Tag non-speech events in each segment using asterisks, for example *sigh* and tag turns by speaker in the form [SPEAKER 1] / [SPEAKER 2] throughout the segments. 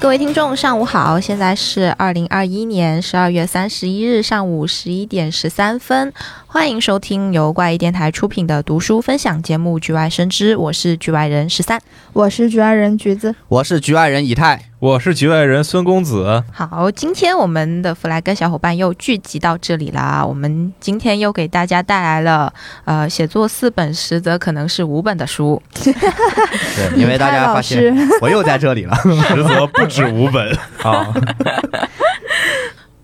[SPEAKER 1] 各位听众，上午好！现在是二零二一年十二月三十一日上午十一点十三分，欢迎收听由怪异电台出品的读书分享节目《局外生枝》，我是局外人十三。
[SPEAKER 2] 我是局外人橘子，
[SPEAKER 3] 我是局外人以太，
[SPEAKER 4] 我是局外人孙公子，
[SPEAKER 1] 好，今天我们的弗莱根小伙伴又聚集到这里啦。我们今天又给大家带来了呃，写作四本实则可能是五本的书，
[SPEAKER 3] 对，因为大
[SPEAKER 2] 潘 *laughs*
[SPEAKER 3] 家
[SPEAKER 2] 老
[SPEAKER 5] *laughs*
[SPEAKER 3] 发现
[SPEAKER 2] 师，
[SPEAKER 3] 我又在这里 *laughs* 了，
[SPEAKER 4] 实则不止五本啊！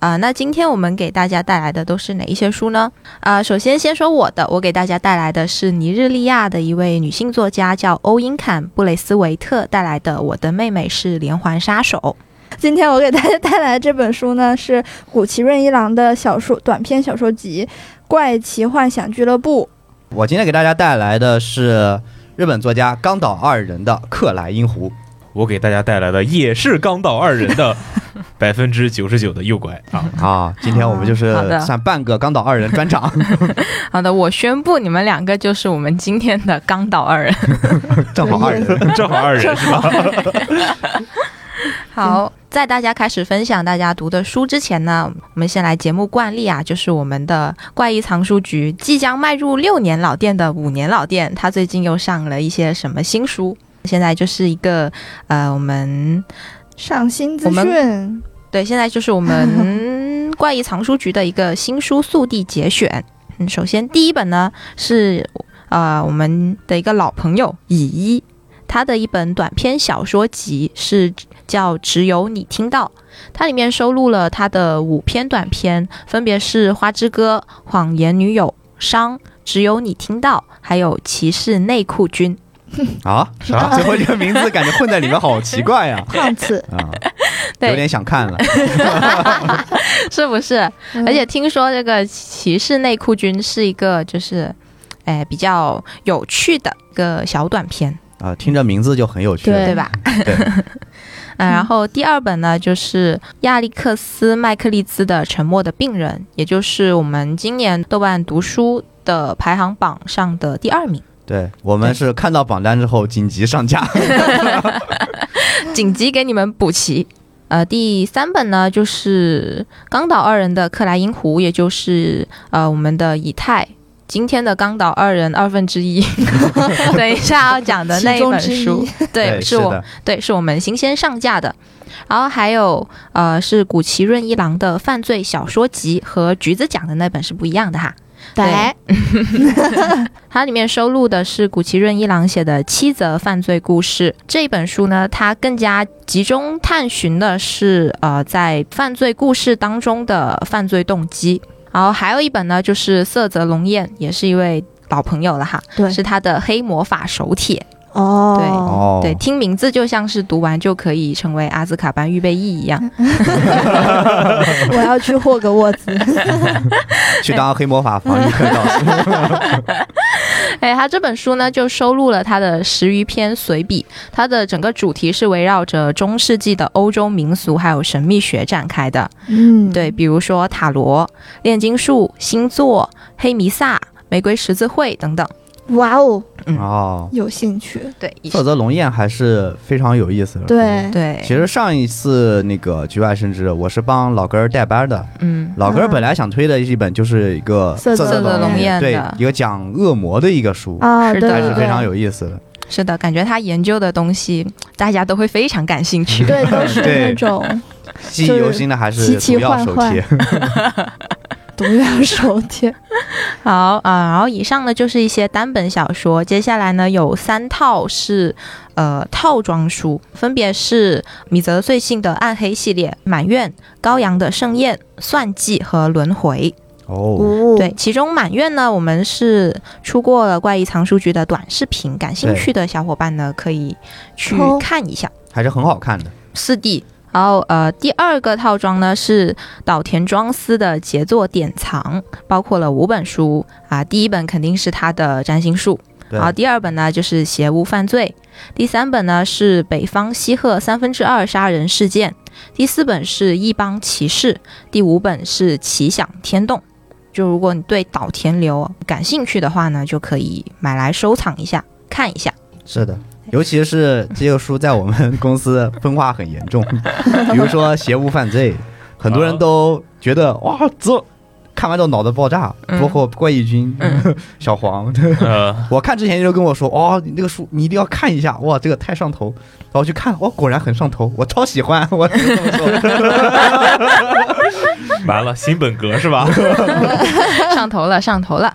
[SPEAKER 1] 啊、那今天我们给大家带来的都是哪一些书呢？啊、首先先说我的，我给大家带来的是尼日利亚的一位女性作家叫欧因坎·布雷斯维特带来的《我的妹妹是连环杀手》。
[SPEAKER 2] 今天我给大家带来这本书呢，是古奇润一郎的小说短篇小说集《怪奇幻想俱乐部
[SPEAKER 3] 我今天给大家带来的是日本作家冈岛二人的《克莱因湖》。
[SPEAKER 4] 我给大家带来的也是刚到二人 *laughs* 的百分之九十九的诱拐啊！
[SPEAKER 3] 啊，今天我们就是
[SPEAKER 1] 好的
[SPEAKER 3] 算半个冈岛二人专 *laughs* 场，
[SPEAKER 1] 好的，我宣布你们两个就是我们今天的刚岛二人。
[SPEAKER 3] 正好二人。
[SPEAKER 4] *laughs* 正好二人是吧？
[SPEAKER 1] *laughs* 好，在大家开始分享大家读的书之前呢，我们先来节目惯例啊，就是我们的怪异藏书局即将迈入六年老店的五年老店，它最近又上了一些什么新书？现在就是一个呃，我们》，
[SPEAKER 2] 上新资
[SPEAKER 1] 我
[SPEAKER 2] 讯。
[SPEAKER 1] 对，现在就是我 *laughs* 们怪异藏书局的一个新书速递节选。嗯，首先第一本呢是呃我们的一个老朋友乙一，他的一本短篇小说集是叫《只有你听到》，它里面收录了他的五篇短篇，分别是《花之歌》《谎言女友》《伤》《只有你听到》，还有《骑士内裤君》。
[SPEAKER 3] 啊，
[SPEAKER 4] 啥
[SPEAKER 3] *laughs* 最后这个名字感觉混在里面好奇怪 *laughs* 呀、
[SPEAKER 2] 胖次，
[SPEAKER 3] 啊，有
[SPEAKER 1] 对，
[SPEAKER 3] 点想看了。
[SPEAKER 1] *laughs* 是不是？
[SPEAKER 2] 嗯
[SPEAKER 1] 而且听说这个骑士内裤君是一个就是，哎，比较有趣的一个小短片，
[SPEAKER 3] 啊，听着名字就很有趣了，
[SPEAKER 2] 对
[SPEAKER 1] 对吧？
[SPEAKER 3] 对
[SPEAKER 1] *laughs* 嗯，然后第二本呢，就是亚历克斯·麦克利兹的《沉默的病人》，也就是我们今年豆瓣读书的排行榜上的第二名，
[SPEAKER 3] 对我们是看到榜单之后紧急上架。
[SPEAKER 1] 紧急给你们补齐。呃，第三本呢，就是冈岛二人的《克莱因湖》，也就是呃我们的以太今天的冈岛二人二分之一， *laughs* 等一下要讲的那一本
[SPEAKER 2] 其
[SPEAKER 1] 书
[SPEAKER 2] 中，
[SPEAKER 1] 对，
[SPEAKER 3] 是
[SPEAKER 1] 是我
[SPEAKER 3] 的，
[SPEAKER 1] 对，是我们新鲜上架的。然后还有呃，是古奇润一郎的犯罪小说集和橘子讲的那本是不一样的哈。
[SPEAKER 2] 对，
[SPEAKER 1] *laughs* 它里面收录的是古奇润一郎写的七则犯罪故事。这本书呢，它更加集中探寻的是呃，在犯罪故事当中的犯罪动机。然后还有一本呢，就是色泽龙彦，也是一位老朋友了哈，
[SPEAKER 2] 对
[SPEAKER 1] 是他的《黑魔法手帖》。
[SPEAKER 2] 哦，
[SPEAKER 3] 哦，
[SPEAKER 1] 对，听名字就像是读完就可以成为阿兹卡班预备役一样。
[SPEAKER 2] 我要去霍格沃
[SPEAKER 1] *laughs*
[SPEAKER 2] 兹。
[SPEAKER 3] 去当黑魔法防御科教师。
[SPEAKER 1] 哎，他这本书呢，就收录了他的十余篇随笔，它的整个主题是围绕着中世纪的欧洲民俗还有神秘学展开的。
[SPEAKER 2] 嗯，
[SPEAKER 1] 对，，比如说塔罗、炼金术、星座、黑弥撒、玫瑰十字会等等。
[SPEAKER 2] 哇哦，
[SPEAKER 5] *laughs*
[SPEAKER 3] 哦，
[SPEAKER 2] 有兴趣。
[SPEAKER 1] 对，以
[SPEAKER 3] 色泽龙焰还是非常有意思的。
[SPEAKER 2] 对，
[SPEAKER 1] 对，
[SPEAKER 3] 其实上一次那个局外生枝，我是帮老根儿代班的。
[SPEAKER 1] 嗯，
[SPEAKER 3] 老根儿
[SPEAKER 2] 嗯
[SPEAKER 3] 本来想推的一本就是一个
[SPEAKER 2] 色泽
[SPEAKER 3] 泽
[SPEAKER 2] 龙
[SPEAKER 3] 焰
[SPEAKER 1] 焰
[SPEAKER 3] 对
[SPEAKER 1] 的
[SPEAKER 3] 一个讲恶魔的一个书，
[SPEAKER 2] 啊，
[SPEAKER 1] 是
[SPEAKER 2] 对
[SPEAKER 1] 的
[SPEAKER 3] 还
[SPEAKER 2] 对
[SPEAKER 3] 是非常
[SPEAKER 2] 对，
[SPEAKER 3] 有意思的。
[SPEAKER 1] 是的，感觉他研究的东西大家都会非常感兴趣。
[SPEAKER 2] 对，都是
[SPEAKER 3] 对
[SPEAKER 2] 那种
[SPEAKER 3] 记忆犹新的还
[SPEAKER 2] 就是
[SPEAKER 3] 是
[SPEAKER 2] 奇奇
[SPEAKER 3] 毒药
[SPEAKER 2] 幻
[SPEAKER 3] 手
[SPEAKER 2] 幻 *laughs*
[SPEAKER 3] 帖，
[SPEAKER 2] 毒药手帖。
[SPEAKER 1] 好啊、然后以上呢就是一些单本小说，接下来呢有三套是呃套装书，分别是米泽穗信的《暗黑》系列、《满愿》、高阳的《盛宴》、《算计》和《轮回》。
[SPEAKER 3] 哦，
[SPEAKER 5] 嗯
[SPEAKER 2] 哦，
[SPEAKER 1] 对，，其中《满愿》呢，我们是出过了怪异藏书局的短视频，感兴趣的小伙伴呢可以去
[SPEAKER 2] 哦
[SPEAKER 1] 看一下。
[SPEAKER 3] 还是很好看的。
[SPEAKER 1] 四 D。然后呃，第二个套装呢是岛田庄司的杰作典藏，包括了五本书啊。第一本肯定是他的《占星术》，
[SPEAKER 3] 对
[SPEAKER 1] 然，后第二本呢就是《邪无犯罪》，第三本呢是《北方西鹤三分之二杀人事件》，第四本是《一帮骑士》，第五本是《奇想天动》。就如果你对岛田流感兴趣的话呢，就可以买来收藏一下，看一下。
[SPEAKER 3] 是的，尤其是这个书在我们 *laughs* 公司分化很严
[SPEAKER 2] *laughs*
[SPEAKER 3] 重，比如说邪无犯罪，很多人都觉得哇，这看完之后脑子爆炸，
[SPEAKER 1] 嗯
[SPEAKER 3] 包括怪异君、
[SPEAKER 1] 嗯
[SPEAKER 3] *laughs* 小黄，
[SPEAKER 4] 呃，
[SPEAKER 3] 我看之前就跟我说，哦，你这个书你一定要看一下，哇，这个太上头。然后去看，哦，果然很上头，我超喜欢， *laughs* 我
[SPEAKER 4] 完了，新本格是 *laughs* 吧？
[SPEAKER 1] *laughs* 上头了，上头了。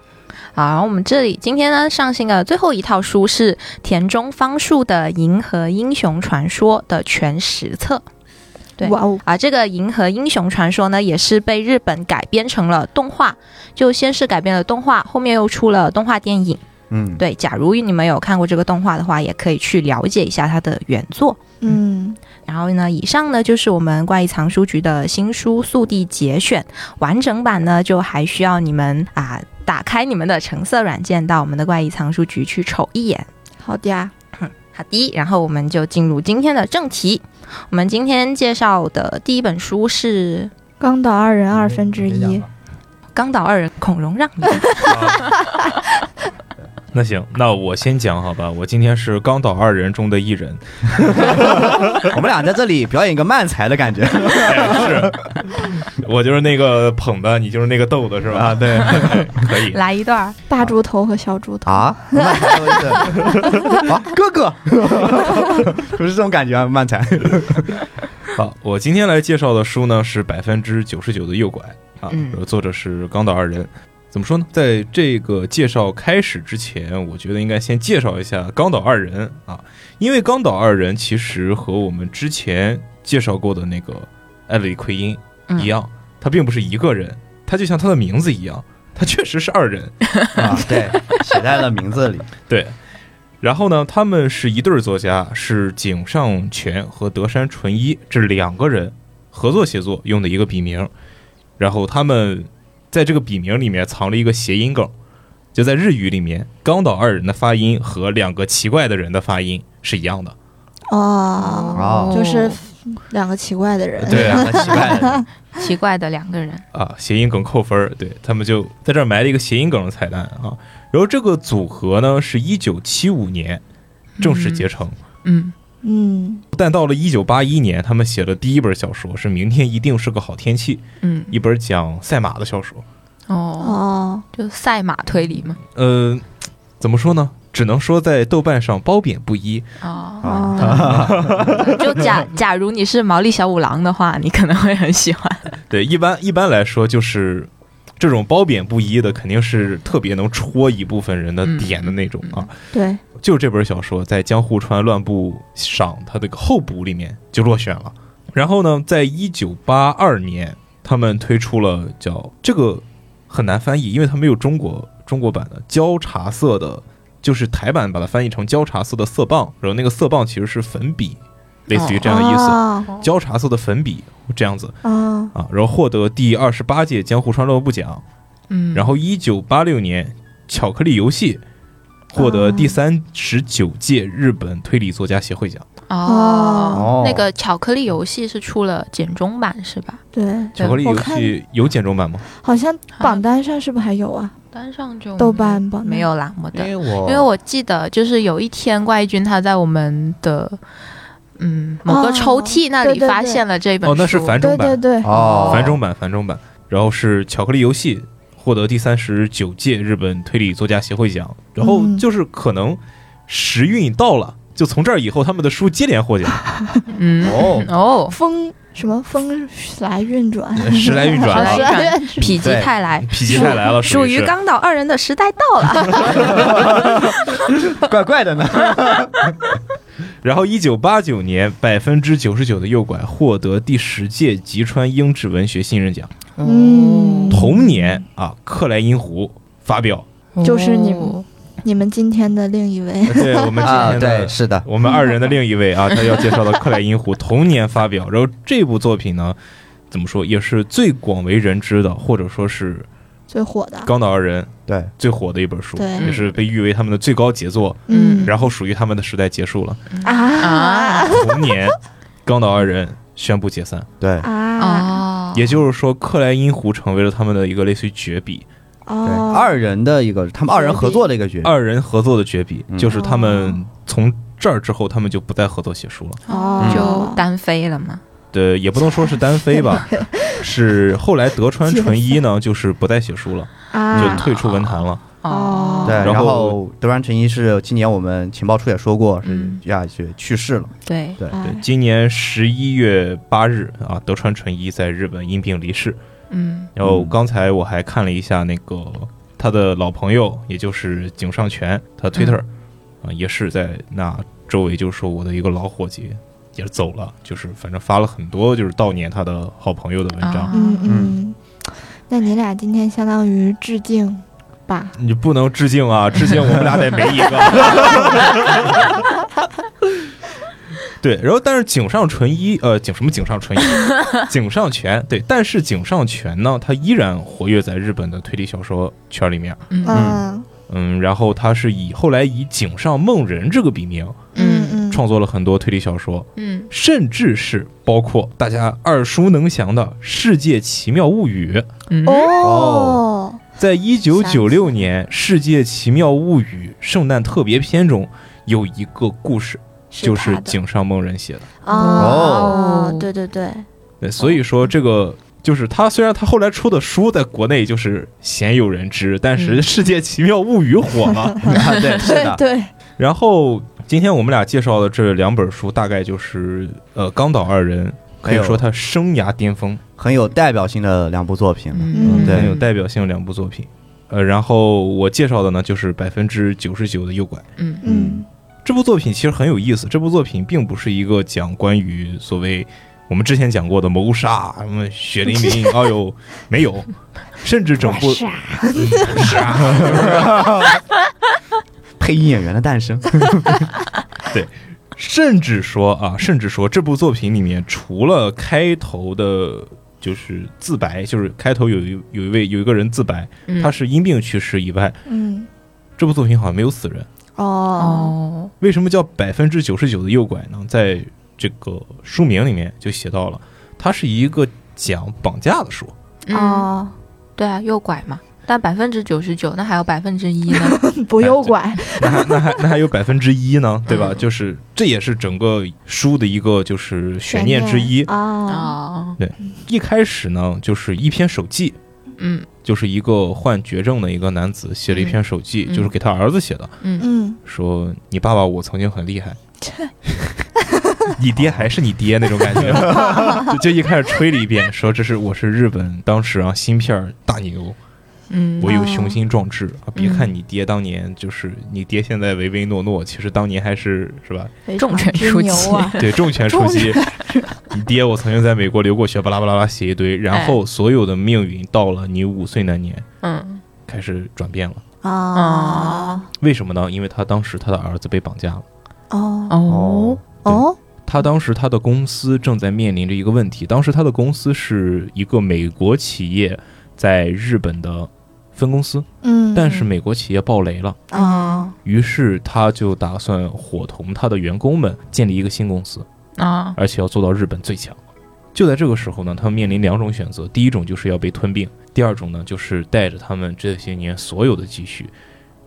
[SPEAKER 1] 好，我们这里今天呢上新的最后一套书是田中芳树的《银河英雄传说》的全十册。对
[SPEAKER 2] 哇哦，
[SPEAKER 1] 啊，这个《银河英雄传说》呢，也是被日本改编成了动画，就先是改编了动画，后面又出了动画电影。
[SPEAKER 3] 嗯，
[SPEAKER 1] 对，假如你们有看过这个动画的话，也可以去了解一下它的原作。
[SPEAKER 2] 嗯，
[SPEAKER 1] 然后呢，以上呢就是我们怪异藏书局的新书速递节选，完整版呢就还需要你们啊打开你们的橙色软件，到我们的怪异藏书局去瞅一眼。
[SPEAKER 2] 好的呀，
[SPEAKER 1] 好的，然后我们就进入今天的正题。我们今天介绍的第一本书是
[SPEAKER 2] 刚岛二人二分之
[SPEAKER 3] 嗯别讲
[SPEAKER 2] 一
[SPEAKER 3] 了，
[SPEAKER 1] 《冈岛二人孔融让梨》。
[SPEAKER 4] 那行，那我先讲好吧。我今天是刚岛二人中的一人，
[SPEAKER 3] *laughs* 我们俩在这里表演一个慢才的感觉 *laughs*
[SPEAKER 4] 哎是 *laughs* 我就是那个捧的，你就是那个逗的，是吧？
[SPEAKER 3] 啊，对
[SPEAKER 4] 哎 *laughs* 可以，
[SPEAKER 1] 来一段儿，
[SPEAKER 2] 大
[SPEAKER 4] 啊
[SPEAKER 2] 猪头和小猪头，
[SPEAKER 3] 啊，慢才我意思啊，哥哥， *laughs* 不是这种感觉啊，慢才，
[SPEAKER 4] 好，我今天来介绍的书呢是百分之九十九的右拐啊，
[SPEAKER 1] 嗯
[SPEAKER 4] 然后作者是冈岛二人。怎么说呢？在这个介绍开始之前，我觉得应该先介绍一下冈岛二人啊，因为冈岛二人其实和我们之前介绍过的那个艾利奎因
[SPEAKER 1] 嗯
[SPEAKER 4] 一样，他并不是一个人，他就像他的名字一样，他确实是二人。
[SPEAKER 3] 啊，对，写在了名字里。
[SPEAKER 4] 对，然后呢，他们是一对儿作家，是井上泉和德山纯一这两个人合作写作用的一个笔名。然后他们在这个笔名里面藏了一个谐音梗，就在日语里面，冈岛二人的发音和两个奇怪的人的发音是一样的。
[SPEAKER 2] 哦，
[SPEAKER 3] 哦
[SPEAKER 2] 就是两个奇怪的人，
[SPEAKER 4] 对啊
[SPEAKER 3] 很奇怪的。
[SPEAKER 1] 奇怪的两个人，
[SPEAKER 4] 啊，谐音梗扣分儿，对他们就在这儿埋了一个谐音梗的彩蛋啊。然后这个组合呢，是一九七五年正式结成，
[SPEAKER 1] 嗯
[SPEAKER 2] 嗯，
[SPEAKER 4] 但到了一九八一年，他们写了第一本小说是《明天一定是个好天气》，
[SPEAKER 1] 嗯，
[SPEAKER 4] 一本讲赛马的小说。
[SPEAKER 1] 哦，
[SPEAKER 2] 哦，
[SPEAKER 1] 就赛马推理嘛，
[SPEAKER 4] 呃，怎么说呢？只能说在豆瓣上褒贬不一。
[SPEAKER 1] 哦，
[SPEAKER 4] 啊 *laughs*
[SPEAKER 2] 哦，
[SPEAKER 1] 就假假如你是毛利小五郎的话，你可能会很喜欢，
[SPEAKER 4] 对，一般一般来说就是这种褒贬不一的，肯定是特别能戳一部分人的
[SPEAKER 1] 嗯
[SPEAKER 4] 点的那种啊。
[SPEAKER 2] 对，
[SPEAKER 4] 就这本小说在江户川乱步赏他这个候补里面就落选了。然后呢，在一九八二年，他们推出了叫这个很难翻译，因为它没有中国中国版的焦茶色的，就是台版把它翻译成焦茶色的色棒，然后那个色棒其实是粉笔，类似于这样的意思，
[SPEAKER 2] 哦
[SPEAKER 4] 焦茶色的粉笔这样子
[SPEAKER 2] 哦，
[SPEAKER 4] 啊。然后获得第二十八届江户川乱步奖，
[SPEAKER 1] 嗯，
[SPEAKER 4] 然后一九八六年，《巧克力游戏》获
[SPEAKER 2] 啊
[SPEAKER 4] 得第三十九届日本推理作家协会奖。
[SPEAKER 1] 哦
[SPEAKER 3] 哦，
[SPEAKER 1] 那个巧克力游戏是出了简中版是吧？
[SPEAKER 2] 对，
[SPEAKER 4] 巧克力
[SPEAKER 2] 我
[SPEAKER 4] 游
[SPEAKER 2] 看
[SPEAKER 4] 戏有简中版吗？
[SPEAKER 2] 好像榜单上是不是还有啊？
[SPEAKER 1] 单上就
[SPEAKER 2] 豆瓣榜单
[SPEAKER 1] 没有啦，我
[SPEAKER 3] 因
[SPEAKER 1] 的，
[SPEAKER 3] 为我
[SPEAKER 1] 因为我记得就是有一天怪异君他在我们的嗯某个
[SPEAKER 2] 哦
[SPEAKER 1] 抽屉那
[SPEAKER 2] 对
[SPEAKER 1] 里
[SPEAKER 2] 对对
[SPEAKER 1] 发现了这本书，
[SPEAKER 4] 哦，那是繁
[SPEAKER 2] 对对
[SPEAKER 4] 中版，啊
[SPEAKER 2] 对，
[SPEAKER 3] 哦，
[SPEAKER 4] 繁中版，繁中版。然后是《巧克力游戏》获得第三十九届日本推理作家协会奖。然后
[SPEAKER 2] 嗯
[SPEAKER 4] 就是可能时运到了，就从这儿以后他们的书接连获
[SPEAKER 2] *laughs*
[SPEAKER 4] 奖，
[SPEAKER 1] 嗯
[SPEAKER 3] 哦
[SPEAKER 1] 哦，
[SPEAKER 2] 风什么风来运转，
[SPEAKER 4] 时来运转
[SPEAKER 1] 时
[SPEAKER 2] 时
[SPEAKER 1] 来运。转
[SPEAKER 4] 啊 *laughs*
[SPEAKER 2] 来运转，
[SPEAKER 1] 否极
[SPEAKER 3] 对
[SPEAKER 1] 泰来，
[SPEAKER 4] 否极泰来了，
[SPEAKER 1] 属
[SPEAKER 4] 属
[SPEAKER 1] 于
[SPEAKER 4] 是
[SPEAKER 1] 冈岛二人的时代到了。
[SPEAKER 3] 怪怪的呢。
[SPEAKER 4] 然后，一九八九年，百分之九十九的右拐获得第十届吉川英治文学信任奖。
[SPEAKER 2] 嗯
[SPEAKER 4] 同年啊，克莱因湖发表，
[SPEAKER 2] *laughs* 就是你
[SPEAKER 1] *laughs* 哦
[SPEAKER 2] 你们今天的另一位，
[SPEAKER 4] 对我们
[SPEAKER 3] 啊，
[SPEAKER 4] 今天的、
[SPEAKER 3] 对，是的，
[SPEAKER 4] 我们二人的另一位啊，他要介绍的克莱因湖 *laughs* 同年发表。然后这部作品呢，怎么说也是最广为人知的，或者说是
[SPEAKER 2] 最火的，
[SPEAKER 4] 冈岛二人
[SPEAKER 3] 对，
[SPEAKER 4] 最火的一本书，
[SPEAKER 2] 对
[SPEAKER 4] 也是被誉为他们的最高杰作。
[SPEAKER 1] 嗯
[SPEAKER 4] 然后属于他们的时代结束了。
[SPEAKER 2] 啊
[SPEAKER 1] 啊
[SPEAKER 4] 同年，冈岛二人宣布
[SPEAKER 3] *laughs*
[SPEAKER 4] 解散。
[SPEAKER 3] 对，
[SPEAKER 2] 啊
[SPEAKER 1] 哦，
[SPEAKER 4] 也就是说，克莱因湖成为了他们的一个类似于绝笔，
[SPEAKER 3] 对
[SPEAKER 2] 哦，
[SPEAKER 3] 二人的一个，他们二人合作的一个角色，
[SPEAKER 4] 二人合作的绝笔，
[SPEAKER 3] 嗯
[SPEAKER 4] 就是他们从这儿之后，他们就不再合作写书了。
[SPEAKER 2] 哦
[SPEAKER 1] 就
[SPEAKER 4] 嗯
[SPEAKER 1] 单飞了嘛。
[SPEAKER 4] 对，呃也不能说是单
[SPEAKER 2] *laughs*
[SPEAKER 4] 飞吧，是后来德川纯一呢，就是不再写书了，就
[SPEAKER 2] 啊，
[SPEAKER 4] 退出文坛了。
[SPEAKER 2] 哦
[SPEAKER 1] 哦，
[SPEAKER 3] 对，
[SPEAKER 4] 然
[SPEAKER 3] 然
[SPEAKER 4] 后
[SPEAKER 3] 后德川纯一是今年我们情报处也说过，是
[SPEAKER 1] 嗯
[SPEAKER 3] 下去去世了。
[SPEAKER 1] 对，
[SPEAKER 3] 对
[SPEAKER 2] 哎
[SPEAKER 4] 对，今年十一月八日啊，德川纯一在日本因病离世。
[SPEAKER 1] 嗯
[SPEAKER 4] 然后刚才我还看了一下那个他的老朋友，也就是井上泉，他 Twitter
[SPEAKER 2] 嗯
[SPEAKER 4] 啊、也是在那周围就说我的一个老伙计也走了，就是反正发了很多就是悼念他的好朋友的文章。
[SPEAKER 1] 啊
[SPEAKER 5] 嗯嗯，那你俩今天相当于致敬吧？
[SPEAKER 4] 你不能致敬啊，致敬我们俩得没一个。对，然后但是井上纯一，呃，井什么井上纯一，井上泉，对，但是井上泉呢，他依然活跃在日本的推理小说圈里面，
[SPEAKER 1] 嗯
[SPEAKER 5] 嗯
[SPEAKER 4] 嗯，然后他是以后来以井上梦人这个笔名
[SPEAKER 5] 嗯
[SPEAKER 1] 嗯
[SPEAKER 5] 嗯，
[SPEAKER 4] 创作了很多推理小说，
[SPEAKER 1] 嗯
[SPEAKER 4] 甚至是包括大家耳熟能详的《世界奇妙物语》，
[SPEAKER 1] 嗯
[SPEAKER 5] 哦，
[SPEAKER 4] 在一九九六
[SPEAKER 5] 啥
[SPEAKER 4] 年《世界奇妙物语》圣诞特别篇中有一个故事，就是
[SPEAKER 5] 他的
[SPEAKER 4] 井上梦人写的。
[SPEAKER 5] 哦
[SPEAKER 1] 哦，
[SPEAKER 5] 对对对，
[SPEAKER 4] 对，所以说这个就是他，虽然他后来出的书在国内就是鲜有人知，但是《
[SPEAKER 1] 嗯
[SPEAKER 4] 世界奇妙物语》火了。
[SPEAKER 3] 啊 *laughs* 对，是
[SPEAKER 2] 对
[SPEAKER 3] 的，
[SPEAKER 2] 对，
[SPEAKER 4] *laughs* 然后今天我们俩介绍的这两本书，大概就是呃冈岛二人可以
[SPEAKER 3] 哎呦
[SPEAKER 4] 说他生涯巅峰，
[SPEAKER 3] 很有代表性的两部作品了。
[SPEAKER 5] 嗯
[SPEAKER 4] 很有代表性的两部作品。呃，然后我介绍的呢就是百分之九十九的右拐。
[SPEAKER 1] 嗯
[SPEAKER 5] 嗯
[SPEAKER 4] 这部作品其实很有意思。这部作品并不是一个讲关于所谓我们之前讲过的谋杀、什么血淋淋，哦呦，没有，甚至整部
[SPEAKER 5] 我傻
[SPEAKER 4] 是啊
[SPEAKER 3] 配音演员的诞生，
[SPEAKER 4] 甚至说啊，甚至说这部作品里面除了开头的。就是自白，就是开头有一有一位有一个人自白，
[SPEAKER 1] 嗯
[SPEAKER 4] 他是因病去世以外，
[SPEAKER 2] 嗯
[SPEAKER 4] 这部作品好像没有死人。
[SPEAKER 5] 哦
[SPEAKER 1] 哦，
[SPEAKER 4] 为什么叫百分之九十九的右拐呢？在这个书名里面就写到了，它是一个讲绑架的书。
[SPEAKER 1] 哦，
[SPEAKER 5] 哦，
[SPEAKER 1] 对啊，右拐嘛。但百分之九十九，那还有百分之一
[SPEAKER 5] *laughs*
[SPEAKER 1] 呢。
[SPEAKER 2] 不诱拐，
[SPEAKER 4] 那还那还那还有百分之一呢，对吧？
[SPEAKER 1] 嗯
[SPEAKER 4] 就是这也是整个书的一个就是悬念之一。
[SPEAKER 5] 啊，
[SPEAKER 1] 哦，
[SPEAKER 4] 一开始呢，就是一篇手记，
[SPEAKER 1] 嗯
[SPEAKER 4] 就是一个患绝症的一个男子写了一篇手记，
[SPEAKER 1] 嗯
[SPEAKER 4] 就是给他儿子写的，
[SPEAKER 1] 嗯
[SPEAKER 2] 嗯，
[SPEAKER 4] 说你爸爸我曾经很厉害， *laughs* 你爹还是你爹那种感 *laughs* 觉，就就一开始吹了一遍，说这是我是日本当时啊芯片儿大牛，
[SPEAKER 1] 嗯，
[SPEAKER 4] 我
[SPEAKER 5] 也
[SPEAKER 4] 有雄心壮志啊！别
[SPEAKER 1] 嗯
[SPEAKER 4] 看你爹当年就是你爹现在唯唯诺诺，其实当年还是是 *laughs* 吧？
[SPEAKER 5] 非
[SPEAKER 1] 重
[SPEAKER 5] 常
[SPEAKER 1] 拳
[SPEAKER 5] 之
[SPEAKER 1] 出击
[SPEAKER 5] 牛 *laughs* 啊，
[SPEAKER 4] 对，重拳出击。你爹我曾经在美国留过学，巴拉巴拉巴拉写一堆，然后所有的命运到了你五岁那年
[SPEAKER 1] 嗯
[SPEAKER 4] 开始转变了。
[SPEAKER 5] 啊
[SPEAKER 4] 为什么呢？因为他当时他的儿子被绑架了，
[SPEAKER 5] 哦
[SPEAKER 1] 哦，
[SPEAKER 4] 嗯
[SPEAKER 5] 哦
[SPEAKER 4] 他当时他的公司正在面临着一个问题，当时他的公司是一个美国企业在日本的分公司，
[SPEAKER 5] 嗯，
[SPEAKER 4] 但是美国企业暴雷了。
[SPEAKER 1] 嗯
[SPEAKER 5] 啊
[SPEAKER 4] 于是他就打算伙同他的员工们建立一个新公司，
[SPEAKER 1] 啊
[SPEAKER 4] 而且要做到日本最强。就在这个时候呢，他们面临两种选择：第一种就是要被吞并；第二种呢，就是带着他们这些年所有的积蓄，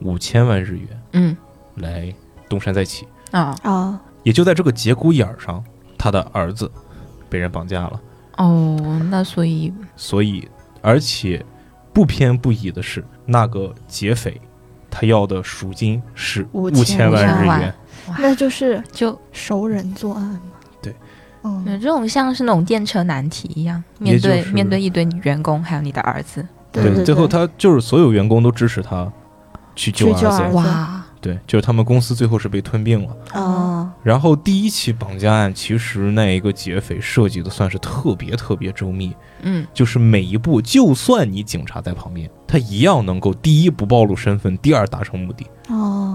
[SPEAKER 4] 五千万日元
[SPEAKER 1] 嗯
[SPEAKER 4] 来东山再起。
[SPEAKER 1] 啊
[SPEAKER 5] 啊
[SPEAKER 4] 也就在这个节骨眼儿上，他的儿子被人绑架了。
[SPEAKER 1] 哦，那所以
[SPEAKER 4] 所以，而且不偏不倚的是，那个劫匪他要的赎金是
[SPEAKER 5] 五
[SPEAKER 4] 五
[SPEAKER 5] 千
[SPEAKER 4] 千万日
[SPEAKER 1] 万
[SPEAKER 4] 元。
[SPEAKER 5] 那就是
[SPEAKER 1] 就
[SPEAKER 5] 熟人作案嘛，
[SPEAKER 4] 对，
[SPEAKER 5] 嗯
[SPEAKER 1] 嗯，这种像是那种电车难题一样，面对、
[SPEAKER 4] 也就是
[SPEAKER 1] 面对一堆员工，还有你的儿子，
[SPEAKER 5] 对对，
[SPEAKER 4] 最后他就是所有员工都支持他去救
[SPEAKER 5] 去
[SPEAKER 4] 儿
[SPEAKER 5] 救儿
[SPEAKER 4] 子
[SPEAKER 5] 子。
[SPEAKER 1] 哇，
[SPEAKER 4] 对，就是他们公司最后是被吞并了。
[SPEAKER 5] 啊
[SPEAKER 4] 然后第一起绑架案，其实那一个劫匪设计的算是特别特别周密，
[SPEAKER 1] 嗯
[SPEAKER 4] 就是每一步，就算你警察在旁边，他一样能够第一不暴露身份，第二达成目的。
[SPEAKER 5] 哦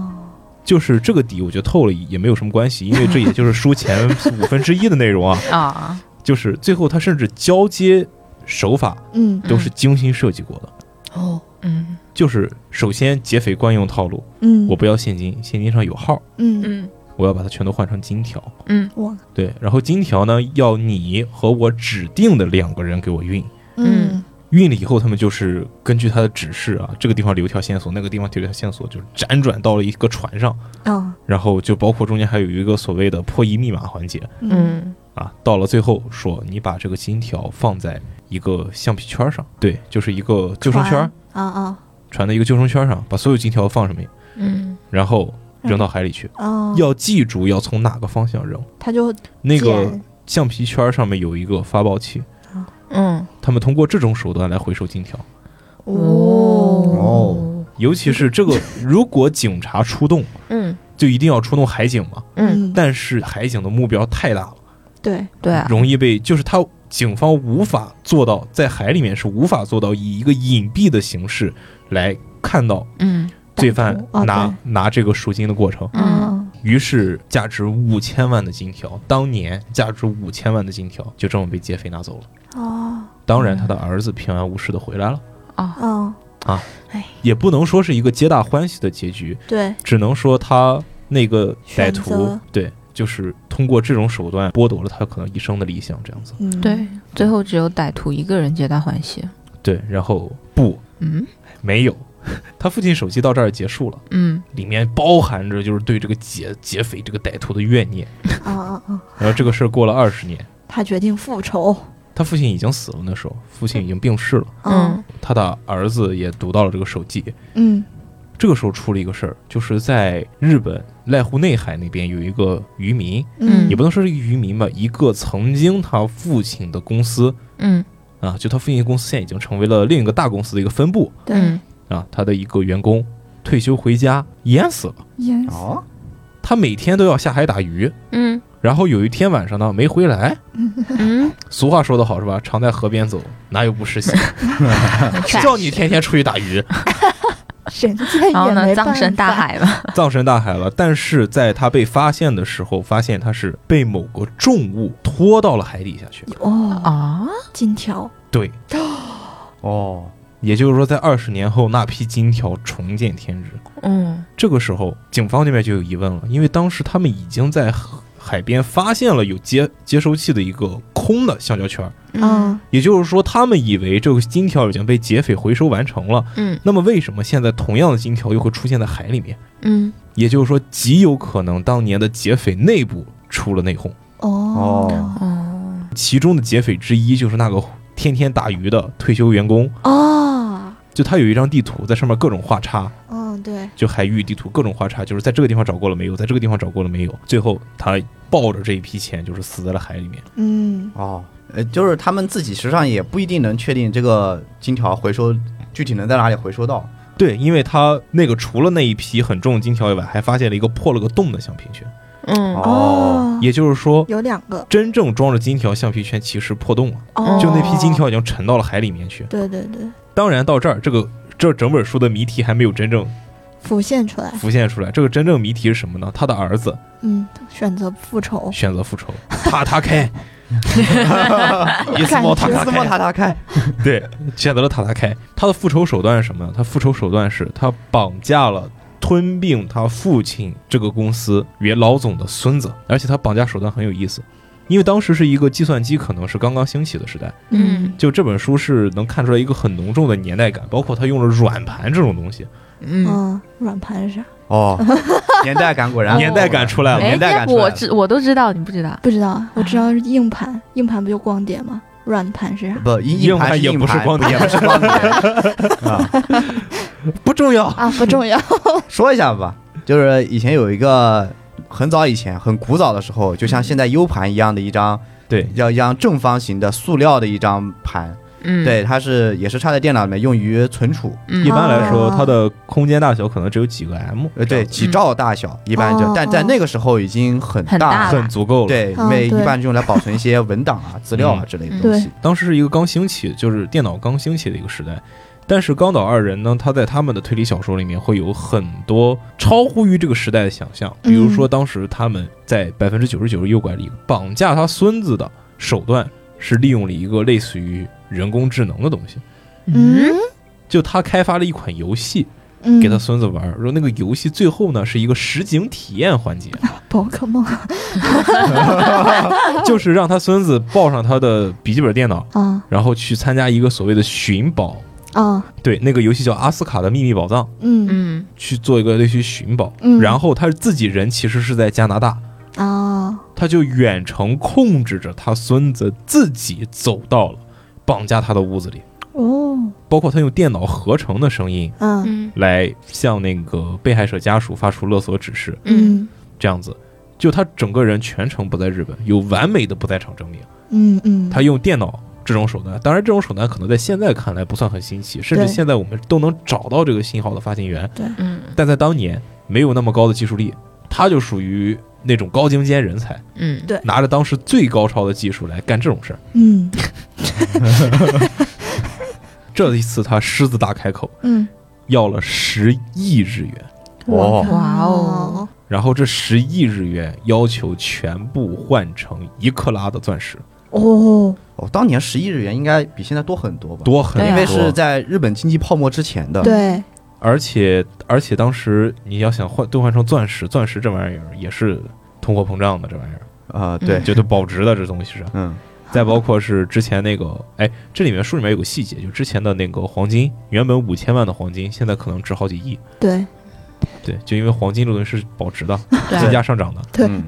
[SPEAKER 4] 就是这个底，我觉得透了也没有什么关系，因为这也就是书前五分之一的内容啊。
[SPEAKER 1] 啊，
[SPEAKER 4] 就是最后他甚至交接手法
[SPEAKER 5] 嗯
[SPEAKER 4] 都是精心设计过的，
[SPEAKER 5] 哦
[SPEAKER 1] 嗯
[SPEAKER 4] 就是首先劫匪惯用套路，
[SPEAKER 5] 嗯
[SPEAKER 4] 我不要现金，现金上有号，
[SPEAKER 5] 嗯
[SPEAKER 1] 嗯
[SPEAKER 4] 我要把它全都换成金条。
[SPEAKER 1] 嗯
[SPEAKER 5] 我
[SPEAKER 4] 对，然后金条呢，要你和我指定的两个人给我运。
[SPEAKER 5] 嗯
[SPEAKER 4] 运了以后，他们就是根据他的指示啊，这个地方留一条线索，那个地方留一条线索，就是辗转到了一个船上，
[SPEAKER 5] 哦，
[SPEAKER 4] 然后就包括中间还有一个所谓的破译密码环节
[SPEAKER 2] 嗯，
[SPEAKER 5] 嗯，
[SPEAKER 4] 啊，到了最后说你把这个金条放在一个橡皮圈上，对，就是一个救生圈儿，
[SPEAKER 5] 啊啊，
[SPEAKER 4] 船的一个救生圈上，把所有金条放上面，
[SPEAKER 5] 嗯，
[SPEAKER 4] 然后扔到海里去，
[SPEAKER 5] 哦，
[SPEAKER 4] 要记住要从哪个方向扔。
[SPEAKER 2] 他就
[SPEAKER 4] 那个
[SPEAKER 5] 剑
[SPEAKER 4] 橡皮圈上面有一个发报器，
[SPEAKER 5] 嗯，
[SPEAKER 4] 他们通过这种手段来回收金条。
[SPEAKER 3] 哦，
[SPEAKER 4] 尤其是这个，如果警察出动，
[SPEAKER 5] 嗯
[SPEAKER 4] 就一定要出动海警嘛。
[SPEAKER 5] 嗯，
[SPEAKER 4] 但是海警的目标太大了，
[SPEAKER 5] 对，
[SPEAKER 1] 对啊，
[SPEAKER 4] 容易被就是他警方无法做到在海里面是无法做到以一个隐蔽的形式来看到
[SPEAKER 5] 嗯，
[SPEAKER 4] 罪犯
[SPEAKER 5] 哦对
[SPEAKER 4] 拿、拿这个赎金的过程。
[SPEAKER 5] 嗯，
[SPEAKER 4] 于是，价值五千万的金条，当年价值五千万的金条就这么被劫匪拿走了。
[SPEAKER 5] 哦
[SPEAKER 4] 当然，他的儿子平安无事的回来了，
[SPEAKER 1] 哦，
[SPEAKER 5] 哦，
[SPEAKER 4] 也不能说是一个皆大欢喜的结局，
[SPEAKER 5] 对，
[SPEAKER 4] 只能说他那个歹
[SPEAKER 5] 选择
[SPEAKER 4] 徒对，就是通过这种手段剥夺了他可能一生的理想，这样子。
[SPEAKER 5] 嗯，
[SPEAKER 1] 对，最后只有歹徒一个人皆大欢喜。
[SPEAKER 4] 对，然后不
[SPEAKER 1] 嗯
[SPEAKER 4] 没有， *laughs* 他父亲手机到这儿结束了，
[SPEAKER 1] 嗯，
[SPEAKER 4] 里面包含着就是对这个劫劫匪这个歹徒的怨念。
[SPEAKER 5] 哦哦哦，
[SPEAKER 4] 然后这个事儿过了二十年，
[SPEAKER 5] 他决定复仇，
[SPEAKER 4] 他父亲已经死了，那时候父亲已经病逝了，
[SPEAKER 5] 嗯
[SPEAKER 4] 他的儿子也读到了这个手记。
[SPEAKER 5] 嗯，
[SPEAKER 4] 这个时候出了一个事儿，就是在日本濑户内海那边有一个渔民，
[SPEAKER 5] 嗯，
[SPEAKER 4] 也不能说是一个渔民吧，一个曾经他父亲的公司
[SPEAKER 1] 嗯
[SPEAKER 4] 啊，就他父亲的公司现在已经成为了另一个大公司的一个分部
[SPEAKER 1] 嗯
[SPEAKER 5] 对，
[SPEAKER 4] 啊，他的一个员工退休回家淹死了，
[SPEAKER 2] 淹死，
[SPEAKER 3] 哦，
[SPEAKER 4] 他每天都要下海打鱼，
[SPEAKER 1] 嗯
[SPEAKER 4] 然后有一天晚上呢没回来，
[SPEAKER 1] 嗯，
[SPEAKER 4] 俗话说得好是吧？常在河边走，哪有不湿鞋？叫你天天出去打鱼，
[SPEAKER 2] 人家
[SPEAKER 1] 然后
[SPEAKER 2] 也
[SPEAKER 1] 呢，
[SPEAKER 2] 没办
[SPEAKER 1] 葬
[SPEAKER 2] 法，
[SPEAKER 1] 身大海吧。
[SPEAKER 4] 葬身大海了。但是在他被发现的时候，发现他是被某个重物拖到了海底下去。
[SPEAKER 5] 哦，
[SPEAKER 1] 啊，
[SPEAKER 5] 金条，
[SPEAKER 4] 对，
[SPEAKER 3] 哦，
[SPEAKER 4] 也就是说在二十年后，那批金条重见天日。
[SPEAKER 5] 嗯
[SPEAKER 4] 这个时候，警方那边就有疑问了，因为当时他们已经在河海边发现了有接接收器的一个空的橡胶圈儿，
[SPEAKER 5] 嗯
[SPEAKER 4] 也就是说，他们以为这个金条已经被劫匪回收完成了。
[SPEAKER 1] 嗯
[SPEAKER 4] 那么，为什么现在同样的金条又会出现在海里面？
[SPEAKER 1] 嗯
[SPEAKER 4] 也就是说，极有可能当年的劫匪内部出了内讧，
[SPEAKER 5] 哦
[SPEAKER 1] 哦，
[SPEAKER 4] 其中的劫匪之一就是那个天天打鱼的退休员工，
[SPEAKER 5] 哦，
[SPEAKER 4] 就他有一张地图，在上面各种画叉，
[SPEAKER 5] 嗯对，
[SPEAKER 4] 就海域地图各种画叉，就是在这个地方找过了没有，在这个地方找过了没有，最后他抱着这一批钱，就是死在了海里面。
[SPEAKER 5] 嗯
[SPEAKER 3] 哦，呃，就是他们自己实际上也不一定能确定这个金条回收具体能在哪里回收到。
[SPEAKER 4] 对，因为他那个除了那一批很重的金条以外，还发现了一个破了个洞的橡皮圈，
[SPEAKER 1] 嗯
[SPEAKER 5] 哦，
[SPEAKER 4] 也就是说，
[SPEAKER 5] 有两个，
[SPEAKER 4] 真正装着金条橡皮圈其实破洞了，
[SPEAKER 5] 哦，
[SPEAKER 4] 就那批金，条已经沉到了海里面去。
[SPEAKER 5] 对对对，
[SPEAKER 4] 当然，到这儿这个这整本书的谜题还没有真正
[SPEAKER 5] 浮现出来，
[SPEAKER 4] 浮现出来。这个真正谜题是什么呢？他的儿子
[SPEAKER 5] 嗯，选择复仇，
[SPEAKER 4] 选择复仇，塔塔开，一次猫塔塔
[SPEAKER 3] 斯莫
[SPEAKER 4] 开。
[SPEAKER 3] 塔塔开，
[SPEAKER 4] 对，选择了塔塔开。他的复仇手段是什么呢？他复仇手段是他绑架了吞并他父亲这个公司原老总的孙子，而且他绑架手段很有意思。因为当时是一个计算机可能是刚刚兴起的时代，
[SPEAKER 5] 嗯
[SPEAKER 4] 就这本书是能看出来一个很浓重的年代感，包括他用了软盘这种东西，
[SPEAKER 1] 嗯。
[SPEAKER 5] 嗯，软盘是啥？
[SPEAKER 3] 哦，年代感果然
[SPEAKER 4] 年代感出来了。
[SPEAKER 1] 哎
[SPEAKER 3] 年代，
[SPEAKER 1] 那
[SPEAKER 3] 感出来
[SPEAKER 1] 我
[SPEAKER 3] 了
[SPEAKER 1] 知我都知道，你不知道？
[SPEAKER 5] 不知道啊，我知道是硬盘，硬盘不就光碟吗？软盘是啥？
[SPEAKER 3] 不硬
[SPEAKER 4] 硬
[SPEAKER 3] 盘
[SPEAKER 4] 盘也
[SPEAKER 3] 硬
[SPEAKER 4] 不是
[SPEAKER 3] 盘
[SPEAKER 4] 光碟
[SPEAKER 3] 也不是 *laughs* 光碟
[SPEAKER 4] *laughs*
[SPEAKER 3] 啊，
[SPEAKER 4] 不重要。
[SPEAKER 5] 啊，不 *laughs* 重要。
[SPEAKER 3] 说一下吧，就是以前有一个。很早以前，很古早的时候，就像现在 U 盘一样的一张，
[SPEAKER 4] 对，
[SPEAKER 3] 要一张正方形的塑料的一张盘，
[SPEAKER 1] 嗯，
[SPEAKER 3] 对，它是也是插在电脑里面用于存储，
[SPEAKER 1] 嗯，
[SPEAKER 4] *laughs* 一般来说，
[SPEAKER 5] 哦
[SPEAKER 4] 它的空间大小可能只有几个 M，
[SPEAKER 3] 呃，
[SPEAKER 4] 这
[SPEAKER 3] 对，
[SPEAKER 4] 样子
[SPEAKER 3] 几兆大小，一般
[SPEAKER 5] 哦
[SPEAKER 3] 就，但在那个时候已经很
[SPEAKER 1] 很大
[SPEAKER 3] 大，
[SPEAKER 1] 了
[SPEAKER 4] 很足够了。
[SPEAKER 3] 对，
[SPEAKER 5] 哦
[SPEAKER 3] 因为
[SPEAKER 5] 对
[SPEAKER 3] 一般用来保存一些文档啊、资料啊之类的东西。
[SPEAKER 4] 当时是一个刚兴起，就是电脑刚兴起的一个时代。但是冈岛二人呢，他在他们的推理小说里面会有很多超乎于这个时代的想象，
[SPEAKER 3] 嗯
[SPEAKER 4] 比如说当时他们在百分之九十九的诱拐里绑架他孙子的手段是利用了一个类似于人工智能的东西，
[SPEAKER 1] 嗯，
[SPEAKER 4] 就他开发了一款游戏，
[SPEAKER 5] 嗯，
[SPEAKER 4] 给他孙子玩儿。说那个游戏最后呢是一个实景体验环
[SPEAKER 5] *laughs*
[SPEAKER 4] 节，
[SPEAKER 5] 宝可梦啊哦
[SPEAKER 4] 就是让他孙子抱上他的笔记本电脑，然后去参加一个所谓的寻宝。
[SPEAKER 5] 啊
[SPEAKER 4] 对，那个游戏叫《阿斯卡的秘密宝藏》，
[SPEAKER 5] 嗯
[SPEAKER 1] 嗯，
[SPEAKER 4] 去做一个类似于寻宝。
[SPEAKER 5] 嗯
[SPEAKER 4] 然后他自己人其实是在加拿大，
[SPEAKER 5] 啊
[SPEAKER 4] 他就远程控制着他孙子自己走到了绑架他的屋子里，
[SPEAKER 5] 哦
[SPEAKER 4] 包括他用电脑合成的声音
[SPEAKER 5] 嗯
[SPEAKER 1] 嗯
[SPEAKER 4] 来向那个被害者家属发出勒索指示，
[SPEAKER 1] 嗯，
[SPEAKER 4] 这样子。就他整个人全程不在日本，有完美的不在场证明。
[SPEAKER 5] 嗯嗯，
[SPEAKER 4] 他用电脑这种手段，当然这种手段可能在现在看来不算很新奇，甚至
[SPEAKER 5] 对
[SPEAKER 4] 现在我们都能找到这个信号的发信源，
[SPEAKER 1] 嗯
[SPEAKER 4] 但在当年没有那么高的技术力，他就属于那种高精尖人才，
[SPEAKER 1] 嗯，
[SPEAKER 2] 对
[SPEAKER 4] 拿着当时最高超的技术来干这种事儿。
[SPEAKER 5] 嗯
[SPEAKER 4] 这一次他狮子大开口，
[SPEAKER 5] 嗯
[SPEAKER 4] 要了十亿日元，
[SPEAKER 3] 哦，
[SPEAKER 1] 哇哦，
[SPEAKER 4] 然后这十亿日元要求全部换成一克拉的钻石，
[SPEAKER 5] 哦
[SPEAKER 3] 哦，当年十亿日元应该比现在多很多吧？，
[SPEAKER 4] 多很
[SPEAKER 1] 对
[SPEAKER 4] 多，
[SPEAKER 1] 啊
[SPEAKER 3] 因为是在日本经济泡沫之前的。，
[SPEAKER 5] 对
[SPEAKER 4] 而且而且当时你要想换兑换成钻石，钻石这玩意儿也是通货膨胀的，这玩意儿
[SPEAKER 3] 啊，对
[SPEAKER 1] 嗯，
[SPEAKER 4] 绝对保值的这东西是。
[SPEAKER 3] 嗯，
[SPEAKER 4] 再包括是之前那个，哎，这里面书里面有个细节，就之前的那个黄金，原本五千万的黄金，现在可能值好几亿。
[SPEAKER 5] 对
[SPEAKER 4] 对，就因为黄金这东西是保值的，
[SPEAKER 1] 对
[SPEAKER 4] 金价上涨的。
[SPEAKER 5] 对
[SPEAKER 3] 嗯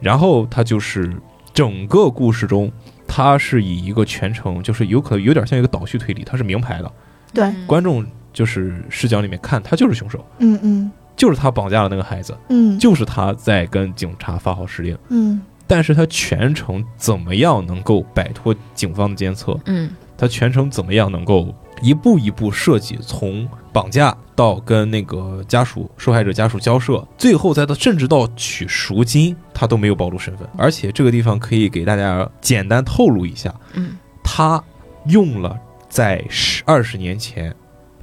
[SPEAKER 4] 然后它就是整个故事中，它是以一个全程，就是有可能有点像一个倒叙推理，它是明牌的，
[SPEAKER 5] 对，
[SPEAKER 4] 观众就是视角里面看，他就是凶手，
[SPEAKER 5] 嗯嗯
[SPEAKER 4] 就是他绑架了那个孩子，
[SPEAKER 5] 嗯
[SPEAKER 4] 就是他在跟警察发号施令。
[SPEAKER 5] 嗯
[SPEAKER 4] 但是他全程怎么样能够摆脱警方的监测？
[SPEAKER 1] 嗯
[SPEAKER 4] 他全程怎么样能够一步一步设计，从绑架到跟那个家属、受害者家属交涉，最后再到甚至到取赎金，他都没有暴露身份。而且这个地方可以给大家简单透露一下，
[SPEAKER 1] 嗯
[SPEAKER 4] 他用了在十二十年前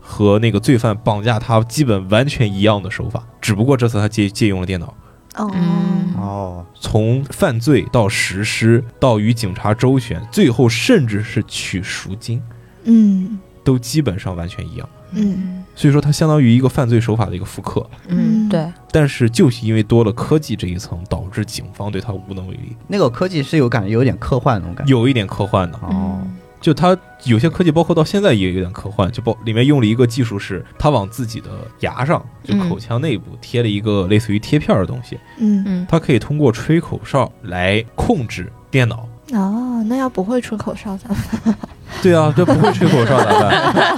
[SPEAKER 4] 和那个罪犯绑架他基本完全一样的手法，只不过这次他借借用了电脑。
[SPEAKER 5] 哦
[SPEAKER 1] 嗯
[SPEAKER 3] 哦，
[SPEAKER 4] 从犯罪到实施，到与警察周旋，最后甚至是取赎金，
[SPEAKER 5] 嗯
[SPEAKER 4] 都基本上完全一样。
[SPEAKER 1] 嗯
[SPEAKER 4] 所以说它相当于一个犯罪手法的一个复刻。
[SPEAKER 1] 嗯，对，
[SPEAKER 4] 但是就是因为多了科技这一层，导致警方对它无能为力，
[SPEAKER 3] 那个科技是有感觉有点科幻那种感觉。
[SPEAKER 4] 有一点科幻的。
[SPEAKER 3] 哦，
[SPEAKER 4] 就它有些科技，包括到现在也有点科幻，就包里面用了一个技术是，它往自己的牙上，就
[SPEAKER 1] 嗯
[SPEAKER 4] 口腔内部贴了一个类似于贴片儿的东西，
[SPEAKER 5] 嗯
[SPEAKER 1] 嗯
[SPEAKER 4] 它可以通过吹口哨来控制电脑。
[SPEAKER 5] 哦，那要不会吹口哨咱们
[SPEAKER 4] 对啊，这不会吹口哨咋办？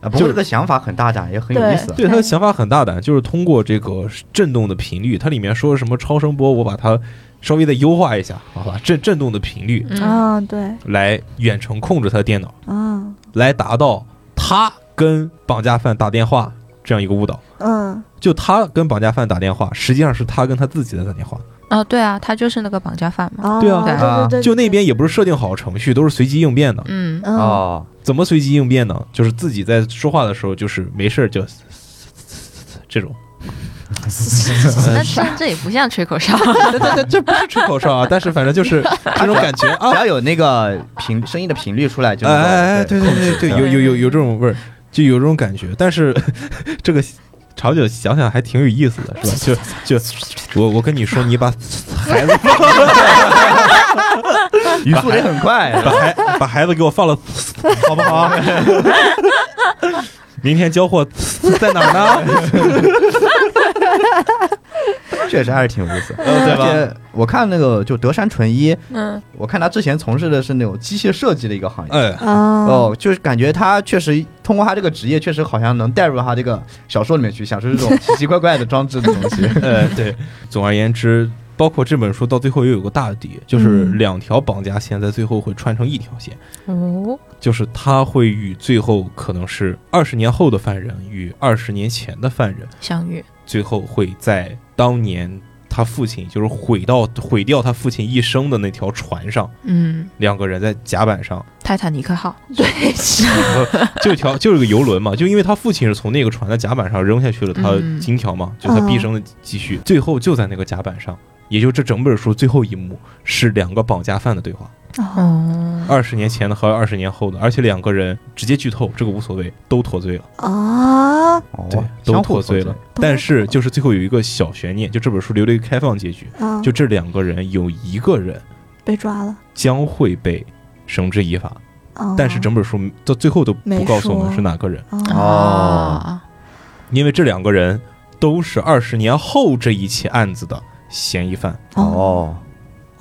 [SPEAKER 3] 啊，不过这个想法很大胆，也很有意思。
[SPEAKER 4] 对，他的想法很大胆，就是通过这个震动的频率，它里面说什么超声波，我把它稍微的优化一下，好吧，震震动的频率，
[SPEAKER 1] 嗯
[SPEAKER 5] 啊对
[SPEAKER 4] 来远程控制他的电脑，
[SPEAKER 5] 啊
[SPEAKER 4] 来达到他跟绑架犯打电话这样一个误导。
[SPEAKER 5] 嗯
[SPEAKER 4] 就他跟绑架犯打电话，实际上是他跟他自己在打电话。
[SPEAKER 1] 啊，对啊，他就是那个绑架犯嘛，
[SPEAKER 5] 哦
[SPEAKER 4] 对啊
[SPEAKER 5] 对对对
[SPEAKER 4] 就那边也不是设定好程序，都是随机应变的。
[SPEAKER 1] 嗯
[SPEAKER 5] *laughs* 嗯
[SPEAKER 3] 哦，
[SPEAKER 4] 怎么随机应变呢？就是自己在说话的时候，就是没事儿就 *laughs* 这
[SPEAKER 1] *laughs*
[SPEAKER 4] 种。 *laughs*
[SPEAKER 1] 那这这也不像吹口哨，
[SPEAKER 4] 这这这这不是吹口哨啊，但是反正就是这种感觉啊
[SPEAKER 3] 只。要有那个频声音的频率出来就
[SPEAKER 4] 哎
[SPEAKER 3] 能够
[SPEAKER 4] 哎哎，对对对对，
[SPEAKER 3] 控制
[SPEAKER 4] 有有有有这种味儿，就有这种感觉。但是 *laughs* 这个长久想想还挺有意思的，是吧？就就我我跟你说，你
[SPEAKER 3] *laughs*
[SPEAKER 4] 把孩子
[SPEAKER 3] 语速也很快。
[SPEAKER 4] 把孩把孩子给我放了，好不好？ *laughs* 明天交货在哪儿呢？
[SPEAKER 3] *laughs*
[SPEAKER 4] *laughs*
[SPEAKER 3] 确实还是挺有意思，
[SPEAKER 4] 嗯对吧
[SPEAKER 3] 而且我看那个就德山纯一，
[SPEAKER 1] 嗯
[SPEAKER 3] 我看他之前从事的是那种机械设计的一个行业。
[SPEAKER 4] 哎，
[SPEAKER 5] 啊
[SPEAKER 3] 哦，就是感觉他确实通过他这个职业，确实好像能带入他这个小说里面去，享受这种奇奇怪怪的装置的东西。
[SPEAKER 4] 呃， *laughs* 对，总而言之，包括这本书到最后又有个大底，就是
[SPEAKER 5] 嗯
[SPEAKER 4] 两条绑架线在最后会串成一条线，
[SPEAKER 1] 哦，
[SPEAKER 4] 就是他会与最后可能是二十年后的犯人与二十年前的犯人，
[SPEAKER 1] 相遇，
[SPEAKER 4] 最后会在当年他父亲就是毁到毁掉他父亲一生的那条船上，
[SPEAKER 1] 嗯，
[SPEAKER 4] 两个人在甲板上。
[SPEAKER 1] 泰坦尼克号，
[SPEAKER 4] 就条 *laughs* 就是个游轮嘛，就因为他父亲是从那个船的甲板上扔下去了他
[SPEAKER 1] 嗯
[SPEAKER 4] 金条嘛，就是他毕生的积蓄，最后就在那个甲板上，也就这整本书最后一幕是两个绑架犯的对话，
[SPEAKER 5] 哦，
[SPEAKER 1] 哦，
[SPEAKER 4] 二十年前的和二十年后的，而且两个人直接剧透，这个无所谓，都脱罪了，
[SPEAKER 5] 啊
[SPEAKER 3] 哦
[SPEAKER 4] 对，，
[SPEAKER 3] 相
[SPEAKER 4] 都
[SPEAKER 3] 互
[SPEAKER 4] 脱罪了。但是就是最后有一个小悬念，就这本书留了一个开放结局，
[SPEAKER 5] 啊，
[SPEAKER 4] 就这两个人有一个人
[SPEAKER 5] 被抓了。
[SPEAKER 4] 将会被绳之以法，
[SPEAKER 5] 哦
[SPEAKER 4] 但是整本书到最后都不
[SPEAKER 5] 没
[SPEAKER 4] 告诉我们
[SPEAKER 5] 说
[SPEAKER 4] 是哪个人，
[SPEAKER 5] 哦
[SPEAKER 3] 哦
[SPEAKER 1] 哦，
[SPEAKER 4] 因为这两个人都是二十年后这一起案子的嫌疑犯。
[SPEAKER 5] 哦
[SPEAKER 3] 哦，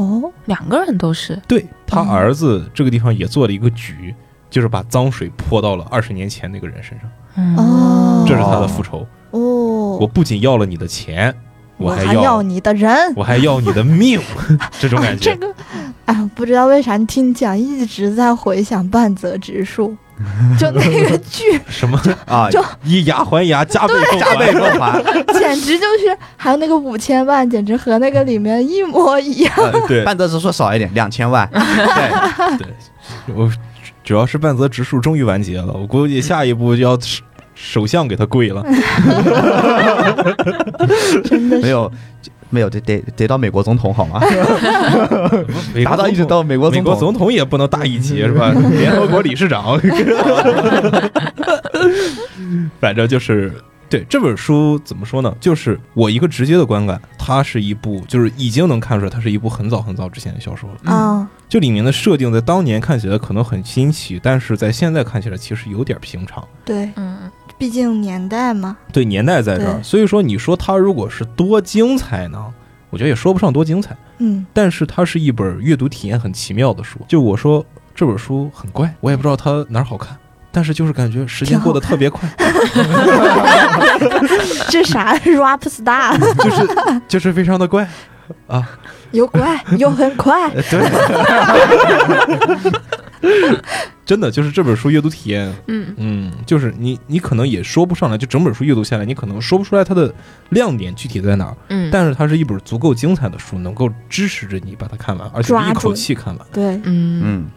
[SPEAKER 5] 哦
[SPEAKER 1] 两个人都是
[SPEAKER 4] 对他
[SPEAKER 5] 嗯
[SPEAKER 4] 儿子这个地方也做了一个局，就是把脏水泼到了二十年前那个人身上，
[SPEAKER 5] 哦
[SPEAKER 4] 这是他的复仇。
[SPEAKER 5] 哦，
[SPEAKER 4] 我不仅要了你的钱，我
[SPEAKER 5] 还
[SPEAKER 4] 要
[SPEAKER 5] 要你的人。
[SPEAKER 4] *laughs* 我还要你的命， *laughs* 这种感觉。
[SPEAKER 5] *laughs* 这个，哎呀，不知道为啥听讲一直在回想半泽直树，就那
[SPEAKER 4] *laughs*
[SPEAKER 5] 个剧，
[SPEAKER 4] 什么 *laughs*
[SPEAKER 3] 啊，
[SPEAKER 5] 就
[SPEAKER 4] 以牙还牙，加倍奉
[SPEAKER 3] 加倍
[SPEAKER 4] 还。
[SPEAKER 3] 光环，
[SPEAKER 5] 简直就是，还有那个五千万，简直和那个里面一模一样。
[SPEAKER 3] 呃
[SPEAKER 4] 对
[SPEAKER 3] *laughs* 半泽直树少一点，两千万，*laughs*
[SPEAKER 4] *laughs* 对对，我主要是半泽直树终于完结了，我估计下一步就要首首相给他跪了。
[SPEAKER 1] *laughs*
[SPEAKER 5] 真的
[SPEAKER 3] 没
[SPEAKER 5] 是
[SPEAKER 3] 有没有得得得到美国总统好吗？达到一直
[SPEAKER 4] 直
[SPEAKER 3] 到 *laughs* *laughs* 美国
[SPEAKER 4] 美
[SPEAKER 3] 总
[SPEAKER 4] 国
[SPEAKER 3] 统，
[SPEAKER 4] 总统也不能大一级是
[SPEAKER 3] *laughs*
[SPEAKER 4] 吧？联合国理事长， *laughs* 反正就是对这本书怎么说呢？就是我一个直接的观感，它是一部就是已经能看出来，它是一部很早很早之前的小说了。
[SPEAKER 5] 啊，
[SPEAKER 4] 就里面的设定，在当年看起来可能很新奇，但是在现在看起来其实有点平常。
[SPEAKER 5] 对，
[SPEAKER 1] 嗯
[SPEAKER 5] 毕竟年代嘛，
[SPEAKER 4] 对，年代在这儿，
[SPEAKER 5] 对
[SPEAKER 4] 所以说你说它如果是多精彩呢，我觉得也说不上多精彩。
[SPEAKER 5] 嗯，
[SPEAKER 4] 但是它是一本阅读体验很奇妙的书。就我说这本书很怪，我也不知道它哪儿好看，但是就是感觉时间过得特别快，
[SPEAKER 3] *laughs*
[SPEAKER 5] 这啥 *laughs* rap star
[SPEAKER 4] 就是就是非常的怪啊。
[SPEAKER 5] 又快又很快，
[SPEAKER 3] *laughs*
[SPEAKER 4] 呃对， *laughs* 真的就是这本书阅读体验，
[SPEAKER 1] 嗯
[SPEAKER 4] 嗯，就是你你可能也说不上来，就整本书阅读下来，你可能说不出来它的亮点具体在哪儿，
[SPEAKER 1] 嗯，
[SPEAKER 4] 但是它是一本足够精彩的书，能够支持着你把它看完，而且
[SPEAKER 5] 抓
[SPEAKER 4] 是一口
[SPEAKER 5] 住
[SPEAKER 4] 气看完。
[SPEAKER 5] 对，
[SPEAKER 1] 嗯
[SPEAKER 3] 嗯，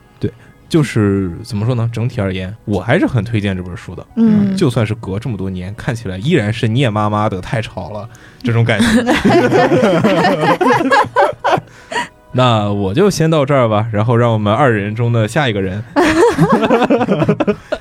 [SPEAKER 4] 就是怎么说呢？整体而言，我还是很推荐这本书的。
[SPEAKER 5] 嗯，
[SPEAKER 4] 就算是隔这么多年，看起来依然是聂妈妈的太吵了这种感觉。那我就先到这儿吧，然后让我们二人中的下一个人，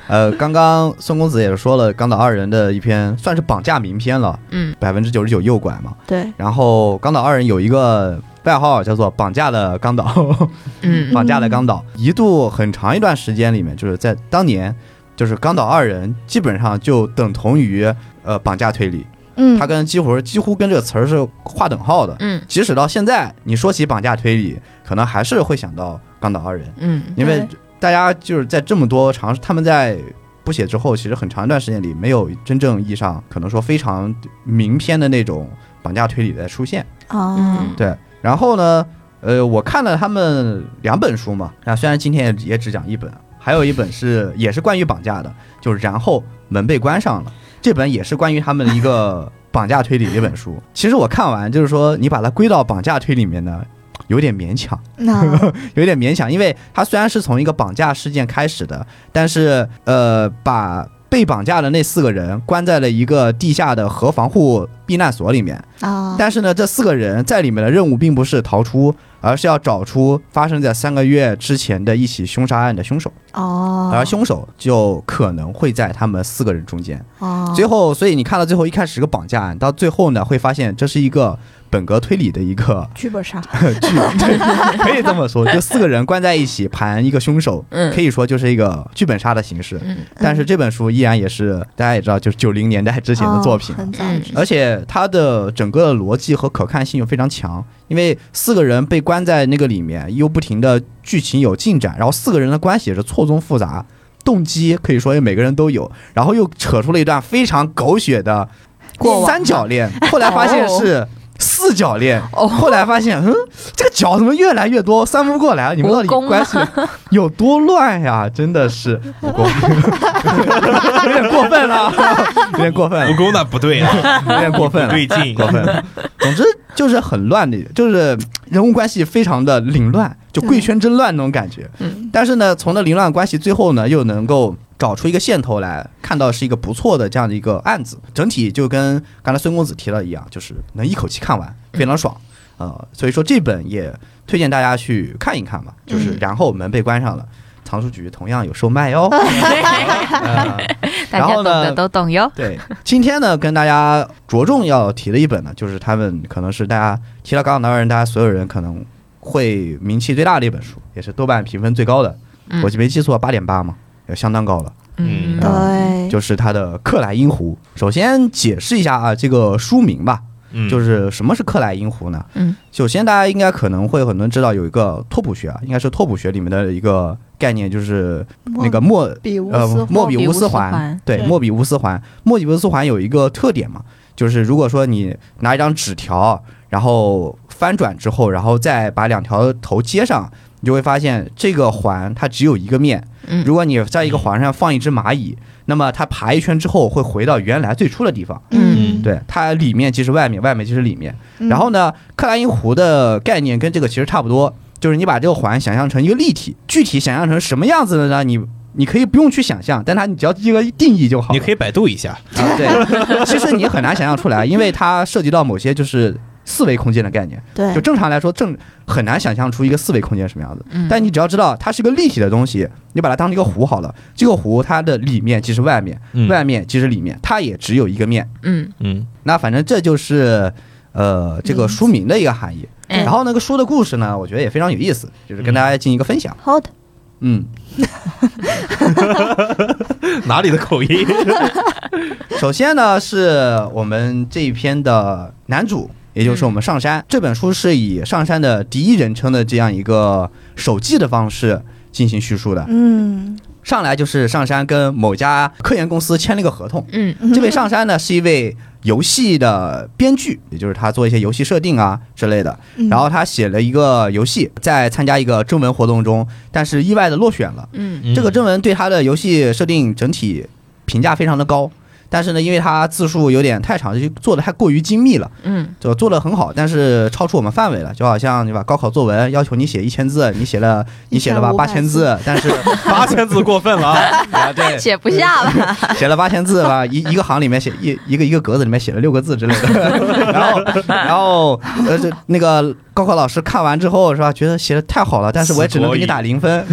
[SPEAKER 3] 呃，刚刚孙公子也说了，冈岛二人的一篇算是绑架名篇了，
[SPEAKER 1] 嗯
[SPEAKER 3] 百分之九十九诱拐嘛。
[SPEAKER 5] 对，
[SPEAKER 3] 然后冈岛二人有一个外号叫做“绑架的冈 *laughs* 岛”，
[SPEAKER 1] 嗯
[SPEAKER 3] 绑架的冈岛，一度很长一段时间里面，就是在当年，就是冈岛二人基本上就等同于呃绑架推理，
[SPEAKER 5] 嗯，
[SPEAKER 3] 他跟几乎几乎跟这个词儿是划等号的。
[SPEAKER 1] 嗯
[SPEAKER 3] 即使到现在，你说起绑架推理，可能还是会想到冈岛二人。
[SPEAKER 1] 嗯
[SPEAKER 3] 因为
[SPEAKER 5] 对
[SPEAKER 3] 大家就是在这么多尝试，他们在不写之后，其实很长一段时间里没有真正意义上可能说非常名篇的那种绑架推理的出现。
[SPEAKER 5] 啊，
[SPEAKER 1] 嗯
[SPEAKER 3] 对，然后呢，呃，我看了他们两本书嘛，啊，虽然今天也也只讲一本，还有一本是也是关于绑架的，就是然后门被关上了，这本也是关于他们的一个绑架推理的一本书。其实我看完就是说，你把它归到绑架推理里面呢，有点勉强。
[SPEAKER 5] 那
[SPEAKER 3] 有点勉强，因为他虽然是从一个绑架事件开始的，但是呃，把被绑架的那四个人关在了一个地下的核防护避难所里面。 *laughs*
[SPEAKER 5] 啊，
[SPEAKER 3] 但是呢，这四个人在里面的任务并不是逃出，而是要找出发生在三个月之前的一起凶杀案的凶手，
[SPEAKER 5] 哦，
[SPEAKER 3] 而凶手就可能会在他们四个人中间。
[SPEAKER 5] 哦，
[SPEAKER 3] 最后，所以你看到最后一开始是个绑架案，到最后呢，会发现这是一个本格推理的一个 *laughs*
[SPEAKER 5] 剧本杀，
[SPEAKER 3] 剧，对，可以这么说，就四个人关在一起盘一个凶手，
[SPEAKER 1] 嗯
[SPEAKER 3] 可以说就是一个剧本杀的形式。
[SPEAKER 1] 嗯
[SPEAKER 3] 但是这本书依然也是大家也知道，就是九零年代之前的作品
[SPEAKER 5] 哦
[SPEAKER 3] 了，
[SPEAKER 5] 很早
[SPEAKER 1] 嗯
[SPEAKER 5] 之前
[SPEAKER 3] 而且它的整个逻辑和可看性又非常强，因为四个人被关在那个里面，又不停的剧情有进展，然后四个人的关系也是错综复杂。动机可以说也每个人都有，然后又扯出了一段非常狗血的
[SPEAKER 1] 过往
[SPEAKER 3] 三角恋，后来发现是四角恋，
[SPEAKER 1] 哦
[SPEAKER 3] 后来发现，嗯，这个脚怎么越来越多，三不过来了？你们到底
[SPEAKER 1] 蜈蚣吗
[SPEAKER 3] 关系有多乱呀？真的 *laughs* 是，蜈蚣有点过分了，有点过分了，
[SPEAKER 4] 公那不对啊，
[SPEAKER 3] *laughs* 有点过分了，
[SPEAKER 4] 劲
[SPEAKER 3] 过分了。 *laughs* 总之就是很乱的，就是人物关系非常的凌乱，就贵圈真乱那种感觉。
[SPEAKER 1] 嗯
[SPEAKER 3] 但是呢，从那凌乱关系最后呢，又能够找出一个线头来，看到是一个不错的这样的一个案子，整体就跟刚才孙公子提到一样，就是能一口气看完，非常爽。呃，所以说这本也推荐大家去看一看吧。就是
[SPEAKER 1] 嗯
[SPEAKER 3] 然后门被关上了，藏书局同样有售卖
[SPEAKER 1] *laughs*
[SPEAKER 3] 哦。呃
[SPEAKER 1] 大家
[SPEAKER 3] 然后
[SPEAKER 1] 懂
[SPEAKER 3] 呢
[SPEAKER 1] 的都懂
[SPEAKER 3] *laughs*
[SPEAKER 1] 哟。
[SPEAKER 3] 对，今天呢，跟大家着重要提的一本呢，就是他们可能是大家提到《港岛男人》，大家所有人可能会名气最大的一本书，也是豆瓣评分最高的。
[SPEAKER 1] 嗯
[SPEAKER 3] 我记没记错，八点八嘛，也相当高了。
[SPEAKER 4] 嗯
[SPEAKER 1] 嗯
[SPEAKER 5] 对，
[SPEAKER 3] 就是它的《克莱因湖》。首先解释一下啊，这个书名吧，
[SPEAKER 4] 嗯，
[SPEAKER 3] 就是什么是克莱因湖呢？
[SPEAKER 1] 嗯，
[SPEAKER 3] 首先大家应该可能会很多人知道有一个拓扑学啊，应该是拓扑学里面的一个概念，就是那个莫
[SPEAKER 5] 比乌斯
[SPEAKER 3] 呃
[SPEAKER 5] 环
[SPEAKER 3] 莫
[SPEAKER 1] 莫
[SPEAKER 3] 比
[SPEAKER 1] 比乌
[SPEAKER 3] 乌
[SPEAKER 1] 斯
[SPEAKER 3] 斯环
[SPEAKER 1] 环，
[SPEAKER 3] 对
[SPEAKER 5] 对
[SPEAKER 3] 莫比乌斯环，莫比乌斯环有一个特点嘛，就是如果说你拿一张纸条，然后翻转之后，然后再把两条头接上，你就会发现这个环它只有一个面。
[SPEAKER 1] 嗯
[SPEAKER 3] 如果你在一个环上放一只蚂蚁，那么它爬一圈之后会回到原来最初的地方。
[SPEAKER 5] 嗯，
[SPEAKER 3] 对，它里面即是外面，外面即是里面。
[SPEAKER 5] 嗯
[SPEAKER 3] 然后呢，克莱因湖的概念跟这个其实差不多，就是你把这个环想象成一个立体，具体想象成什么样子的呢？你你可以不用去想象，但它你只要记个定义就好。
[SPEAKER 4] 你可以百度一下，
[SPEAKER 3] 啊，
[SPEAKER 1] *laughs*
[SPEAKER 3] 对，其实你很难想象出来，因为它涉及到某些就是四维空间的概念。
[SPEAKER 5] 对
[SPEAKER 3] 就，正常来说，正很难想象出一个四维空间什么样子。
[SPEAKER 1] 嗯
[SPEAKER 3] 但你只要知道它是个立体的东西，你把它当成一个湖好了。这个湖它的里面即是外面，
[SPEAKER 4] 嗯
[SPEAKER 3] 外面即是里面，它也只有一个面。
[SPEAKER 1] 嗯
[SPEAKER 4] 嗯
[SPEAKER 3] 那反正这就是呃这个书名的一个含义。
[SPEAKER 1] 嗯
[SPEAKER 3] 然后那个书的故事呢，我觉得也非常有意思，就是跟大家进行一个分享。
[SPEAKER 5] 好的，
[SPEAKER 3] 嗯，
[SPEAKER 4] 哪里的口音？
[SPEAKER 3] *laughs* 首先呢是我们这一篇的男主。也就是我们上山、这本书是以上山的第一人称的这样一个手记的方式进行叙述的。
[SPEAKER 5] 嗯，
[SPEAKER 3] 上来就是上山跟某家科研公司签了一个合同，
[SPEAKER 1] 嗯
[SPEAKER 3] 这位上山呢是一位游戏的编剧，也就是他做一些游戏设定啊之类的。
[SPEAKER 5] 嗯
[SPEAKER 3] 然后他写了一个游戏，在参加一个征文活动中，但是意外的落选了。
[SPEAKER 1] 嗯
[SPEAKER 3] 这个征文对他的游戏设定整体评价非常的高，但是呢，因为他字数有点太长，就做的太过于精密了，
[SPEAKER 1] 嗯
[SPEAKER 3] 就做的很好，但 *laughs* 是超出我们范围了。就好像你把高考作文要求你写一千字，你写了你写了吧八
[SPEAKER 5] 1500
[SPEAKER 3] 千字，但是
[SPEAKER 4] 八千字过分了啊，
[SPEAKER 3] 啊对，
[SPEAKER 1] 写不下了，
[SPEAKER 3] 写了八千字吧，一一个行里面写一一个一个格子里面写了六个字之类的， *laughs* 然后然后呃这那个高考老师看完之后是吧，觉得写的太好了，但是我也只能给你打零分，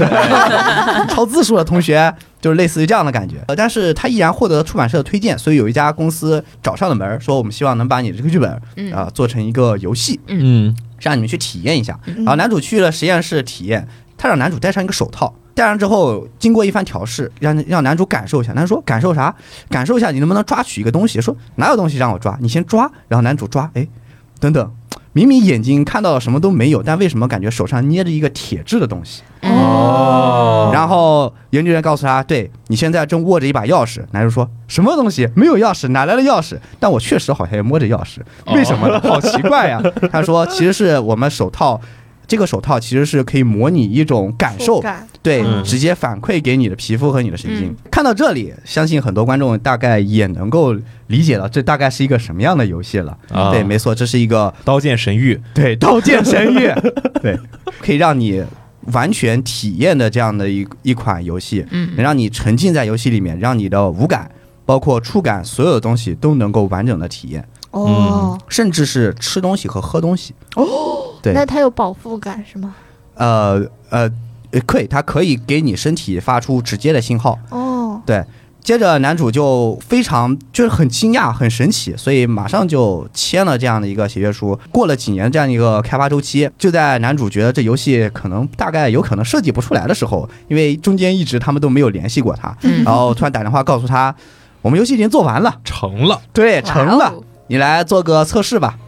[SPEAKER 3] *laughs* 超字数的同学就是类似于这样的感觉，呃但是他依然获得出版社的推荐，所以有一家公司找上了门儿，说我们希望能把你这个剧本啊、
[SPEAKER 1] 嗯
[SPEAKER 3] 做成一个游戏，
[SPEAKER 4] 嗯
[SPEAKER 3] 让你们去体验一下。
[SPEAKER 5] 嗯
[SPEAKER 3] 然后男主去了实验室体验，他让男主戴上一个手套，戴上之后，经过一番调试，让让男主感受一下。男主说：“感受啥？感受一下你能不能抓取一个东西？”说：“哪有东西让我抓？你先抓。”然后男主抓，哎，等等，明明眼睛看到了什么都没有，但为什么感觉手上捏着一个铁质的东西？
[SPEAKER 1] 嗯
[SPEAKER 4] 哦
[SPEAKER 3] 然后研究员告诉他：“对你现在正握着一把钥匙。”男主说：“什么东西？没有钥匙，哪来的钥匙？但我确实好像也摸着钥匙，为什么呢？
[SPEAKER 4] 哦
[SPEAKER 3] 好奇怪
[SPEAKER 4] *laughs*
[SPEAKER 3] 呀、他说：“其实是我们手套，这个手套其实是可以模拟一种感受，
[SPEAKER 5] 感
[SPEAKER 3] 对，
[SPEAKER 4] 嗯
[SPEAKER 3] 直接反馈给你的皮肤和你的神经。
[SPEAKER 1] 嗯
[SPEAKER 3] 看到这里，相信很多观众大概也能够理解到这大概是一个什么样的游戏了。
[SPEAKER 4] 啊
[SPEAKER 3] 对，没错，这是一个
[SPEAKER 4] 刀剑神域，
[SPEAKER 3] *laughs* 对，刀剑神域， *laughs* 对，可以让你完全体验的这样的一一款游戏，
[SPEAKER 1] 嗯
[SPEAKER 3] 能让你沉浸在游戏里面，让你的五感，包括触感，所有的东西都能够完整的体验，
[SPEAKER 5] 哦，
[SPEAKER 3] 甚至是吃东西和喝东西。哦，对，
[SPEAKER 5] 那它有饱腹感是吗？
[SPEAKER 3] 呃呃，可以，它可以给你身体发出直接的信号。
[SPEAKER 5] 哦，
[SPEAKER 3] 接着男主就非常就是很惊讶、很神奇，所以马上就签了这样的一个协约书。过了几年这样一个开发周期，就在男主觉得这游戏可能大概有可能设计不出来的时候，因为中间一直他们都没有联系过他，
[SPEAKER 1] 嗯
[SPEAKER 3] 然后突然打电话告诉他，我们游戏已经做完了，
[SPEAKER 4] 成了，
[SPEAKER 3] 对，成
[SPEAKER 1] 哇
[SPEAKER 3] 了
[SPEAKER 1] 哦，
[SPEAKER 3] 你来做个测试吧。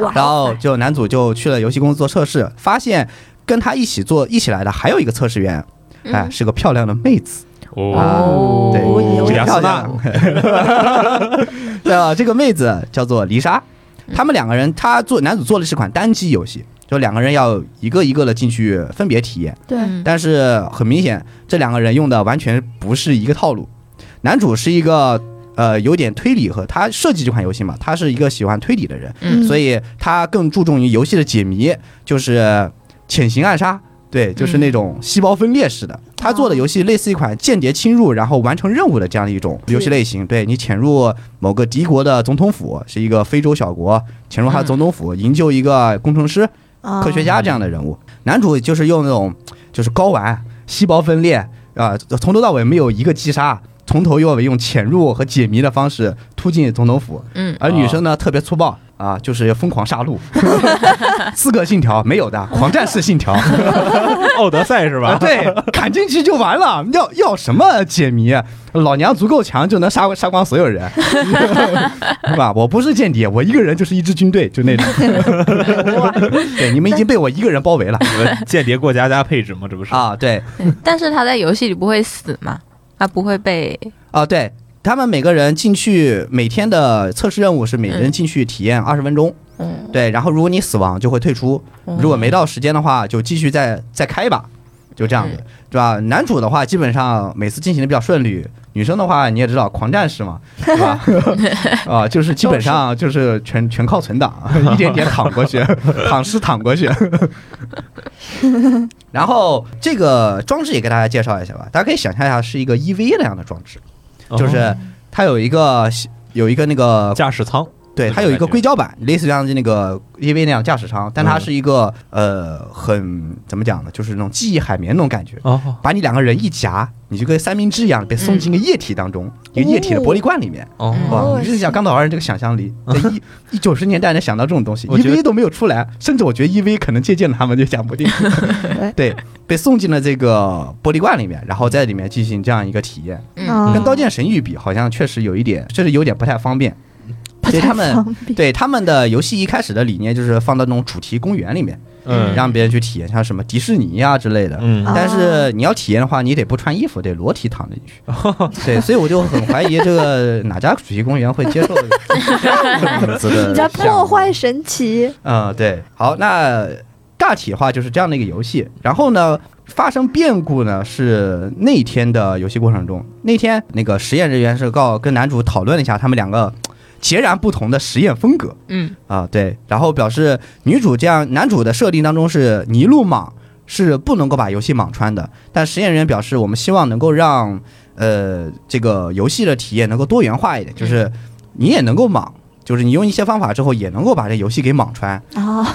[SPEAKER 5] 哇哦
[SPEAKER 3] 然后就男主就去了游戏公司做测试，发现跟他一起做一起来的还有一个测试员，哎，
[SPEAKER 1] 嗯
[SPEAKER 3] 是个漂亮的妹子。
[SPEAKER 1] 哦
[SPEAKER 3] 对
[SPEAKER 1] 有
[SPEAKER 4] 雅
[SPEAKER 1] 点
[SPEAKER 3] 漂
[SPEAKER 4] 斯娜
[SPEAKER 3] 亮， *laughs* 对吧？这个妹子叫做黎莎，他们两个人，他做男主做的是款单机游戏，就两个人要一个一个的进去分别体验。
[SPEAKER 5] 对，
[SPEAKER 1] 嗯
[SPEAKER 3] 但是很明显，这两个人用的完全不是一个套路。男主是一个呃有点推理和他设计这款游戏嘛，他是一个喜欢推理的人，
[SPEAKER 1] 嗯
[SPEAKER 3] 所以他更注重于游戏的解谜，就是潜行暗杀。对，就是那种细胞分裂式的。他做的游戏类似一款间谍侵入，然后完成任务的这样的一种游戏类型。对你潜入某个敌国的总统府，是一个非洲小国，潜入他的总统府，营救一个工程师、
[SPEAKER 5] 啊
[SPEAKER 3] 科学家这样的人物。男主就是用那种就是睾丸、细胞分裂啊、从头到尾没有一个击杀，从头到尾用潜入和解谜的方式突进总统府。
[SPEAKER 1] 嗯，
[SPEAKER 3] 而女生呢，特别粗暴啊，就是疯狂杀戮， *laughs* 刺客信条没有的，狂战士信条。
[SPEAKER 4] 奥德赛是
[SPEAKER 3] 啊，*laughs*
[SPEAKER 4] 吧？
[SPEAKER 3] 对，砍进去就完了，要要什么解谜？老娘足够强就能杀杀光所有人， *laughs* 是吧？我不是间谍，我一个人就是一支军队，就那种。对，你们已经被我一个人包围了
[SPEAKER 4] 你们间谍过家家配置吗？这不是？
[SPEAKER 3] 啊！对
[SPEAKER 1] *laughs* 但是他在游戏里不会死嘛，他不会被
[SPEAKER 3] 啊，对他们每个人进去，每天的测试任务是每人进去体验二十分钟。
[SPEAKER 1] 嗯，
[SPEAKER 3] 对，然后如果你死亡就会退出，如果没到时间的话，就继续再再开一把，就这样子，对吧？男主的话，基本上每次进行的比较顺利。女生的话，你也知道，狂战士嘛，对 *laughs* 吧？啊、就是基本上就是全全靠存档， *laughs* 一点点躺过去， *laughs* 躺尸躺过去。 *laughs* 然后这个装置也给大家介绍一下吧，大家可以想象一下，是一个 EVA 那样的装置，就是它有一个有一个那个
[SPEAKER 4] 哦驾驶舱，
[SPEAKER 3] 对，
[SPEAKER 4] 这
[SPEAKER 3] 它
[SPEAKER 4] 种
[SPEAKER 3] 有一个
[SPEAKER 4] 感觉
[SPEAKER 3] 硅胶板，类似于像那个 EV 那样驾驶舱，但它
[SPEAKER 4] 嗯
[SPEAKER 3] 是一个、呃很怎么讲呢，就是那种记忆海绵那种感觉，
[SPEAKER 4] 哦
[SPEAKER 3] 把你两个人一夹，你就跟三明治一样被送进一个液体当中，一个液体的玻璃罐里面。
[SPEAKER 4] 哦，
[SPEAKER 3] 哇
[SPEAKER 5] 哦，
[SPEAKER 3] 你是想《钢岛二人》这个想象
[SPEAKER 4] *laughs*
[SPEAKER 3] 力，在一一九十年代能想到这种东西
[SPEAKER 4] 我觉得
[SPEAKER 3] ，EV 都没有出来，甚至我觉得 EV 可能借鉴了他们就讲不定。 *laughs* 对，被送进了这个玻璃罐里面，然后在里面进行这样一个体验，
[SPEAKER 5] 哦
[SPEAKER 1] 嗯
[SPEAKER 3] 跟《刀剑神域》比，好像确实有一点，确实有点不太方便。
[SPEAKER 5] 不
[SPEAKER 3] 所以
[SPEAKER 5] 太
[SPEAKER 3] 他们
[SPEAKER 5] 方便
[SPEAKER 3] 对他们的游戏一开始的理念就是放到那种主题公园里面，
[SPEAKER 4] 嗯
[SPEAKER 3] 让别人去体验，像什么迪士尼呀、之类的。
[SPEAKER 4] 嗯
[SPEAKER 5] 啊
[SPEAKER 3] 但是你要体验的话，你得不穿衣服，得裸体躺进
[SPEAKER 4] *laughs*
[SPEAKER 3] 去。对，所以我就很怀疑这个哪家主题公园会接受
[SPEAKER 5] *laughs*
[SPEAKER 3] 这样子的。
[SPEAKER 5] 你在破坏。神奇，
[SPEAKER 3] 嗯，对。好，那大体的话就是这样的一个游戏。然后呢，发生变故呢是那天的游戏过程中，那天那个实验人员是告跟男主讨论了一下他们两个截然不同的实验风格。 *laughs*
[SPEAKER 1] 嗯
[SPEAKER 3] 啊，对，然后表示女主这样，男主的设定当中是泥路蟒是不能够把游戏蟒穿的，但实验人员表示我们希望能够让呃这个游戏的体验能够多元化一点，就是你也能够蟒，就是你用一些方法之后也能够把这游戏给蟒穿。
[SPEAKER 5] 哦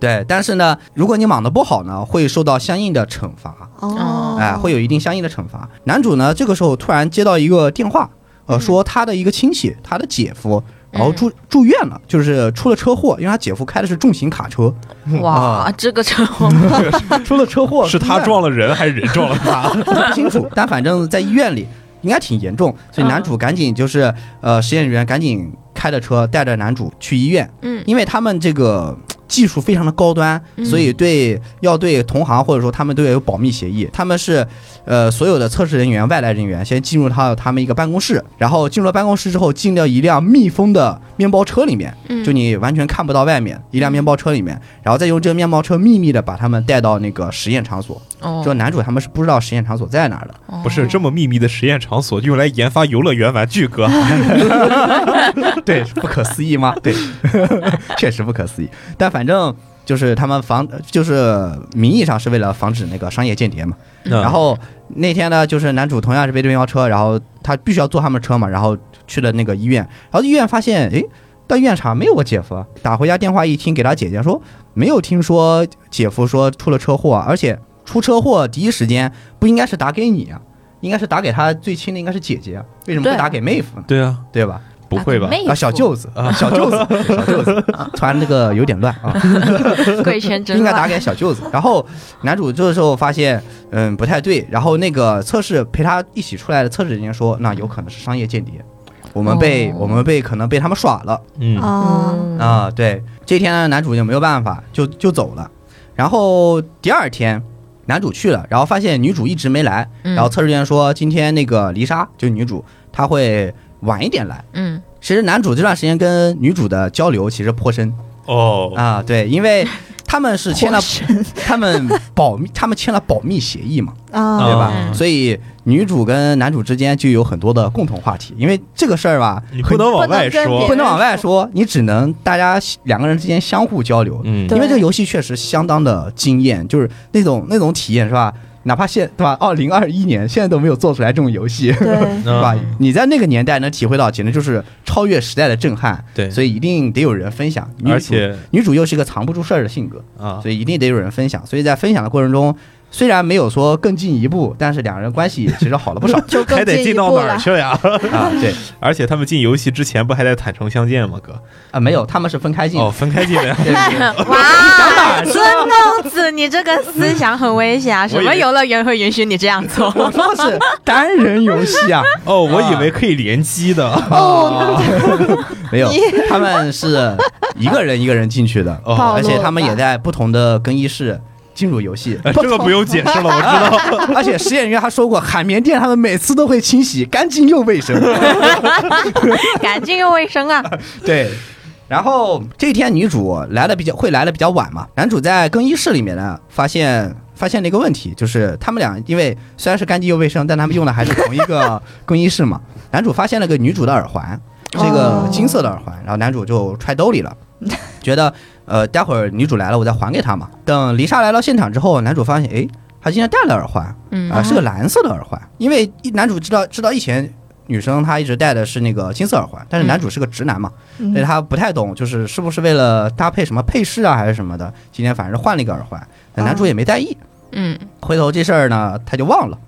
[SPEAKER 3] 对，但是呢，如果你蟒的不好呢，会受到相应的惩罚。
[SPEAKER 5] 哦，
[SPEAKER 3] 哎，会有一定相应的惩罚。男主呢，这个时候突然接到一个电话，呃，说他的一个亲戚，他的姐夫，然后住住院了，就是出了车祸，因为他姐夫开的是重型卡车，
[SPEAKER 1] 哇
[SPEAKER 3] 啊，
[SPEAKER 1] 这个车祸，
[SPEAKER 3] *laughs* 出了车祸，
[SPEAKER 4] 是他撞了人还是人撞了他？
[SPEAKER 3] *laughs* 不
[SPEAKER 1] *laughs*
[SPEAKER 3] 清楚，但反正在医院里应该挺严重，所以男
[SPEAKER 1] 嗯
[SPEAKER 3] 主赶紧就是呃，实验人员赶紧开着车带着男主去医院，
[SPEAKER 1] 嗯
[SPEAKER 3] 因为他们这个嘖技术非常的高端，
[SPEAKER 1] 嗯
[SPEAKER 3] 所以对要对同行或者说他们都要有保密协议，他们是呃所有的测试人员、外来人员先进入到他们一个办公室，然后进入了办公室之后进到一辆密封的面包车里面，
[SPEAKER 1] 嗯
[SPEAKER 3] 就你完全看不到外面一辆面包车里面，然后再用这个面包车秘密的把他们带到那个实验场所，
[SPEAKER 1] 哦
[SPEAKER 3] 就男主他们是不知道实验场所在哪儿的。
[SPEAKER 1] 哦
[SPEAKER 4] 不是这么秘密的实验场所用来研发游乐园玩具，哥，
[SPEAKER 3] 对，不可思议吗？对，确实不可思议。但反正就是他们防，就是名义上是为了防止那个商业间谍嘛。
[SPEAKER 4] 嗯
[SPEAKER 3] 然后那天呢，就是男主同样是被对面包车，然后他必须要坐他们车嘛，然后去了那个医院，然后医院发现，诶，到医院查没有我姐夫啊，打回家电话一听，给他姐姐说没有听说姐夫说出了车祸啊，而且出车祸第一时间不应该是打给你啊，应该是打给他最亲的应该是姐姐啊，为什么
[SPEAKER 1] 对啊
[SPEAKER 3] 不打给妹夫呢？
[SPEAKER 4] 对啊，
[SPEAKER 3] 对吧？
[SPEAKER 4] 不会吧？
[SPEAKER 1] 妹夫
[SPEAKER 3] 啊，小舅子，小舅 *laughs* 子，小舅子，突然这个有点乱啊，
[SPEAKER 1] 贵圈真
[SPEAKER 3] 应该打
[SPEAKER 1] 乱
[SPEAKER 3] 给小舅子。然后男主这个时候发现，嗯，不太对。然后那个测试陪他一起出来的测试人员说，那有可能是商业间谍，我们被、
[SPEAKER 1] 哦
[SPEAKER 3] 我们被可能被他们耍了
[SPEAKER 4] 嗯
[SPEAKER 5] 哦，
[SPEAKER 1] 嗯
[SPEAKER 3] 啊、对，这天呢，男主就没有办法，就就走了。然后第二天。男主去了，然后发现女主一直没来，
[SPEAKER 1] 嗯
[SPEAKER 3] 然后测试员说今天那个丽莎就女主，她会晚一点来。
[SPEAKER 1] 嗯
[SPEAKER 3] 其实男主这段时间跟女主的交流其实颇深
[SPEAKER 4] 哦，
[SPEAKER 3] 啊，对，因为他们是签了
[SPEAKER 5] 火神
[SPEAKER 3] 他们保密， *laughs* 他们签了保密协议嘛，
[SPEAKER 5] *laughs*
[SPEAKER 4] 哦
[SPEAKER 5] 啊，
[SPEAKER 3] 对吧？
[SPEAKER 1] 嗯
[SPEAKER 3] 所以女主跟男主之间就有很多的共同话题，因为这个事儿吧，
[SPEAKER 4] 你不能往外
[SPEAKER 5] 不
[SPEAKER 4] 说
[SPEAKER 3] 不，能往外说，你只能大家两个人之间相互交流。
[SPEAKER 4] 嗯
[SPEAKER 5] 对
[SPEAKER 3] 因为这个游戏确实相当的惊艳，就是那种那种体验是吧？哪怕现对吧？二零二一年现在都没有做出来这种游戏， *laughs*
[SPEAKER 5] 对，
[SPEAKER 3] 对吧
[SPEAKER 4] 嗯？
[SPEAKER 3] 你在那个年代能体会到，简直就是超越时代的震撼。
[SPEAKER 4] 对，
[SPEAKER 3] 所以一定得有人分享。女主
[SPEAKER 4] 而且
[SPEAKER 3] 女主又是个藏不住事儿的性格，
[SPEAKER 4] 啊，
[SPEAKER 3] 所以一定得有人分享。所以在分享的过程中，虽然没有说更进一步，但是两人关系其实好了不 *laughs* 少
[SPEAKER 5] 就更
[SPEAKER 4] 还得
[SPEAKER 5] 进一
[SPEAKER 4] 进到
[SPEAKER 5] 步
[SPEAKER 4] 哪儿
[SPEAKER 5] 了。
[SPEAKER 4] 去呀？ *laughs*
[SPEAKER 3] 啊。对
[SPEAKER 4] 而且他们进游戏之前不还在坦诚相见吗？哥，
[SPEAKER 3] 啊，没有，他们是分开进的。。
[SPEAKER 4] 哦，分开进的呀
[SPEAKER 3] *laughs* 对对对
[SPEAKER 1] *laughs*
[SPEAKER 3] *laughs*
[SPEAKER 1] 哇，孙公子，你这个思想很危险啊！
[SPEAKER 4] 我以为
[SPEAKER 1] 什么游乐园会允许你这样做？
[SPEAKER 3] *laughs* 我说的是单人游戏啊，
[SPEAKER 4] 哦，我以为可以联机的。
[SPEAKER 3] 哦， *laughs* 没有，他们是一个人一个人进去 *laughs* 的，
[SPEAKER 4] 哦
[SPEAKER 5] 暴露
[SPEAKER 3] 而且他们
[SPEAKER 5] 了
[SPEAKER 3] 也在不同的更衣室进入游戏。
[SPEAKER 4] 呃 *laughs* 这个不用解释了，我知道。
[SPEAKER 3] 而且实验员还说过，海绵店他们每次都会清洗，干净又卫生。
[SPEAKER 1] 干净又卫生啊！
[SPEAKER 3] *laughs* 对。然后这一天女主来的比较会来的比较晚嘛，男主在更衣室里面呢，发现发现了一个问题，就是他们俩因为虽然是干净又卫生，但他们用的还是同一个更衣室嘛。男主发现了个女主的耳环，是一个
[SPEAKER 5] 哦
[SPEAKER 3] 金色的耳环，然后男主就揣兜里了，觉得呃待会儿女主来了我再还给她嘛。等丽莎来到现场之后，男主发现诶，她竟然戴了耳环，
[SPEAKER 1] 嗯
[SPEAKER 3] 啊，是个蓝色的耳环，因为一男主知道知道以前女生她一直戴的是那个金色耳环，但是男主是个直男嘛，
[SPEAKER 5] 嗯。
[SPEAKER 3] 所以他不太懂，就是是不是为了搭配什么配饰啊还是什么的，今天反正换了一个耳环，但男主
[SPEAKER 1] 啊
[SPEAKER 3] 也没在意，
[SPEAKER 1] 嗯，
[SPEAKER 3] 回头这事儿呢他就忘了。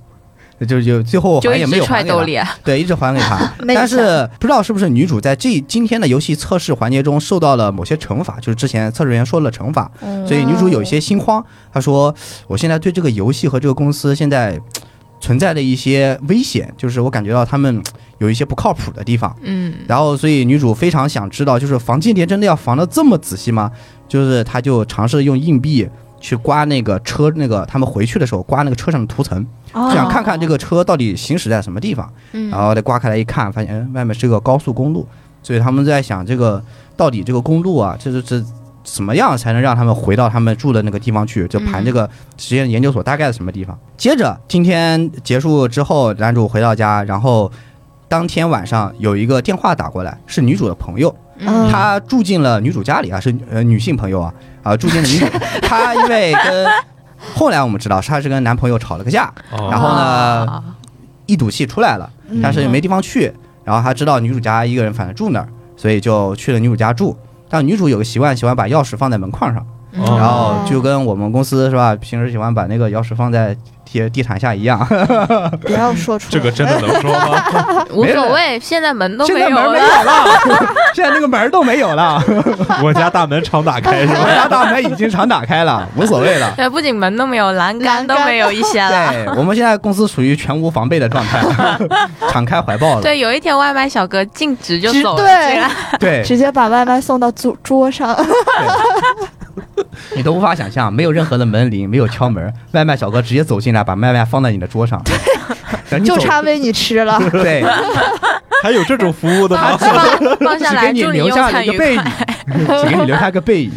[SPEAKER 3] 就就最后
[SPEAKER 1] 就
[SPEAKER 3] 还
[SPEAKER 1] 一
[SPEAKER 3] 也没
[SPEAKER 1] 直
[SPEAKER 3] 有
[SPEAKER 1] 揣
[SPEAKER 3] 还给
[SPEAKER 1] 兜
[SPEAKER 3] 他，
[SPEAKER 1] 里啊。
[SPEAKER 3] 对，一直还给
[SPEAKER 1] *laughs*
[SPEAKER 3] 他
[SPEAKER 5] 没
[SPEAKER 3] 但是
[SPEAKER 5] 想
[SPEAKER 3] 不知道是不是女主在这今天的游戏测试环节中受到了某些惩罚，就是之前测试员说了惩罚，
[SPEAKER 1] 嗯
[SPEAKER 3] 所以女主有一些心慌，她说：“我现在对这个游戏和这个公司现在嘖存在的一些危险，就是我感觉到他们嘖有一些不靠谱的地方。”
[SPEAKER 1] 嗯，
[SPEAKER 3] 然后，所以女主非常想知道，就是防间谍真的要防得这么仔细吗？就是她就尝试用硬币去刮那个车，那个他们回去的时候刮那个车上的涂层，
[SPEAKER 5] 哦
[SPEAKER 3] 就想看看这个车到底行驶在什么地方。
[SPEAKER 1] 嗯
[SPEAKER 3] 然后再刮开来一看，发现哎外面是个高速公路，所以他们在想这个到底这个公路啊，这这这怎么样才能让他们回到他们住的那个地方去？
[SPEAKER 5] 嗯
[SPEAKER 3] 就盘这个实验研究所大概是什么地方。接着今天结束之后，男主回到家，然后当天晚上有一个电话打过来，是女主的朋友，
[SPEAKER 5] 嗯
[SPEAKER 3] 她住进了女主家里啊，是呃女性朋友啊啊、住进了
[SPEAKER 5] *laughs*
[SPEAKER 3] 女主，她因为跟后来我们知道她是跟男朋友吵了个架，
[SPEAKER 1] 哦
[SPEAKER 3] 然后呢
[SPEAKER 1] 啊
[SPEAKER 3] 一赌气出来了。
[SPEAKER 5] 嗯
[SPEAKER 3] 但是也没地方去。然后他知道女主家一个人反正住那儿，所以就去了女主家住。但女主有个习惯，喜欢把钥匙放在门框上，
[SPEAKER 1] 嗯
[SPEAKER 4] 哦
[SPEAKER 3] 然后就跟我们公司是吧，平时喜欢把那个钥匙放在地地毯下一样。
[SPEAKER 5] 不要说出来
[SPEAKER 4] 这个真的能说吗？
[SPEAKER 1] 无所谓，现在门都
[SPEAKER 3] *laughs* 现
[SPEAKER 1] 没
[SPEAKER 3] 在
[SPEAKER 1] 有
[SPEAKER 3] 门没有
[SPEAKER 1] 了。
[SPEAKER 3] 了， *laughs* 现在那个门儿都没有
[SPEAKER 1] *laughs*
[SPEAKER 3] 了，
[SPEAKER 4] 我家大门常打开是
[SPEAKER 3] 我
[SPEAKER 4] 吧？
[SPEAKER 3] 家大门已经常打开了，无所
[SPEAKER 1] *laughs*
[SPEAKER 3] 谓了。
[SPEAKER 1] 对，不仅门都没有，栏杆
[SPEAKER 5] 栏
[SPEAKER 1] 都
[SPEAKER 5] 杆
[SPEAKER 1] 没有一些了。
[SPEAKER 3] 对我们现在公司属于全无防备的状态， *laughs* 敞开怀抱了。
[SPEAKER 1] 对，有一天外卖小哥径直就
[SPEAKER 5] 直
[SPEAKER 1] 走了
[SPEAKER 5] 对
[SPEAKER 1] 进来，
[SPEAKER 3] 对，
[SPEAKER 5] 直接把外卖送到桌桌上，
[SPEAKER 3] 嗯你都无法想象，没有任何的门铃，没有敲门，外卖小哥直接走进来，把外卖放在你的桌上，等你走
[SPEAKER 5] *laughs* 就差喂你吃了。
[SPEAKER 3] 对，
[SPEAKER 4] 还有这种服务的
[SPEAKER 1] 放 *laughs*
[SPEAKER 4] 吗？
[SPEAKER 1] 放放下
[SPEAKER 3] 只
[SPEAKER 1] 来，
[SPEAKER 3] 给你
[SPEAKER 1] 祝你
[SPEAKER 3] 留
[SPEAKER 1] 用
[SPEAKER 3] 下了
[SPEAKER 1] 餐
[SPEAKER 3] 一个
[SPEAKER 1] 愉
[SPEAKER 3] 背
[SPEAKER 1] *laughs*
[SPEAKER 3] 影
[SPEAKER 1] 快。，
[SPEAKER 3] 只给你留下一个背影，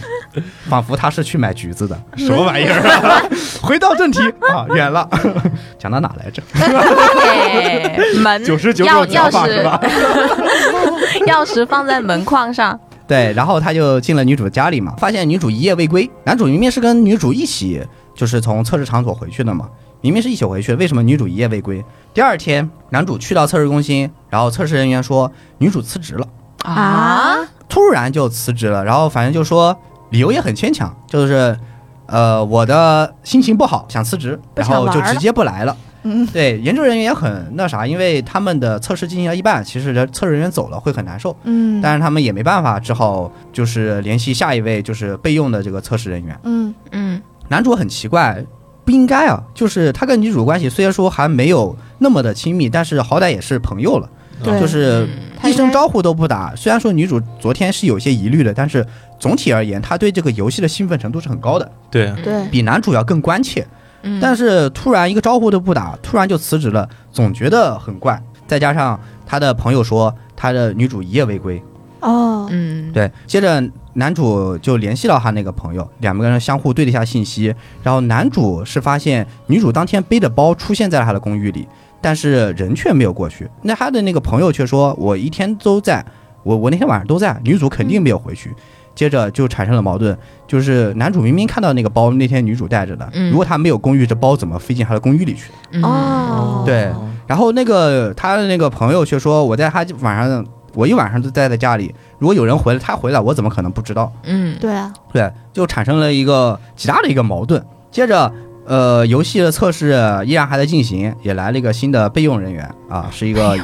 [SPEAKER 3] 仿佛他是去买橘子的。
[SPEAKER 4] *laughs* 什么玩意儿啊？
[SPEAKER 3] 回到正题啊，远了， *laughs* 讲到哪来着？
[SPEAKER 1] 对，门
[SPEAKER 4] 99
[SPEAKER 1] 钥
[SPEAKER 4] 种讲
[SPEAKER 1] 钥
[SPEAKER 4] 法是吧
[SPEAKER 1] 匙 *laughs* 钥匙放在门框上，
[SPEAKER 3] 对，然后他就进了女主家里嘛，发现女主一夜未归，男主明明是跟女主一起，就是从测试场所回去的嘛，明明是一起回去，为什么女主一夜未归？第二天，男主去到测试中心，然后测试人员说女主辞职了。
[SPEAKER 1] 啊，
[SPEAKER 3] 突然就辞职了，然后反正就说理由也很牵强，就是呃我的心情不好，想辞职，
[SPEAKER 5] 不
[SPEAKER 3] 然
[SPEAKER 5] 想
[SPEAKER 3] 后就
[SPEAKER 5] 玩
[SPEAKER 3] 直
[SPEAKER 5] 了
[SPEAKER 3] 接不来了。
[SPEAKER 5] 嗯，
[SPEAKER 3] 对，研究人员也很那啥，因为他们的测试进行到一半，其实人测试人员走了会很难受，
[SPEAKER 5] 嗯
[SPEAKER 3] 但是他们也没办法，只好就是联系下一位就是备用的这个测试人员。
[SPEAKER 5] 嗯，
[SPEAKER 1] 嗯
[SPEAKER 3] 男主很奇怪，不应该啊，就是他跟女主关系虽然说还没有那么的亲密，但是好歹也是朋友了，
[SPEAKER 5] 对，
[SPEAKER 3] 就是
[SPEAKER 5] 他
[SPEAKER 3] 一
[SPEAKER 5] 应该
[SPEAKER 3] 声招呼都不打。虽然说女主昨天是有些疑虑的，但是总体而言，她对这个游戏的兴奋程度是很高的，
[SPEAKER 4] 对，
[SPEAKER 5] 对，
[SPEAKER 3] 比男主要更关切。
[SPEAKER 1] 嗯，
[SPEAKER 3] 但是突然一个招呼都不打，突然就辞职了，总觉得很怪。再加上他的朋友说他的女主一夜未归，
[SPEAKER 5] 哦，
[SPEAKER 1] 嗯，
[SPEAKER 3] 对，接着男主就联系到他那个朋友，两个人相互对了一下信息，然后男主是发现女主当天背着包出现在了他的公寓里，但是人却没有过去。那
[SPEAKER 1] 嗯
[SPEAKER 3] 他的那个朋友却说：“我一天都在，我我那天晚上都在，女主肯定没有回去。接着就产生了矛盾，就是男主明明看到那个包那天女主带着的，
[SPEAKER 1] 嗯
[SPEAKER 3] 如果他没有公寓，这包怎么飞进他的公寓里去？
[SPEAKER 1] 嗯
[SPEAKER 5] 哦，
[SPEAKER 3] 对然后那个他的那个朋友却说，我在他晚上，我一晚上都待在家里，如果有人回来，他回来，我怎么可能不知道？
[SPEAKER 1] 嗯
[SPEAKER 5] 对啊，
[SPEAKER 3] 对，就产生了一个极大的一个矛盾。接着，呃，游戏的测试依然还在进行，也来了一个新的备用人员啊，是一个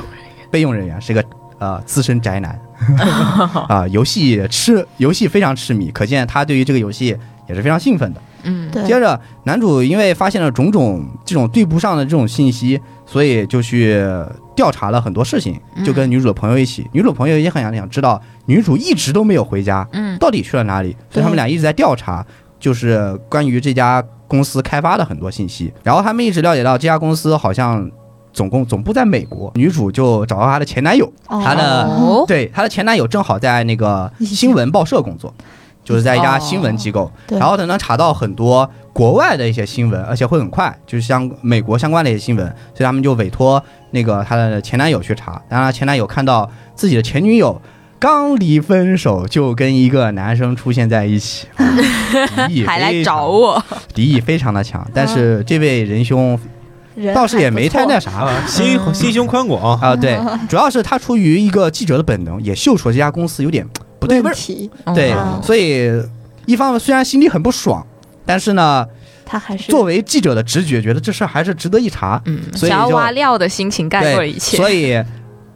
[SPEAKER 3] 备用人员，是一个呃资深宅男啊，游戏痴，游戏非常痴迷，可见他对于这个游戏也是非常兴奋的。
[SPEAKER 1] 嗯
[SPEAKER 5] 对，
[SPEAKER 3] 接着，男主因为发现了种种这种对不上的这种信息，所以就去调查了很多事情，
[SPEAKER 1] 嗯
[SPEAKER 3] 就跟女主的朋友一起。女主朋友也很想想知道女主一直都没有回家，
[SPEAKER 1] 嗯
[SPEAKER 3] 到底去了哪里？所以他们俩一直在调查，就是关于这家公司开发的很多信息。然后他们一直了解到这家公司好像总共总部在美国，女主就找到她的前男友，他的
[SPEAKER 5] 嗯
[SPEAKER 1] 哦
[SPEAKER 3] 对，她的前男友正好在那个
[SPEAKER 5] 已经
[SPEAKER 3] 新闻报社工作，就是在一
[SPEAKER 1] 哦
[SPEAKER 3] 家新闻机构。
[SPEAKER 5] 对
[SPEAKER 3] 然后他能查到很多国外的一些新闻，而且会很快，就是像美国相关的一些新闻，所以他们就委托那个她的前男友去查。然后她前男友看到自己的前女友刚离分手就跟一个男生出现在一 *laughs* 起，敌意
[SPEAKER 1] 还来
[SPEAKER 3] 非常
[SPEAKER 1] 找，我，
[SPEAKER 3] 敌意非常的强。但是这位仁兄
[SPEAKER 5] 人
[SPEAKER 3] 倒是也
[SPEAKER 5] 还不
[SPEAKER 3] 没太
[SPEAKER 5] 错
[SPEAKER 3] 那啥吧。
[SPEAKER 4] 啊，心心胸宽广，
[SPEAKER 3] 啊，对，主要是他出于一个记者的本能，也嗅出了这家公司有点不对味
[SPEAKER 5] 问
[SPEAKER 3] 儿。
[SPEAKER 5] 题，
[SPEAKER 3] 对
[SPEAKER 1] 嗯，
[SPEAKER 3] 所以一方面虽然心里很不爽，但是呢，
[SPEAKER 5] 他还是
[SPEAKER 3] 作为记者的直觉，觉得这事儿还是值得一查，
[SPEAKER 1] 嗯，
[SPEAKER 3] 所以
[SPEAKER 1] 想要
[SPEAKER 3] 就
[SPEAKER 1] 挖料的心情盖过了一切，
[SPEAKER 3] 所以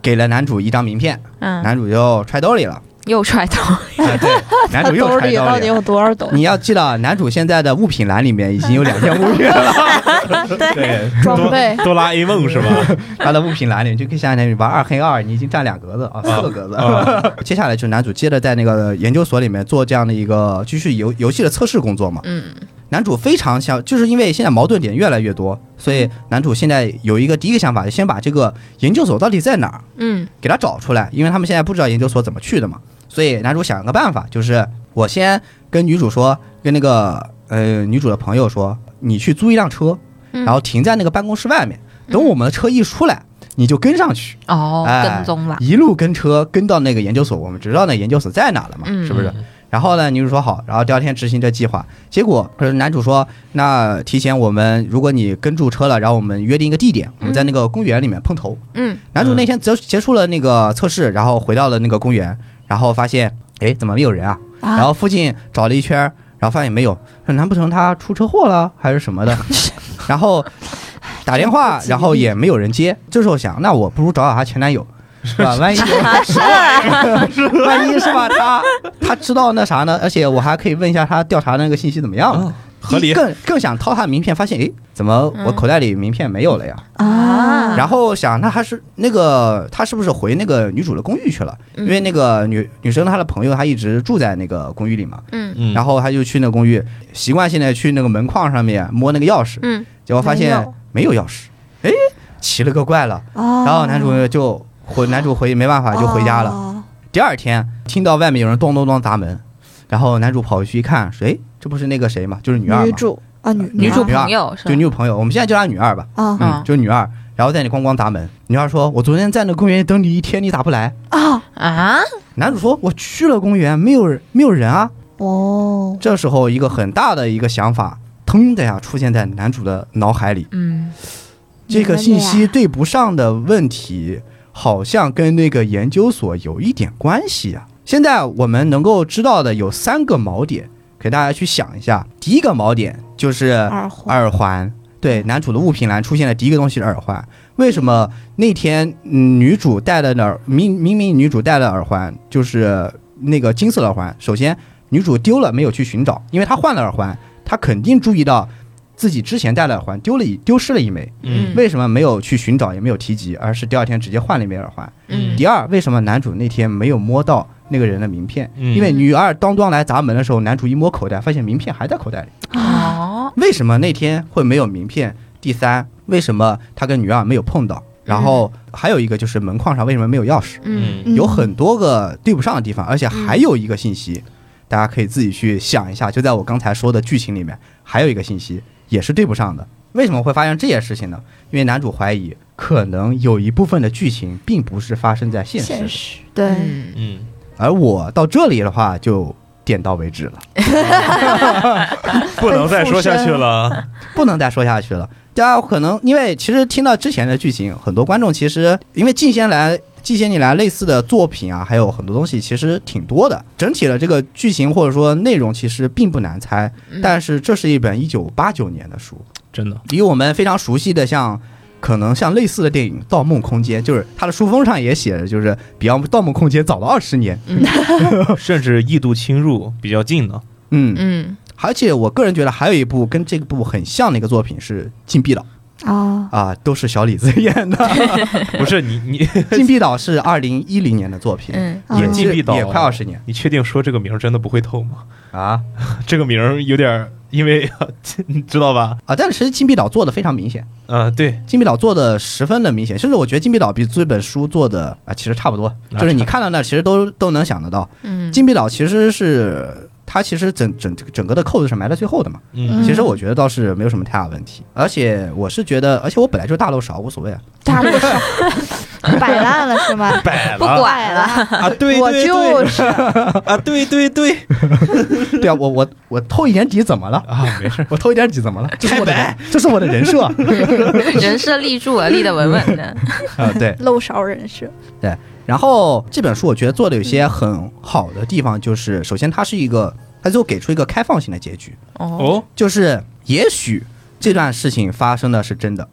[SPEAKER 3] 给了男主一张名片，
[SPEAKER 1] 嗯，
[SPEAKER 3] 男主就揣兜里了。
[SPEAKER 1] 又揣到，
[SPEAKER 3] 啊，对，男
[SPEAKER 5] 他
[SPEAKER 3] 主又
[SPEAKER 5] 兜
[SPEAKER 3] 揣
[SPEAKER 5] 里
[SPEAKER 3] 兜
[SPEAKER 5] 到底
[SPEAKER 3] 里
[SPEAKER 5] 有
[SPEAKER 3] 了。
[SPEAKER 5] 多少斗？
[SPEAKER 3] 你要记得，男主现在的物品栏里面已经有两件物品了，
[SPEAKER 4] 对，
[SPEAKER 5] 装备
[SPEAKER 4] 哆啦 A 梦是吧？
[SPEAKER 3] 他的物品栏里你就可以想想，你玩二黑二，你已经占两格子啊，四个格子。 *laughs*
[SPEAKER 4] 啊，
[SPEAKER 3] 接下来就是男主接着在那个研究所里面做这样的一个继续游游戏的测试工作嘛。
[SPEAKER 1] 嗯
[SPEAKER 3] 男主非常想，就是因为现在矛盾点越来越多，所以男主现在有一个第一个想法，先把这个研究所到底在哪儿
[SPEAKER 1] 嗯
[SPEAKER 3] 给他找出来，因为他们现在不知道研究所怎么去的嘛。所以男主想了个办法，就是我先跟女主说，跟那个呃女主的朋友说，你去租一辆车，
[SPEAKER 1] 嗯
[SPEAKER 3] 然后停在那个办公室外面，等我们的车一出来，你就跟上去，
[SPEAKER 1] 哦，
[SPEAKER 3] 哎
[SPEAKER 1] 跟踪了，
[SPEAKER 3] 一路跟车跟到那个研究所，我们知道那研究所在哪了嘛，
[SPEAKER 1] 嗯
[SPEAKER 3] 是不是？然后呢，女主说好，然后第二天执行这计划，结果呃男主说，那提前我们如果你跟住车了，然后我们约定一个地点，我们在那个公园里面碰头。
[SPEAKER 1] *laughs* 嗯
[SPEAKER 3] 男主那天结结束了那个测试，然后回到了那个公园，然后发现，哎，怎么没有人啊？
[SPEAKER 5] 啊
[SPEAKER 3] 然后附近找了一圈，然后发现没有，说难不成他出车祸了还是什么的？ *laughs* 然后打电话，然后也没有人接。这时候想，那我不如找找她前男
[SPEAKER 4] *laughs*
[SPEAKER 3] 友，是吧？万一万一是吧？他他知道那啥呢？而且我还可以问一下他调查那个信息怎么样了。
[SPEAKER 4] 哦嗯合
[SPEAKER 3] 哦一，
[SPEAKER 4] 理嗯
[SPEAKER 3] 更更想掏他名片，发现诶，怎么我口袋里名片没有了呀？
[SPEAKER 5] 啊，
[SPEAKER 3] 然后想，那他是那个他是不是回那个女主的公寓去了？因为那个女女生她的朋友她一直住在那个公寓里嘛，
[SPEAKER 1] 嗯
[SPEAKER 4] 嗯
[SPEAKER 3] 然后她就去那个公寓，习惯性的去那个门框上面摸那个钥匙，
[SPEAKER 1] 嗯
[SPEAKER 3] 结果发
[SPEAKER 5] 没
[SPEAKER 3] 现
[SPEAKER 5] 有
[SPEAKER 3] 没有哦钥匙，诶，奇了个怪了。
[SPEAKER 5] 然
[SPEAKER 3] 然后男主就回男主回没办法就回家了。
[SPEAKER 5] 了，
[SPEAKER 3] 第二天听到外面有人咚咚咚砸门，然后男主跑回去一看，诶，这不是那个谁嘛，就是女二
[SPEAKER 5] 女
[SPEAKER 3] 嘛，
[SPEAKER 5] 主啊，女
[SPEAKER 1] 女主
[SPEAKER 5] 二
[SPEAKER 1] 朋友是吧
[SPEAKER 3] 就女朋友，我们现在叫她女二吧。
[SPEAKER 5] 啊
[SPEAKER 1] 嗯
[SPEAKER 3] 嗯，就是女二，然后在那咣咣砸门。女二说：“我昨天在那公园里等你一天，你咋不来
[SPEAKER 5] 啊
[SPEAKER 1] 啊，？”
[SPEAKER 3] 男主说：“我去了公园，没有人，没有人啊。
[SPEAKER 5] 哦”，
[SPEAKER 3] 这时候，一个很大的一个想法，腾的呀出现在男主的脑海里。
[SPEAKER 1] 嗯
[SPEAKER 3] 这
[SPEAKER 5] 你
[SPEAKER 3] 个
[SPEAKER 5] 们
[SPEAKER 3] 信
[SPEAKER 5] 俩
[SPEAKER 3] 息对不上的问题，好像跟那个研究所有一点关系啊。现在我们能够知道的有三个锚点，给大家去想一下。第一个锚点就是
[SPEAKER 5] 二婚
[SPEAKER 3] 耳环，对，男主的物品栏出现的第一个东西是耳环。为什么那天、嗯女主戴的耳明明明女主戴的耳环就是那个金色的耳环？首先，女主丢了没有去寻找，因为她换了耳环，她肯定注意到自己之前戴的耳环丢了一丢失了一枚。
[SPEAKER 1] 嗯
[SPEAKER 3] 为什么没有去寻找，也没有提及，而是第二天直接换了一枚耳环？
[SPEAKER 1] 嗯
[SPEAKER 3] 第二，为什么男主那天没有摸到那个人的名片？
[SPEAKER 4] 嗯
[SPEAKER 3] 因为女二当当来砸门的时候，男主一摸口袋，发现名片还在口袋里。
[SPEAKER 5] 啊
[SPEAKER 1] 哦
[SPEAKER 3] 为什么那天会没有名片？第三，为什么他跟女二没有碰到？然后还有一个就是门框上为什么没有钥匙？
[SPEAKER 1] 嗯
[SPEAKER 5] 嗯
[SPEAKER 3] 有很多个对不上的地方，而且还有一个信息，大家可以自己去想一下。就在我刚才说的剧情里面，还有一个信息也是对不上的。为什么会发生这件事情呢？因为男主怀疑可能有一部分的剧情并不是发生在现实，
[SPEAKER 5] 现实对
[SPEAKER 1] 嗯
[SPEAKER 4] 嗯
[SPEAKER 3] 而我到这里的话就点到为止了，
[SPEAKER 4] 不能再说下去了。
[SPEAKER 3] 不能再说下去了。大家可能因为其实听到之前的剧情，很多观众其实因为近些来近些年来类似的作品啊，还有很多东西其实挺多的。整体的这个剧情或者说内容其实并不难猜，但是这是一本一九八九年的书，
[SPEAKER 4] *laughs* 真的，
[SPEAKER 3] 离我们非常熟悉的像。可能像类似的电影《盗梦空间》，就是它的书封上也写着，就是比《盗梦空间》早了二十年。
[SPEAKER 4] 甚至异度侵入比较近的，
[SPEAKER 3] 嗯，
[SPEAKER 6] 嗯，
[SPEAKER 3] 而且我个人觉得还有一部跟这个部很像的一个作品是《禁闭岛》
[SPEAKER 5] 啊，
[SPEAKER 3] 啊，都是小李子演的。
[SPEAKER 4] 不是你你
[SPEAKER 3] 《禁闭岛》是二零一零年的作品，
[SPEAKER 6] 嗯，
[SPEAKER 5] 啊
[SPEAKER 3] 也
[SPEAKER 4] 禁闭岛
[SPEAKER 3] 也快二十年
[SPEAKER 4] 你确定说这个名儿真的不会透吗？ *laughs*
[SPEAKER 3] 啊
[SPEAKER 4] 这个名儿有点儿，因为 *laughs* 你知道吧？
[SPEAKER 3] 啊！但是其实《禁闭岛》做的非常明显，
[SPEAKER 4] 啊，对，
[SPEAKER 3] 《禁闭岛》做的十分的明显，甚至我觉得《禁闭岛》比这本书做的啊其实差不多，
[SPEAKER 4] 那
[SPEAKER 3] 就是你
[SPEAKER 4] 差
[SPEAKER 3] 看到那其实都都能想得到，《
[SPEAKER 6] 嗯，
[SPEAKER 3] 禁闭岛》其实是它其实整整整个的扣子是埋在最后的嘛。
[SPEAKER 4] 嗯，
[SPEAKER 3] 其实我觉得倒是没有什么太大问题，而且我是觉得，而且我本来就是大漏勺，无所谓啊。
[SPEAKER 5] 大陆上摆烂了是吗？
[SPEAKER 4] 摆
[SPEAKER 6] 不
[SPEAKER 4] 了
[SPEAKER 6] 管了，
[SPEAKER 4] 啊，对
[SPEAKER 5] 我
[SPEAKER 4] 对对
[SPEAKER 5] 就是
[SPEAKER 4] 啊，对对对
[SPEAKER 3] 对啊，我我我透一点底怎么了？
[SPEAKER 4] 啊，没事儿，
[SPEAKER 3] 我透一点底怎么了？这是我的人，这是我的人设 *laughs* 啊、
[SPEAKER 1] 人设立住了，立得稳稳的。
[SPEAKER 3] 啊对，
[SPEAKER 2] 漏勺人设，
[SPEAKER 3] 然后这本书我觉得做的有些很好的地方，就是首先它是一个，它就给出一个开放性的结局，
[SPEAKER 6] 哦，
[SPEAKER 4] 哦，
[SPEAKER 3] 就是也许这段事情发生的是真的，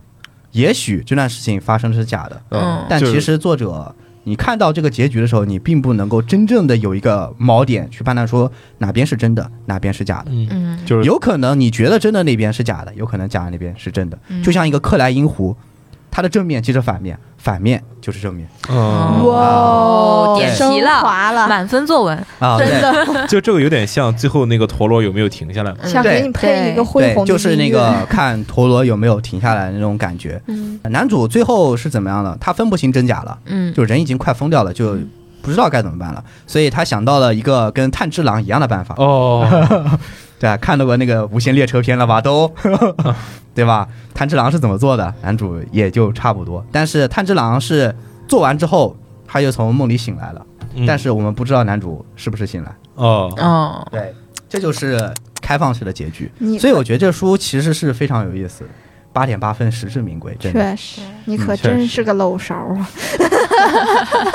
[SPEAKER 3] 也许这段事情发生的是假的，
[SPEAKER 6] 嗯
[SPEAKER 3] 但
[SPEAKER 4] 就是
[SPEAKER 3] 其实作者。你看到这个结局的时候，你并不能够真正的有一个锚点去判断说哪边是真的，哪边是假的。
[SPEAKER 4] 嗯，
[SPEAKER 6] 嗯，
[SPEAKER 4] 就是
[SPEAKER 3] 有可能你觉得真的那边是假的，有可能假的那边是真的。
[SPEAKER 6] 嗯
[SPEAKER 3] 就像一个克莱因湖，它的正面接着反面，反面就是正面
[SPEAKER 4] 嗯，
[SPEAKER 3] 哦
[SPEAKER 5] 哇哦，
[SPEAKER 1] 点
[SPEAKER 5] 升
[SPEAKER 1] 题了
[SPEAKER 5] 华了，
[SPEAKER 1] 满分作文，
[SPEAKER 3] 啊。
[SPEAKER 5] 真
[SPEAKER 3] 对
[SPEAKER 5] 的
[SPEAKER 4] 嗯就这个有点像最后那个陀螺有没有停下来嘛？
[SPEAKER 6] 嗯
[SPEAKER 5] 想给你配一个恢
[SPEAKER 3] 对，
[SPEAKER 5] 宏的
[SPEAKER 3] 就是那
[SPEAKER 5] 音乐 *laughs*
[SPEAKER 3] 个看陀螺有没有停下来的那种感觉。
[SPEAKER 5] 嗯
[SPEAKER 3] 男主最后是怎么样的？他分不清真假了，
[SPEAKER 6] 嗯，
[SPEAKER 3] 就人已经快疯掉了，就不知道该怎么办了。所以他想到了一个跟炭治郎一样的办法。
[SPEAKER 4] 哦，
[SPEAKER 3] 对啊，看到过那个《无限列车》篇了吧？都， *laughs* 对吧？炭治郎是怎么做的？男主也就差不多，但是炭治郎是做完之后，他又从梦里醒来了，
[SPEAKER 4] 嗯
[SPEAKER 3] 但是我们不知道男主是不是醒来。
[SPEAKER 4] 哦，
[SPEAKER 6] 哦，
[SPEAKER 3] 对，这就是开放式的结局。
[SPEAKER 5] 你
[SPEAKER 3] 所以我觉得这书其实是非常有意思，八点八分实至名归，真的。
[SPEAKER 5] 确实，你
[SPEAKER 3] 嗯
[SPEAKER 5] 可
[SPEAKER 4] 确
[SPEAKER 5] 真
[SPEAKER 4] 实
[SPEAKER 5] 是个漏勺啊！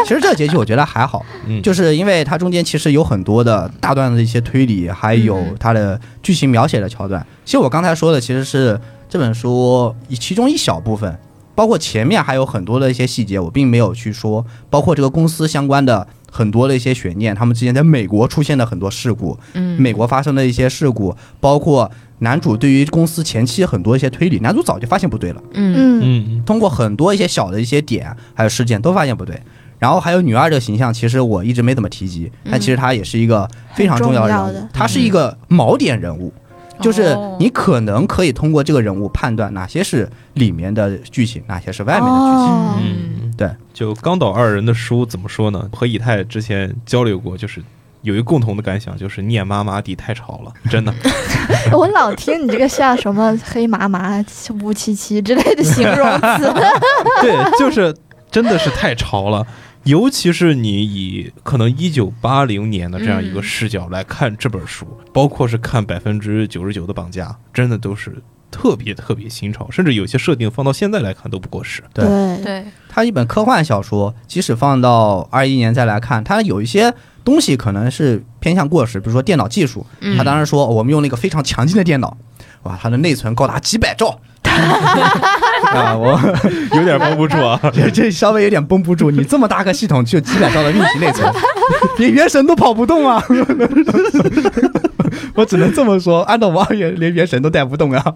[SPEAKER 3] 其实这个结局我觉得还好，
[SPEAKER 4] 嗯，
[SPEAKER 3] 就是因为它中间其实有很多的大段的一些推理，还有它的剧情描写的桥段。其实我刚才说的其实是这本书其中一小部分，包括前面还有很多的一些细节，我并没有去说，包括这个公司相关的很多的一些悬念，他们之前在美国出现的很多事故，
[SPEAKER 6] 嗯，
[SPEAKER 3] 美国发生的一些事故，包括男主对于公司前期很多一些推理，男主早就发现不对了。
[SPEAKER 6] 嗯，
[SPEAKER 5] 嗯，
[SPEAKER 4] 嗯，
[SPEAKER 3] 通过很多一些小的一些点，还有事件都发现不对。然后还有女二这个形象，其实我一直没怎么提及，但其实她也是一个非常重要的人
[SPEAKER 5] 嗯很重要
[SPEAKER 3] 物
[SPEAKER 5] 的，嗯哦
[SPEAKER 3] 她是一个锚点人物，就是你可能可以通过这个人物判断哪些是里面的剧情，哪些是外面的剧情。
[SPEAKER 5] 哦
[SPEAKER 4] 嗯，
[SPEAKER 3] 对，
[SPEAKER 4] 就冈岛二人的书怎么说呢？和以太之前交流过，就是有一个共同的感想，就是念妈妈底太吵了，真的。
[SPEAKER 5] *laughs* 我老听你这个像什么黑麻麻、乌漆漆之类的形容词，
[SPEAKER 4] *laughs* 对，就是真的是太潮了。尤其是你以可能一九八零年的这样一个视角来看这本书，包括是看百分之九十九的绑架，真的都是特别特别新潮，甚至有些设定放到现在来看都不过时。
[SPEAKER 3] *laughs* 对
[SPEAKER 5] 对，
[SPEAKER 6] 对，
[SPEAKER 3] 它一本科幻小说，即使放到二一年再来看，它有一些东西可能是偏向过时，比如说电脑技术，
[SPEAKER 6] 嗯
[SPEAKER 3] 它当时说我们用了一个非常强劲的电脑，哇，它的内存高达几
[SPEAKER 5] *laughs*
[SPEAKER 3] 百兆。啊，我
[SPEAKER 4] 有点绷不住啊！ *laughs*
[SPEAKER 3] 这这稍微有点绷不住。你这么大个系统，就几百兆的运行内存，连原神都跑不动啊！ *laughs* 我只能这么说，按照我二元，连原神都带不动啊！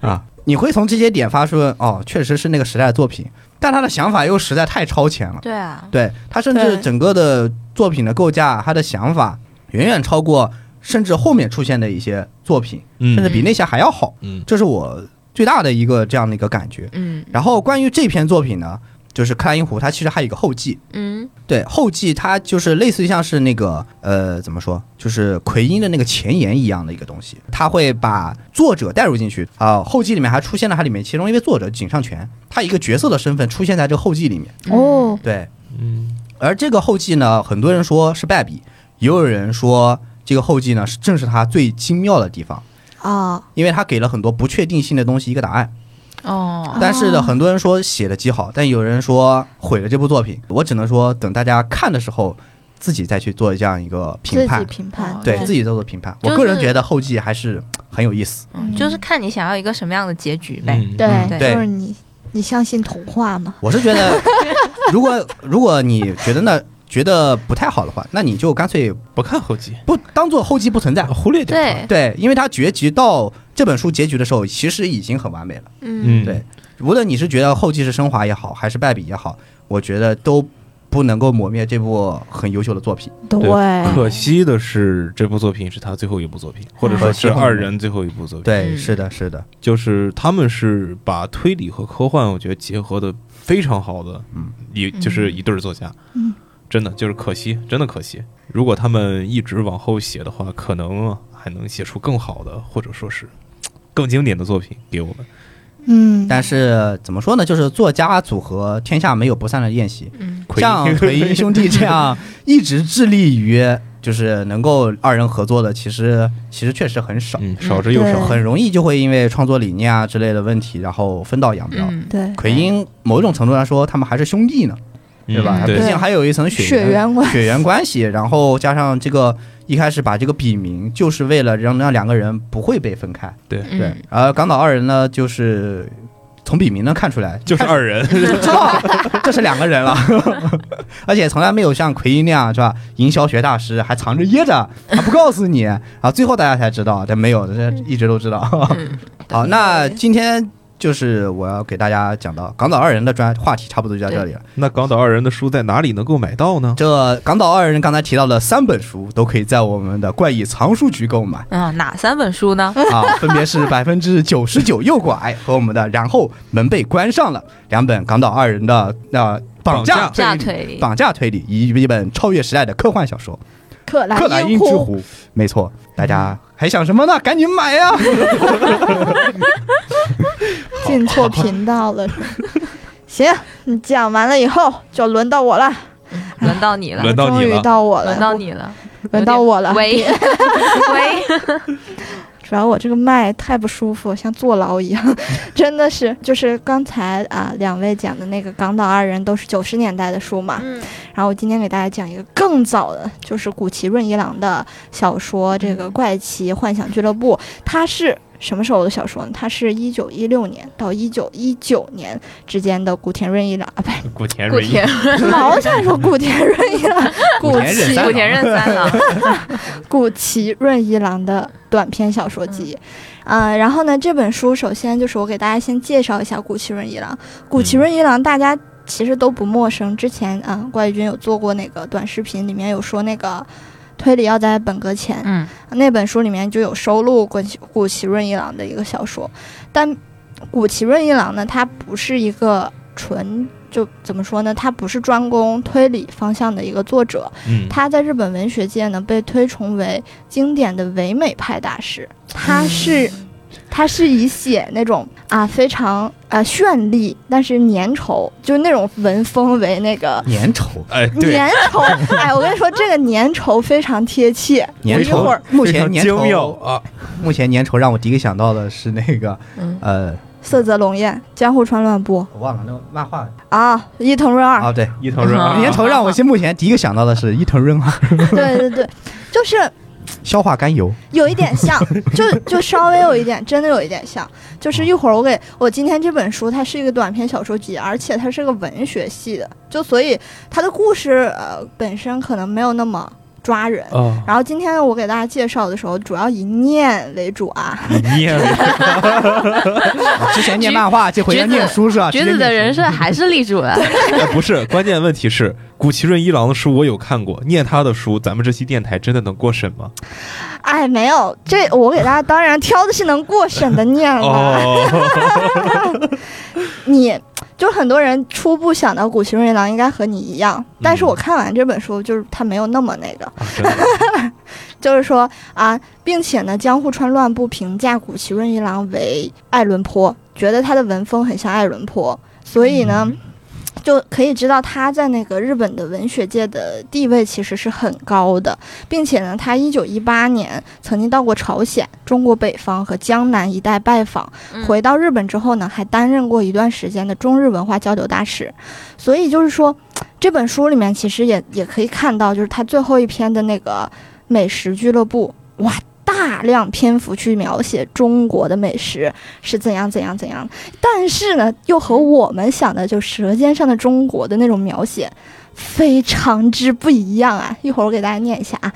[SPEAKER 3] 啊，你会从这些点发出，哦，确实是那个时代的作品，但他的想法又实在太超前了。
[SPEAKER 1] 对啊，
[SPEAKER 3] 对他甚至
[SPEAKER 6] 对
[SPEAKER 3] 整个的作品的构架，他的想法远远超过甚至后面出现的一些作品，
[SPEAKER 4] 嗯
[SPEAKER 3] 甚至比那些还要好。
[SPEAKER 4] 嗯
[SPEAKER 3] 这是我最大的一个这样的一个感觉。
[SPEAKER 6] 嗯
[SPEAKER 3] 然后关于这篇作品呢，就是《克莱因湖》，它其实还有一个后记。
[SPEAKER 6] 嗯
[SPEAKER 3] 对，后记它就是类似于像是那个呃，怎么说，就是奎因的那个前言一样的一个东西，它会把作者带入进去啊、后记里面还出现了它里面其中一位作者井上泉，他一个角色的身份出现在这个后记里面。
[SPEAKER 5] 哦，
[SPEAKER 3] 对，
[SPEAKER 4] 嗯
[SPEAKER 3] 而这个后记呢，很多人说是败笔，也有人说这个后记呢，是正是它最精妙的地方，
[SPEAKER 5] 啊，
[SPEAKER 3] 因为它给了很多不确定性的东西一个答案。
[SPEAKER 1] 哦
[SPEAKER 3] 但是呢，
[SPEAKER 5] 哦
[SPEAKER 3] 很多人说写的极好，但有人说毁了这部作品。我只能说，等大家看的时候，自己再去做这样一个评
[SPEAKER 5] 自己
[SPEAKER 3] 判，
[SPEAKER 5] 评判
[SPEAKER 1] 哦，
[SPEAKER 3] 对
[SPEAKER 1] 对
[SPEAKER 3] 自己再做评判。
[SPEAKER 1] 就是
[SPEAKER 3] 我个人觉得后记还是很有意思。
[SPEAKER 1] 嗯就是看你想要一个什么样的结局呗。
[SPEAKER 4] 嗯
[SPEAKER 5] 对，
[SPEAKER 1] 对
[SPEAKER 5] 就是你，你相信童话吗？
[SPEAKER 3] 我是觉得，如果如果你觉得呢，觉得不太好的话，那你就干脆
[SPEAKER 4] 不看后记，
[SPEAKER 3] 不当做后记不存在。
[SPEAKER 4] 忽略掉它。
[SPEAKER 1] 对，
[SPEAKER 3] 对，因为它结局到这本书结局的时候，其实已经很完美了。
[SPEAKER 5] 嗯
[SPEAKER 4] 嗯，
[SPEAKER 3] 对无论你是觉得后继是升华也好，还是败笔也好，我觉得都不能够磨灭这部很优秀的作品。
[SPEAKER 5] 对
[SPEAKER 4] 可惜的是，这部作品是他最后一部作品，或者说是二人最后一部作
[SPEAKER 3] 嗯
[SPEAKER 4] 品。
[SPEAKER 3] 对，
[SPEAKER 1] 嗯
[SPEAKER 3] 是的，是的，
[SPEAKER 4] 就是他们是把推理和科幻，我觉得结合的非常好的，
[SPEAKER 3] 嗯，
[SPEAKER 4] 一就是一对儿作家，
[SPEAKER 5] 嗯，
[SPEAKER 4] 真的就是可惜，真的可惜。如果他们一直往后写的话，可能还能写出更好的，或者说是嘖更经典的作品给我们。
[SPEAKER 5] 嗯，
[SPEAKER 3] 但是怎么说呢？就是作家组合天下没有不散的宴席，
[SPEAKER 1] 嗯，
[SPEAKER 4] 奎 *laughs*
[SPEAKER 3] 像奎因兄弟这样一直致力于就是能够二人合作的，其实其实确实很少，
[SPEAKER 4] 嗯，少之又
[SPEAKER 5] 对
[SPEAKER 4] 少。
[SPEAKER 3] 很容易就会因为创作理念啊之类的问题，然后分道扬镳。
[SPEAKER 1] 嗯，
[SPEAKER 5] 对，
[SPEAKER 3] 奎因某种程度上说，他们还是兄弟呢，
[SPEAKER 4] 嗯
[SPEAKER 3] 对吧？
[SPEAKER 1] 嗯
[SPEAKER 3] 毕
[SPEAKER 4] 对
[SPEAKER 3] 竟还有一层血
[SPEAKER 5] 血缘关
[SPEAKER 3] 血缘关系，然后加上这个一开始把这个笔名，就是为了让让两个人不会被分开。
[SPEAKER 1] 嗯
[SPEAKER 3] 对，而港岛二人呢，就是从笔名能看出来，
[SPEAKER 4] 就是二人，
[SPEAKER 3] 就知道这是两个人了， *laughs* 而且从来没有像奎因那样是吧？营销学大师还藏着掖着，还不告诉你啊，最后大家才知道，但没有，这一直都知道。
[SPEAKER 1] 嗯
[SPEAKER 3] *laughs* 好，那今天。就是我要给大家讲到港岛二人的专话题，差不多就到这里了。
[SPEAKER 4] *laughs* 那港岛二人的书在哪里能够买到呢？
[SPEAKER 3] 这港岛二人刚才提到的三本书都可以在我们的怪异藏书局购买
[SPEAKER 1] 啊，哪三本书呢？
[SPEAKER 3] 啊，分别是百分之九十九诱拐和我们的然后门被关上了两本港岛二人的呃绑架
[SPEAKER 4] 绑
[SPEAKER 1] 架
[SPEAKER 3] 推
[SPEAKER 1] 推
[SPEAKER 3] 理
[SPEAKER 1] 理，
[SPEAKER 3] 绑架推理以及一本超越时代的科幻小说
[SPEAKER 5] 克
[SPEAKER 3] 《克莱
[SPEAKER 5] 莱
[SPEAKER 3] 因
[SPEAKER 5] 因
[SPEAKER 3] 之狐》，没错，大家还想什么呢？赶紧买啊呀！
[SPEAKER 5] 进错频道了。 *laughs* 行，你讲完了以后就轮到我了，
[SPEAKER 1] 轮到你了，
[SPEAKER 4] 轮到
[SPEAKER 5] 终
[SPEAKER 4] 你
[SPEAKER 5] 于
[SPEAKER 4] 了，
[SPEAKER 5] 到我了，
[SPEAKER 1] 轮到，你了，
[SPEAKER 5] 轮到我了。
[SPEAKER 1] 喂喂，
[SPEAKER 5] 主要我这个麦太不舒服，像坐牢一样， *laughs* 真的是。就是刚才啊、两位讲的那个《港岛二人》都是九十年代的书嘛，
[SPEAKER 1] 嗯
[SPEAKER 5] 然后我今天给大家讲一个更早的，就是古崎润一郎的小说《这个怪奇幻想俱乐部》，它是。什么时候的小说呢？它是一九一六年到一九一九年之间的古田润一郎啊，不
[SPEAKER 4] 古田
[SPEAKER 1] 古
[SPEAKER 4] 润一
[SPEAKER 1] 田
[SPEAKER 5] 是老想说古田润一郎，
[SPEAKER 3] 古田忍
[SPEAKER 5] 崎
[SPEAKER 3] 三郎
[SPEAKER 1] 古田任三郎，
[SPEAKER 5] 古崎润一郎的短篇小说集。呃，然后呢，这本书首先就是我给大家先介绍一下古崎润一郎。古崎
[SPEAKER 4] 嗯
[SPEAKER 5] 润一郎大家其实都不陌生，之前啊、呃怪异君有做过那个短视频，里面有说那个推理要在本格前，
[SPEAKER 1] 嗯
[SPEAKER 5] 那本书里面就有收录古崎古崎润一郎的一个小说，但古崎润一郎呢，他不是一个纯就怎么说呢，他不是专攻推理方向的一个作者，
[SPEAKER 4] 嗯，
[SPEAKER 5] 他在日本文学界呢被推崇为经典的唯美派大师，他是。他是以写那种啊非常啊绚丽，但是粘稠，就是那种文风为那个
[SPEAKER 3] 粘稠，
[SPEAKER 4] 哎，对，
[SPEAKER 5] 粘稠。哎，我跟你说，这个粘稠非常贴切。
[SPEAKER 3] 粘
[SPEAKER 5] 我一会
[SPEAKER 3] 稠
[SPEAKER 5] 儿，
[SPEAKER 3] 目
[SPEAKER 4] 非
[SPEAKER 3] 前
[SPEAKER 4] 常
[SPEAKER 3] 粘
[SPEAKER 4] 精妙
[SPEAKER 3] 稠，
[SPEAKER 4] 啊，
[SPEAKER 3] 目前粘稠让我第一个想到的是那个
[SPEAKER 1] 嗯，
[SPEAKER 3] 呃，
[SPEAKER 5] 色泽龙艳，江户川乱步
[SPEAKER 3] 我忘了那个漫画
[SPEAKER 5] 啊，伊藤润二，
[SPEAKER 3] 啊，对，
[SPEAKER 4] 伊藤润
[SPEAKER 1] 啊
[SPEAKER 4] 二
[SPEAKER 3] 粘稠让我心目前第一个想到的是伊藤润二。
[SPEAKER 5] 对对对，就是
[SPEAKER 3] 消化甘油，
[SPEAKER 5] 有一点像，就就稍微有一点，真的有一点像。就是一会儿我给我今天这本书，它是一个短篇小说集，而且它是个文学系的，就所以它的故事呃本身可能没有那么抓人。
[SPEAKER 4] 啊，
[SPEAKER 5] 然后今天我给大家介绍的时候，主要以念为主啊，
[SPEAKER 4] 你也
[SPEAKER 3] 之前念漫画，这回要念书是
[SPEAKER 4] 啊
[SPEAKER 3] 吧？
[SPEAKER 1] 橘子的人设还是立住
[SPEAKER 6] 啊
[SPEAKER 1] 了，
[SPEAKER 4] *laughs* 哎，不是，关键问题是古奇润一郎的书我有看过，念他的书，咱们这期电台真的能过审吗？
[SPEAKER 5] 哎，没有这我给大家当然挑的是能过审的念了。
[SPEAKER 4] 哦， *laughs*
[SPEAKER 5] 你就很多人初步想到古奇润一郎应该和你一样，但是我看完这本书，就是他没有那么那个，
[SPEAKER 4] 啊真的
[SPEAKER 5] 就是说啊，并且呢，江户川乱步评价古崎润一郎为爱伦坡，觉得他的文风很像爱伦坡，所以呢，就可以知道他在那个日本的文学界的地位其实是很高的，并且呢，他一九一八年曾经到过朝鲜、中国北方和江南一带拜访，回到日本之后呢，还担任过一段时间的中日文化交流大使。所以就是说，这本书里面其实也也可以看到，就是他最后一篇的那个美食俱乐部，哇。大量篇幅去描写中国的美食是怎样怎样怎样，但是呢，又和我们想的就《舌尖上的中国》的那种描写非常之不一样啊！一会儿我给大家念一下啊。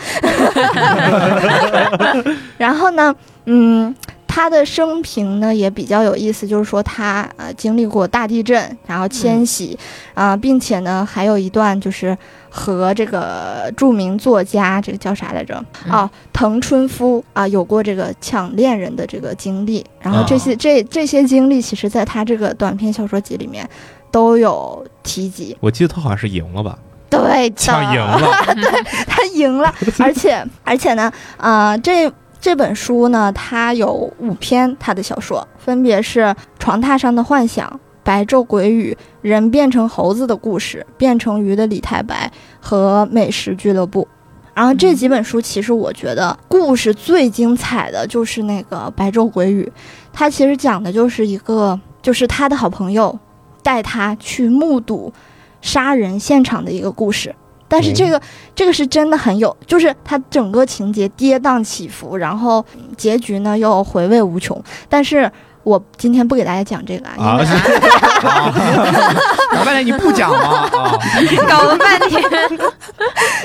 [SPEAKER 5] 然后呢，嗯，他的生平呢也比较有意思，就是说他呃经历过大地震，然后迁徙啊、呃并且呢还有一段就是和这个著名作家这个叫啥来着？
[SPEAKER 4] 嗯
[SPEAKER 5] 哦，藤春夫啊、有过这个抢恋人的这个经历，然后
[SPEAKER 4] 啊
[SPEAKER 5] 这些、这这些经历，其实在他这个短篇小说集里面都有提及。
[SPEAKER 4] 我记得他好像是赢了吧？
[SPEAKER 5] 对的，
[SPEAKER 4] 抢赢了，
[SPEAKER 5] *laughs* 他赢了， *laughs*
[SPEAKER 3] *laughs*
[SPEAKER 5] 而且而且呢，呃，这这本书呢，它有五篇他的小说，分别是《床榻上的幻想》《白昼鬼语》《人变成猴子的故事》《变成鱼的李太白》和《美食俱乐部》。然后这几本书，其实我觉得故事最精彩的就是那个《白昼鬼语》，它其实讲的就是一个，就是他的好朋友带他去目睹杀人现场的一个故事。但是这个、这个是真的很有，就是它整个情节跌宕起伏，然后嗯结局呢又回味无穷。但是我今天不给大家讲这个啊， *laughs* 因为
[SPEAKER 4] 啊
[SPEAKER 6] *laughs*
[SPEAKER 3] 搞半啊天你不讲吗？啊，
[SPEAKER 1] 搞了半天，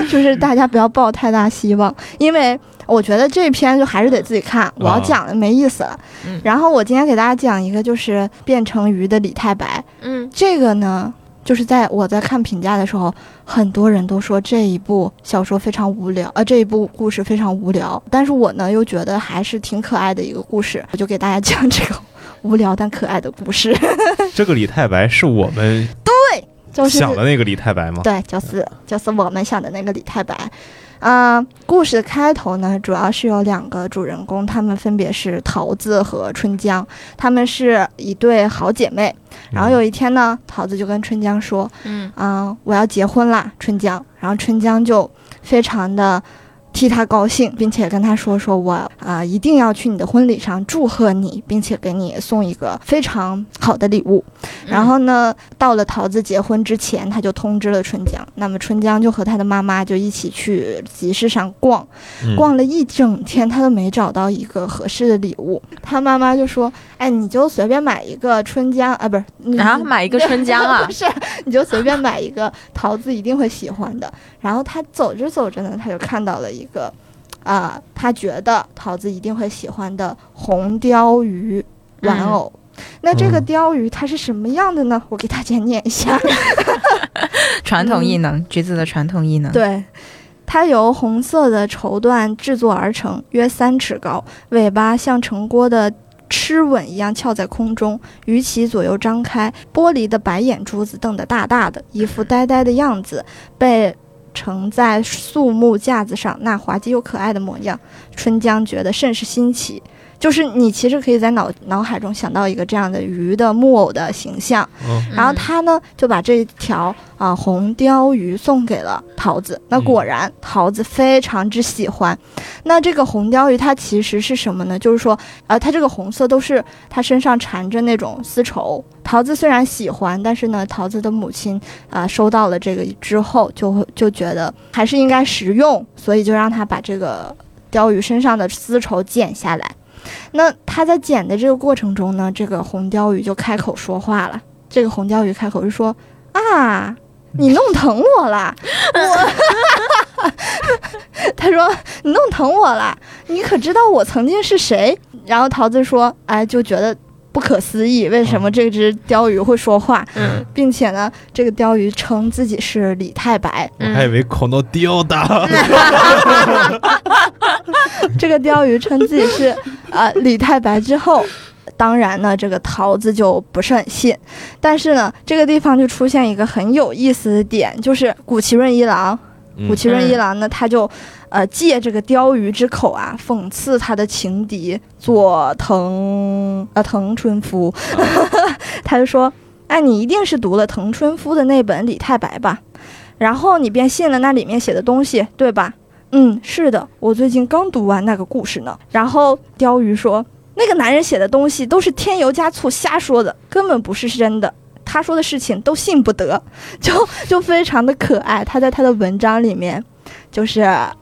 [SPEAKER 5] 就是大家不要抱太大希望，因为我觉得这篇就还是得自己看，我要讲的没意思了。
[SPEAKER 1] 嗯
[SPEAKER 5] 然后我今天给大家讲一个，就是变成鱼的李太白，
[SPEAKER 1] 嗯
[SPEAKER 5] 这个呢。就是在我在看评价的时候，很多人都说这一部小说非常无聊，呃，这一部故事非常无聊。但是我呢又觉得还是挺可爱的一个故事，我就给大家讲这个无聊但可爱的故事，
[SPEAKER 4] 这个李太白是我们
[SPEAKER 5] 就是
[SPEAKER 4] 想的那个李太白吗？
[SPEAKER 5] 对，就是就是我们想的那个李太白。啊、故事的开头呢，主要是有两个主人公，他们分别是桃子和春江，他们是一对好姐妹。然后有一天呢，桃子就跟春江说
[SPEAKER 1] 嗯：“
[SPEAKER 5] 啊、我要结婚啦，春江。”然后春江就非常的替她高兴，并且跟她说：“说我啊、一定要去你的婚礼上祝贺你，并且给你送一个非常好的礼物。”
[SPEAKER 1] 嗯
[SPEAKER 5] 然后呢，到了桃子结婚之前，他就通知了春江。那么春江就和他的妈妈就一起去集市上逛，
[SPEAKER 4] 嗯
[SPEAKER 5] 逛了一整天，他都没找到一个合适的礼物。他妈妈就说：“哎，你就随便买一个春江啊，不是你
[SPEAKER 1] 然后买一个春江啊
[SPEAKER 5] *laughs* 不，是，你就随便买一个，桃子一定会喜欢的。”然后他走着走着呢，他就看到了一个。啊、他觉得桃子一定会喜欢的红鲷鱼玩偶。那这个
[SPEAKER 4] 嗯
[SPEAKER 5] 鲷鱼它是什么样的呢？我给大家念一下。
[SPEAKER 1] 传统异能，橘子的传统异能，，
[SPEAKER 5] 对，它由红色的绸缎制作而成，约三尺高，尾巴像城郭的。螭吻一样翘在空中，鱼鳍左右张开，玻璃的白眼珠子瞪得大大的，一副呆呆的样子，被盛在肃穆架子上那滑稽又可爱的模样，春江觉得甚是新奇。就是你其实可以在脑脑海中想到一个这样的鱼的木偶的形象，
[SPEAKER 4] 嗯
[SPEAKER 5] 然后他呢就把这一条啊、红鲷鱼送给了桃子。那
[SPEAKER 4] 嗯
[SPEAKER 5] 果然，桃子非常之喜欢。那这个红鲷鱼它其实是什么呢？就是说，呃，它这个红色都是它身上缠着那种丝绸。桃子虽然喜欢，但是呢，桃子的母亲啊、收到了这个之后，就会就觉得还是应该食用，所以就让他把这个鲷鱼身上的丝绸剪下来。那他在剪的这个过程中呢，这个红鲷鱼就开口说话了。这个红鲷鱼开口就说：“啊，你弄疼我了，我。”他说：“你弄疼我了，你可知道我曾经是谁？”然后桃子说：“哎，就觉得不可思议，为什么这只鲷鱼会说话，
[SPEAKER 1] 嗯
[SPEAKER 5] 并且呢，这个鲷鱼称自己是李太白。 *laughs*
[SPEAKER 6] 嗯
[SPEAKER 4] 我还以为狂到吊打，
[SPEAKER 5] 嗯这个鲷鱼称自己是呃李太白之后，当然呢，这个桃子就不是很信。但是呢，这个地方就出现一个很有意思的点，就是谷崎润一郎，
[SPEAKER 4] 嗯
[SPEAKER 5] 谷崎润一郎呢，他就呃借这个鲷鱼之口啊，讽刺他的情 *laughs* 敌佐藤呃藤春夫，他就说。哎，你一定是读了藤春夫的那本《李太白》吧？然后你便信了那里面写的东西，对吧？嗯，是的，我最近刚读完那个故事呢。然后鲷鱼说，那个男人写的东西都是添油加醋瞎说的，根本不是真的。他说的事情都信不得，就就非常的可爱。他在他的文章里面，就是啊、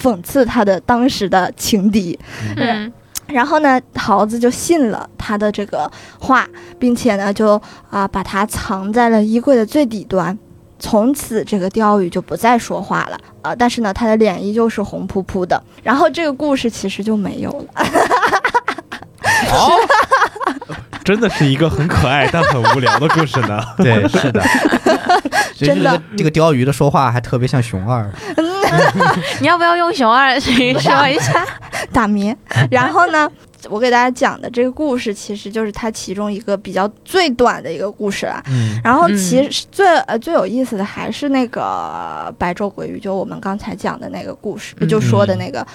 [SPEAKER 5] 讽刺他的当时的情敌，
[SPEAKER 6] 嗯，
[SPEAKER 5] 然后呢，桃子就信了他的这个话，并且呢，就啊、把它藏在了衣柜的最底端。从此，这个鲷鱼就不再说话了啊、但是呢，他的脸依旧是红扑扑的。然后这个故事其实就没有了。 *laughs*
[SPEAKER 4] 好，哦真的是一个很可爱但很无聊的故事呢。
[SPEAKER 3] 对，是的，所以
[SPEAKER 5] 真的
[SPEAKER 3] 这个这个鲷鱼的说话还特别像熊二，
[SPEAKER 6] 你要不要用熊二去
[SPEAKER 5] *laughs*
[SPEAKER 6] 说一下？
[SPEAKER 5] 打眠。然后呢，我给大家讲的这个故事，其实就是它其中一个比较最短的一个故事了。
[SPEAKER 4] 嗯，
[SPEAKER 5] 然后
[SPEAKER 6] 嗯
[SPEAKER 5] 其实最、呃最有意思的还是那个白昼鬼语，就我们刚才讲的那个故事，
[SPEAKER 1] 嗯
[SPEAKER 5] 就说的那个，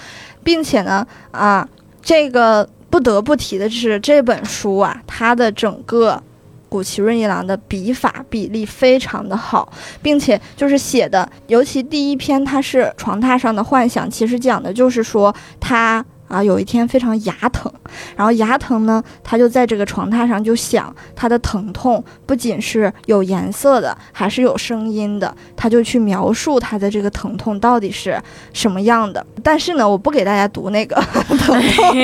[SPEAKER 5] 并且呢啊，这个不得不提的是这本书啊，它的整个。古奇润一郎的笔法比例非常的好，并且就是写的，尤其第一篇，它是床榻上的幻想，其实讲的就是说他啊有一天非常牙疼，然后牙疼呢，他就在这个床榻上就想他的疼痛不仅是有颜色的，还是有声音的，他就去描述他的这个疼痛到底是什么样的。但是呢，我不给大家读那个 *laughs* 疼痛，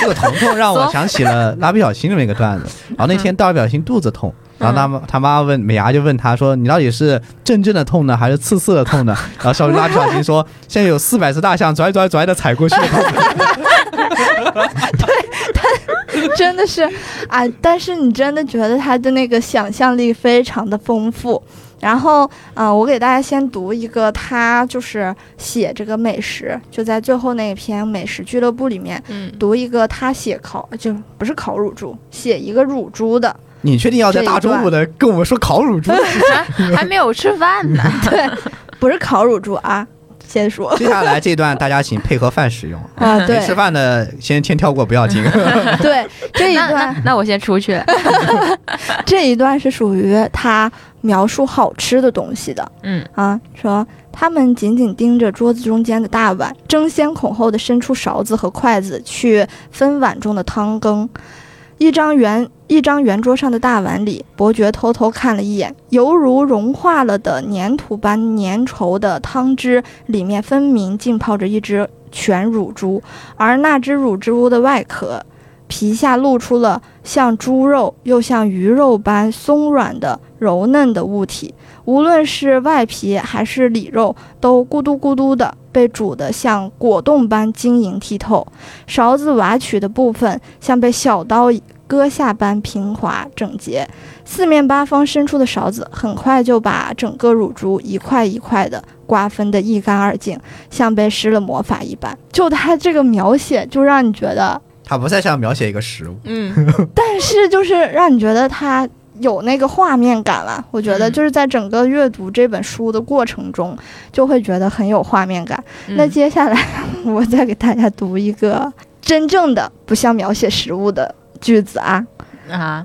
[SPEAKER 3] 这个疼痛让我想起了蜡笔小新的那个段子。然后那天蜡笔小新肚子痛，然
[SPEAKER 5] 嗯
[SPEAKER 3] 后他妈他妈问美伢就问他说：“你到底是阵阵的痛呢，还是刺刺的痛呢？”然后小蜡笔小新说：“现在有四百只大象拽拽拽的踩过去。
[SPEAKER 5] *laughs* 真的是啊！但是你真的觉得他的那个想象力非常的丰富。然后，啊，我给大家先读一个，他就是写这个美食，就在最后那一篇《美食俱乐部》里面，
[SPEAKER 4] *laughs*
[SPEAKER 6] 嗯，
[SPEAKER 5] 读一个他写烤，就不是烤乳猪，写一个乳猪的，” *laughs*
[SPEAKER 3] 你确定要在大中午的跟我们说烤乳猪？
[SPEAKER 6] 还没有吃饭呢。
[SPEAKER 5] 对，不是烤乳猪啊，先
[SPEAKER 3] *laughs*
[SPEAKER 5] 说
[SPEAKER 3] 接下来这段大家请配合饭使用，
[SPEAKER 5] 啊，
[SPEAKER 3] 没
[SPEAKER 5] 对
[SPEAKER 3] 吃饭的先先跳过，不要听。
[SPEAKER 5] 对，这一
[SPEAKER 6] 那
[SPEAKER 5] 段
[SPEAKER 6] 那那我先出去。
[SPEAKER 5] *laughs* 这一段是属于他描述好吃的东西的
[SPEAKER 6] 嗯
[SPEAKER 5] 啊，说他们紧紧盯着桌子中间的大碗，争先恐后的伸出勺子和筷子去分碗中的汤羹。一张圆一张圆桌上的大碗里，伯爵偷偷看了一眼，犹如融化了的粘土般粘稠的汤汁，里面分明浸泡着一只全乳猪，而那只乳猪的外壳皮下露出了像猪肉又像鱼肉般松软的柔嫩的物体，无论是外皮还是里肉，都咕嘟咕嘟的被煮得像果冻般晶莹剔透。勺子挖取的部分像被小刀割下般平滑整洁，四面八方伸出的勺子很快就把整个乳猪一块一块的瓜分得一干二净，像被施了魔法一般。就它这个描写，就让你觉得
[SPEAKER 3] 他不再想描写一个食物，
[SPEAKER 6] 嗯，
[SPEAKER 5] 但是就是让你觉得它有那个画面感了。我觉得
[SPEAKER 6] 嗯
[SPEAKER 5] 就是在整个阅读这本书的过程中，就会觉得很有画面感。那
[SPEAKER 6] 嗯
[SPEAKER 5] 接下来 *laughs* 我再给大家读一个真正的不像描写食物的句子啊。
[SPEAKER 6] 啊，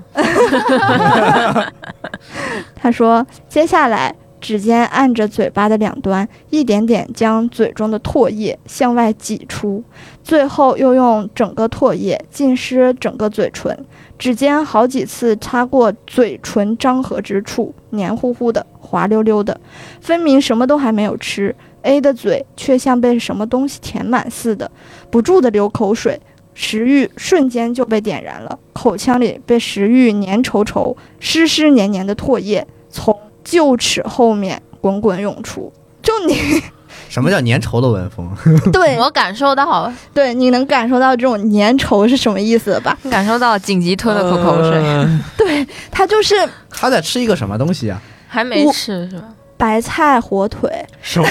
[SPEAKER 5] 他说，接下来指尖按着嘴巴的两端，一点点将嘴中的唾液向外挤出，最后又用整个唾液浸湿整个嘴唇。指尖好几次擦过嘴唇张合之处，黏糊糊的，滑溜溜的，分明什么都还没有吃。A 的嘴却像被什么东西填满似的，不住地流口水，食欲瞬间就被点燃了，口腔里被食欲粘稠稠，湿湿黏黏的唾液从臼齿后面滚滚涌出。就你 *laughs*
[SPEAKER 3] 什么叫粘稠的文风？
[SPEAKER 5] 对
[SPEAKER 6] 我感受到，
[SPEAKER 5] 对，你能感受到这种粘稠是什么意思吧？
[SPEAKER 6] 感受到紧急吞了口口水，
[SPEAKER 4] 呃
[SPEAKER 5] 对，它就是
[SPEAKER 3] 他在吃一个什么东西啊？
[SPEAKER 6] 还没吃是吧？
[SPEAKER 5] 白菜火腿，
[SPEAKER 4] 什
[SPEAKER 3] *laughs*
[SPEAKER 4] 么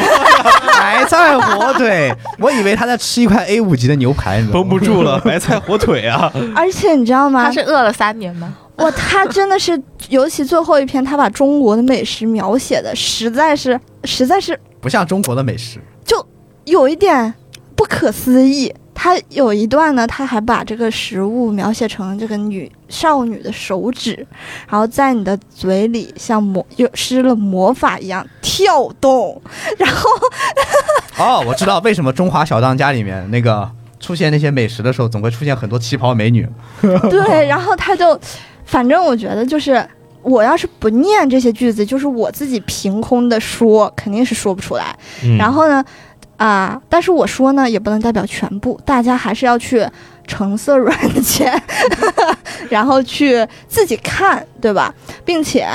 [SPEAKER 3] 白菜火腿，我以为他在吃一块 A 五级的牛排，你知道吗
[SPEAKER 4] 绷不
[SPEAKER 3] *laughs*
[SPEAKER 4] 住了，白菜火腿啊！
[SPEAKER 5] 而且你知道吗
[SPEAKER 6] 他？是饿了三年吗？
[SPEAKER 5] 哇，他真的是，尤其最后一篇，他把中国的美食描写的实在是，实在是
[SPEAKER 3] 不像中国的美食。
[SPEAKER 5] 有一点不可思议。他有一段呢，他还把这个食物描写成这个女少女的手指，然后在你的嘴里像魔又施了魔法一样跳动，然后
[SPEAKER 3] 哦，我知道为什么中华小当家里面那个出现那些美食的时候，总会出现很多旗袍美女。
[SPEAKER 5] 对，然后他就，反正我觉得就是，我要是不念这些句子，就是我自己凭空的说，肯定是说不出来。
[SPEAKER 4] 嗯
[SPEAKER 5] 然后呢，啊、但是我说呢，也不能代表全部，大家还是要去橙色软件， *laughs* 然后去自己看，对吧？并且，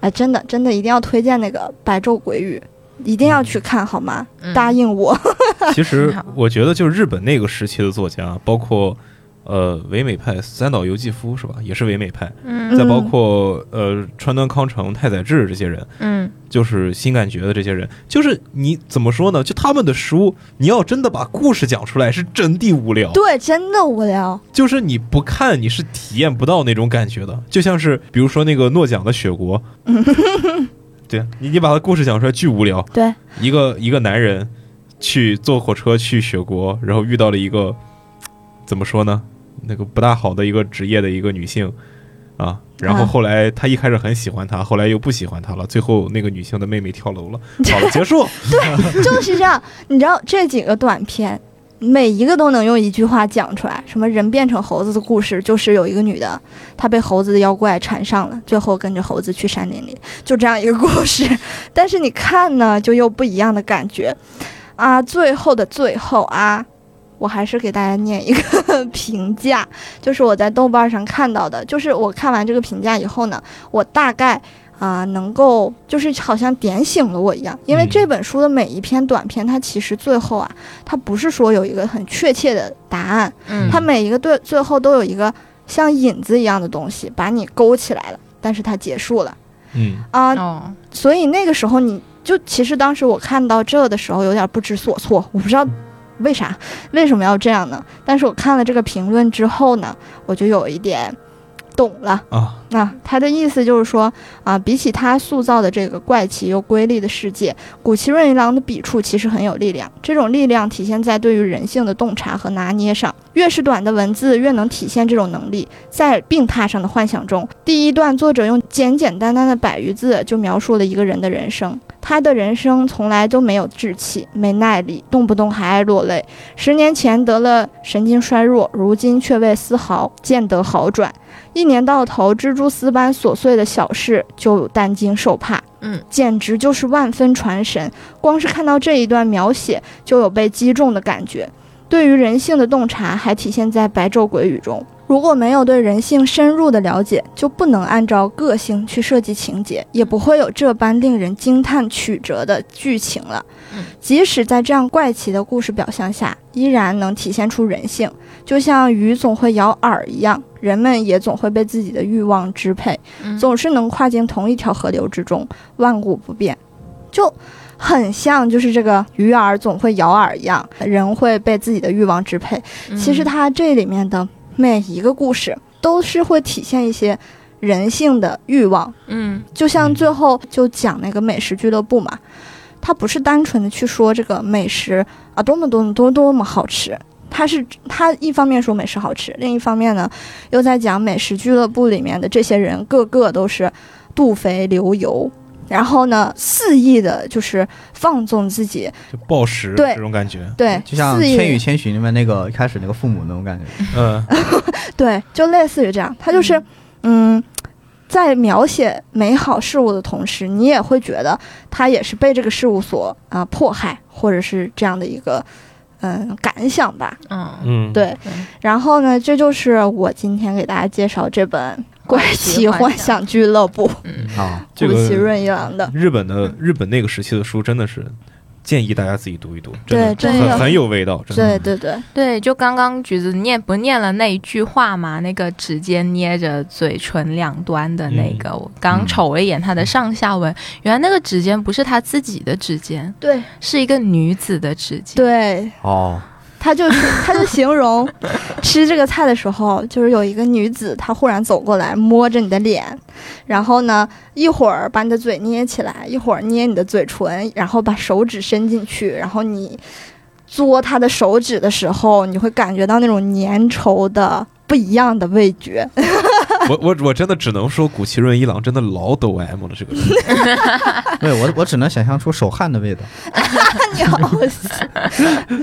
[SPEAKER 5] 哎、真的真的一定要推荐那个《白昼鬼语》。一定要去看好吗？
[SPEAKER 1] 嗯
[SPEAKER 5] 答应我， *laughs*
[SPEAKER 4] 其实
[SPEAKER 1] 挺好
[SPEAKER 4] 我觉得，就是日本那个时期的作家，包括呃唯美派三岛由纪夫是吧，也是唯美派，
[SPEAKER 1] 嗯
[SPEAKER 4] 再包
[SPEAKER 5] 嗯
[SPEAKER 4] 括呃川端康成、太宰治这些人，
[SPEAKER 1] 嗯
[SPEAKER 4] 就是新感觉的这些人，就是你怎么说呢？就他们的书，你要真的把故事讲出来，是真的无聊。
[SPEAKER 5] 对，真的无聊。
[SPEAKER 4] 就是你不看，你是体验不到那种感觉的。就像是比如说那个诺奖的《雪
[SPEAKER 5] *laughs*
[SPEAKER 4] 国》，对你，你把他故事讲出来，巨无聊。
[SPEAKER 5] 对，
[SPEAKER 4] 一个一个男人去坐火车去雪国，然后遇到了一个怎么说呢，那个不大好的一个职业的一个女性啊，然后
[SPEAKER 5] 啊
[SPEAKER 4] 后来他一开始很喜欢她，后来又不喜欢她了，最后那个女性的妹妹跳
[SPEAKER 5] *laughs*
[SPEAKER 4] 楼了，好了，结束。
[SPEAKER 5] 就是这样，你知道这几个短片，每一个都能用一句话讲出来。什么人变成猴子的故事，就是有一个女的，她被猴子的妖怪缠上了，最后跟着猴子去山林里，就这样一个故事。 *laughs* 但是你看呢，就又不一样的感觉啊！最后的最后啊，我还是给大家念一个 *laughs* 评价，就是我在豆瓣上看到的，就是我看完这个评价以后呢，我大概。啊、能够就是好像点醒了我一样，因为
[SPEAKER 4] 嗯
[SPEAKER 5] 这本书的每一篇短篇，它其实最后啊，它不是说有一个很确切的答案，
[SPEAKER 1] 嗯
[SPEAKER 5] 它每一个对最后都有一个像引子一样的东西把你勾起来了，但是它结束了
[SPEAKER 4] 嗯，
[SPEAKER 5] 啊、
[SPEAKER 1] 哦，
[SPEAKER 5] 所以那个时候你就其实当时我看到这的时候有点不知所措，我不知道为啥 *laughs* 为什么要这样呢？但是我看了这个评论之后呢，我就有一点懂了。
[SPEAKER 4] 啊，
[SPEAKER 5] 那、他的意思就是说啊，比起他塑造的这个怪奇又瑰丽的世界，古奇润一郎的笔触其实很有力量。这种力量体现在对于人性的洞察和拿捏上。越是短的文字，越能体现这种能力。在病榻上的幻想中，第一段作者用简简单单的百余字就描述了一个人的人生。他的人生从来都没有志气，没耐力，动不动还爱落泪。十年前得了神经衰弱，如今却未丝毫见得好转。一年到头蜘蛛丝般琐碎的小事就担惊受怕，
[SPEAKER 1] 嗯，
[SPEAKER 5] 简直就是万分传神。光是看到这一段描写，就有被击中的感觉。对于人性的洞察，还体现在《白昼鬼语》中。如果没有对人性深入的了解，就不能按照个性去设计情节，也不会有这般令人惊叹曲折的剧情了
[SPEAKER 1] 嗯。
[SPEAKER 5] 即使在这样怪奇的故事表象下，依然能体现出人性。就像鱼总会咬饵一样，人们也总会被自己的欲望支配，
[SPEAKER 1] 嗯
[SPEAKER 5] 总是能跨进同一条河流之中，万古不变，就很像就是这个鱼饵总会咬饵一样，人会被自己的欲望支配。
[SPEAKER 1] 嗯
[SPEAKER 5] 其实它这里面的每一个故事都是会体现一些人性的欲望，
[SPEAKER 1] 嗯
[SPEAKER 5] 就像
[SPEAKER 4] 嗯
[SPEAKER 5] 最后就讲那个美食俱乐部嘛，它不是单纯的去说这个美食啊多么多么多多么好吃，它是它一方面说美食好吃，另一方面呢又在讲美食俱乐部里面的这些人个个都是肚肥流油，然后呢肆意的就是放纵自己，
[SPEAKER 4] 就暴食
[SPEAKER 5] 对
[SPEAKER 4] 这种感觉，
[SPEAKER 5] 对，
[SPEAKER 3] 就像《
[SPEAKER 5] 肆意
[SPEAKER 3] 千与千寻》里面那个一开始那个父母那种感觉。
[SPEAKER 4] 嗯，
[SPEAKER 5] 对，就类似于这样，他就是，嗯，在描写美好事物的同时，你也会觉得他也是被这个事物所啊、迫害，或者是这样的一个嗯感想吧。
[SPEAKER 1] 嗯
[SPEAKER 4] 嗯，
[SPEAKER 5] 对
[SPEAKER 1] 对，
[SPEAKER 5] 然后呢，这就是我今天给大家介绍这本《怪奇幻想俱乐部》
[SPEAKER 3] 啊，
[SPEAKER 4] 这
[SPEAKER 5] 古
[SPEAKER 4] 个嗯
[SPEAKER 5] 奇润一郎的。
[SPEAKER 4] 日本的日本那个时期的书真的是建议大家自己读一读，真
[SPEAKER 5] 对
[SPEAKER 4] 的
[SPEAKER 5] 真
[SPEAKER 1] 的
[SPEAKER 4] 很很有味道，真的。
[SPEAKER 5] 对对对，
[SPEAKER 1] 对，就刚刚橘子念不念了那一句话嘛？那个指尖捏着嘴唇两端的那个，我刚瞅了一眼他的上下文，原来那个指尖不是他自己的指尖，
[SPEAKER 5] 对
[SPEAKER 1] 是一个女子的指尖。，
[SPEAKER 5] 对，
[SPEAKER 3] 哦，
[SPEAKER 5] 他就是他就形容吃这个菜的时候，就是有一个女子，她忽然走过来摸着你的脸，然后呢，一会儿把你的嘴捏起来，一会儿捏你的嘴唇，然后把手指伸进去，然后你。嘬他的手指的时候，你会感觉到那种粘稠的 *laughs* 不一样的味觉。
[SPEAKER 4] 我我我真的只能说，古奇润一郎真的老抖 M 了。
[SPEAKER 5] *laughs*
[SPEAKER 4] 这个人
[SPEAKER 3] 对我我只能想象出手汗的味道。
[SPEAKER 5] 你好死，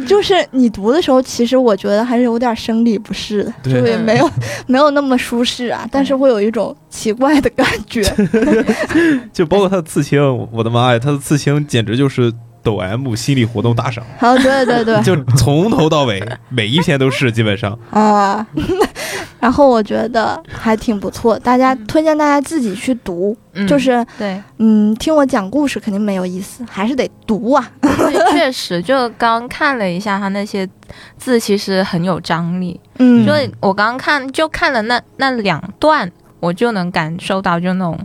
[SPEAKER 5] 就是你读的时候，其实我觉得还是有点生理不适的，
[SPEAKER 4] 对
[SPEAKER 5] 对，没有没有那么舒适啊，但是会有一种奇怪的感觉。
[SPEAKER 4] 就包括他的刺青，我的妈呀，他的刺青简直就是抖 M 心理活动大赏，
[SPEAKER 5] *laughs* 好，哦对对对，
[SPEAKER 4] *laughs* 就从头到尾每一篇都是，基本上
[SPEAKER 5] 啊， *laughs* 然后我觉得还挺不错，大家推荐大家自己去读，
[SPEAKER 1] 嗯
[SPEAKER 5] 就是
[SPEAKER 1] 对，
[SPEAKER 5] 嗯，听我讲故事肯定没有意思，还是得读啊。
[SPEAKER 1] 对确实，就刚看了一下他那些字，其实很有张力。
[SPEAKER 5] 嗯
[SPEAKER 1] 就我刚刚看，就看了那那两段，我就能感受到就那种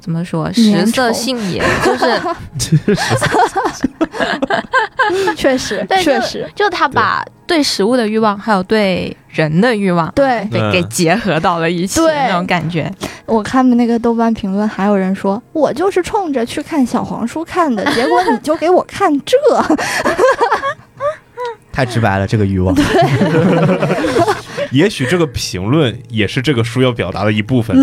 [SPEAKER 1] 怎么说食
[SPEAKER 5] 粘
[SPEAKER 1] 色
[SPEAKER 5] 稠
[SPEAKER 1] 性也，就是
[SPEAKER 5] 确实
[SPEAKER 1] *laughs* 对，
[SPEAKER 5] 确
[SPEAKER 1] 就
[SPEAKER 5] 实，
[SPEAKER 1] 就他把对食物的欲望，还有对人的欲望，
[SPEAKER 5] 对
[SPEAKER 1] 对，
[SPEAKER 4] 嗯
[SPEAKER 1] 给结合到了一起
[SPEAKER 5] 对
[SPEAKER 1] 那种感觉。
[SPEAKER 5] 我看那个豆瓣评论，还有人说我就是冲着去看小黄书看的，结果你就给我看这，
[SPEAKER 3] 太直白了，这个欲 *laughs* 望。
[SPEAKER 4] 也许这个评论也是这个书要表达的一部分，
[SPEAKER 5] *laughs*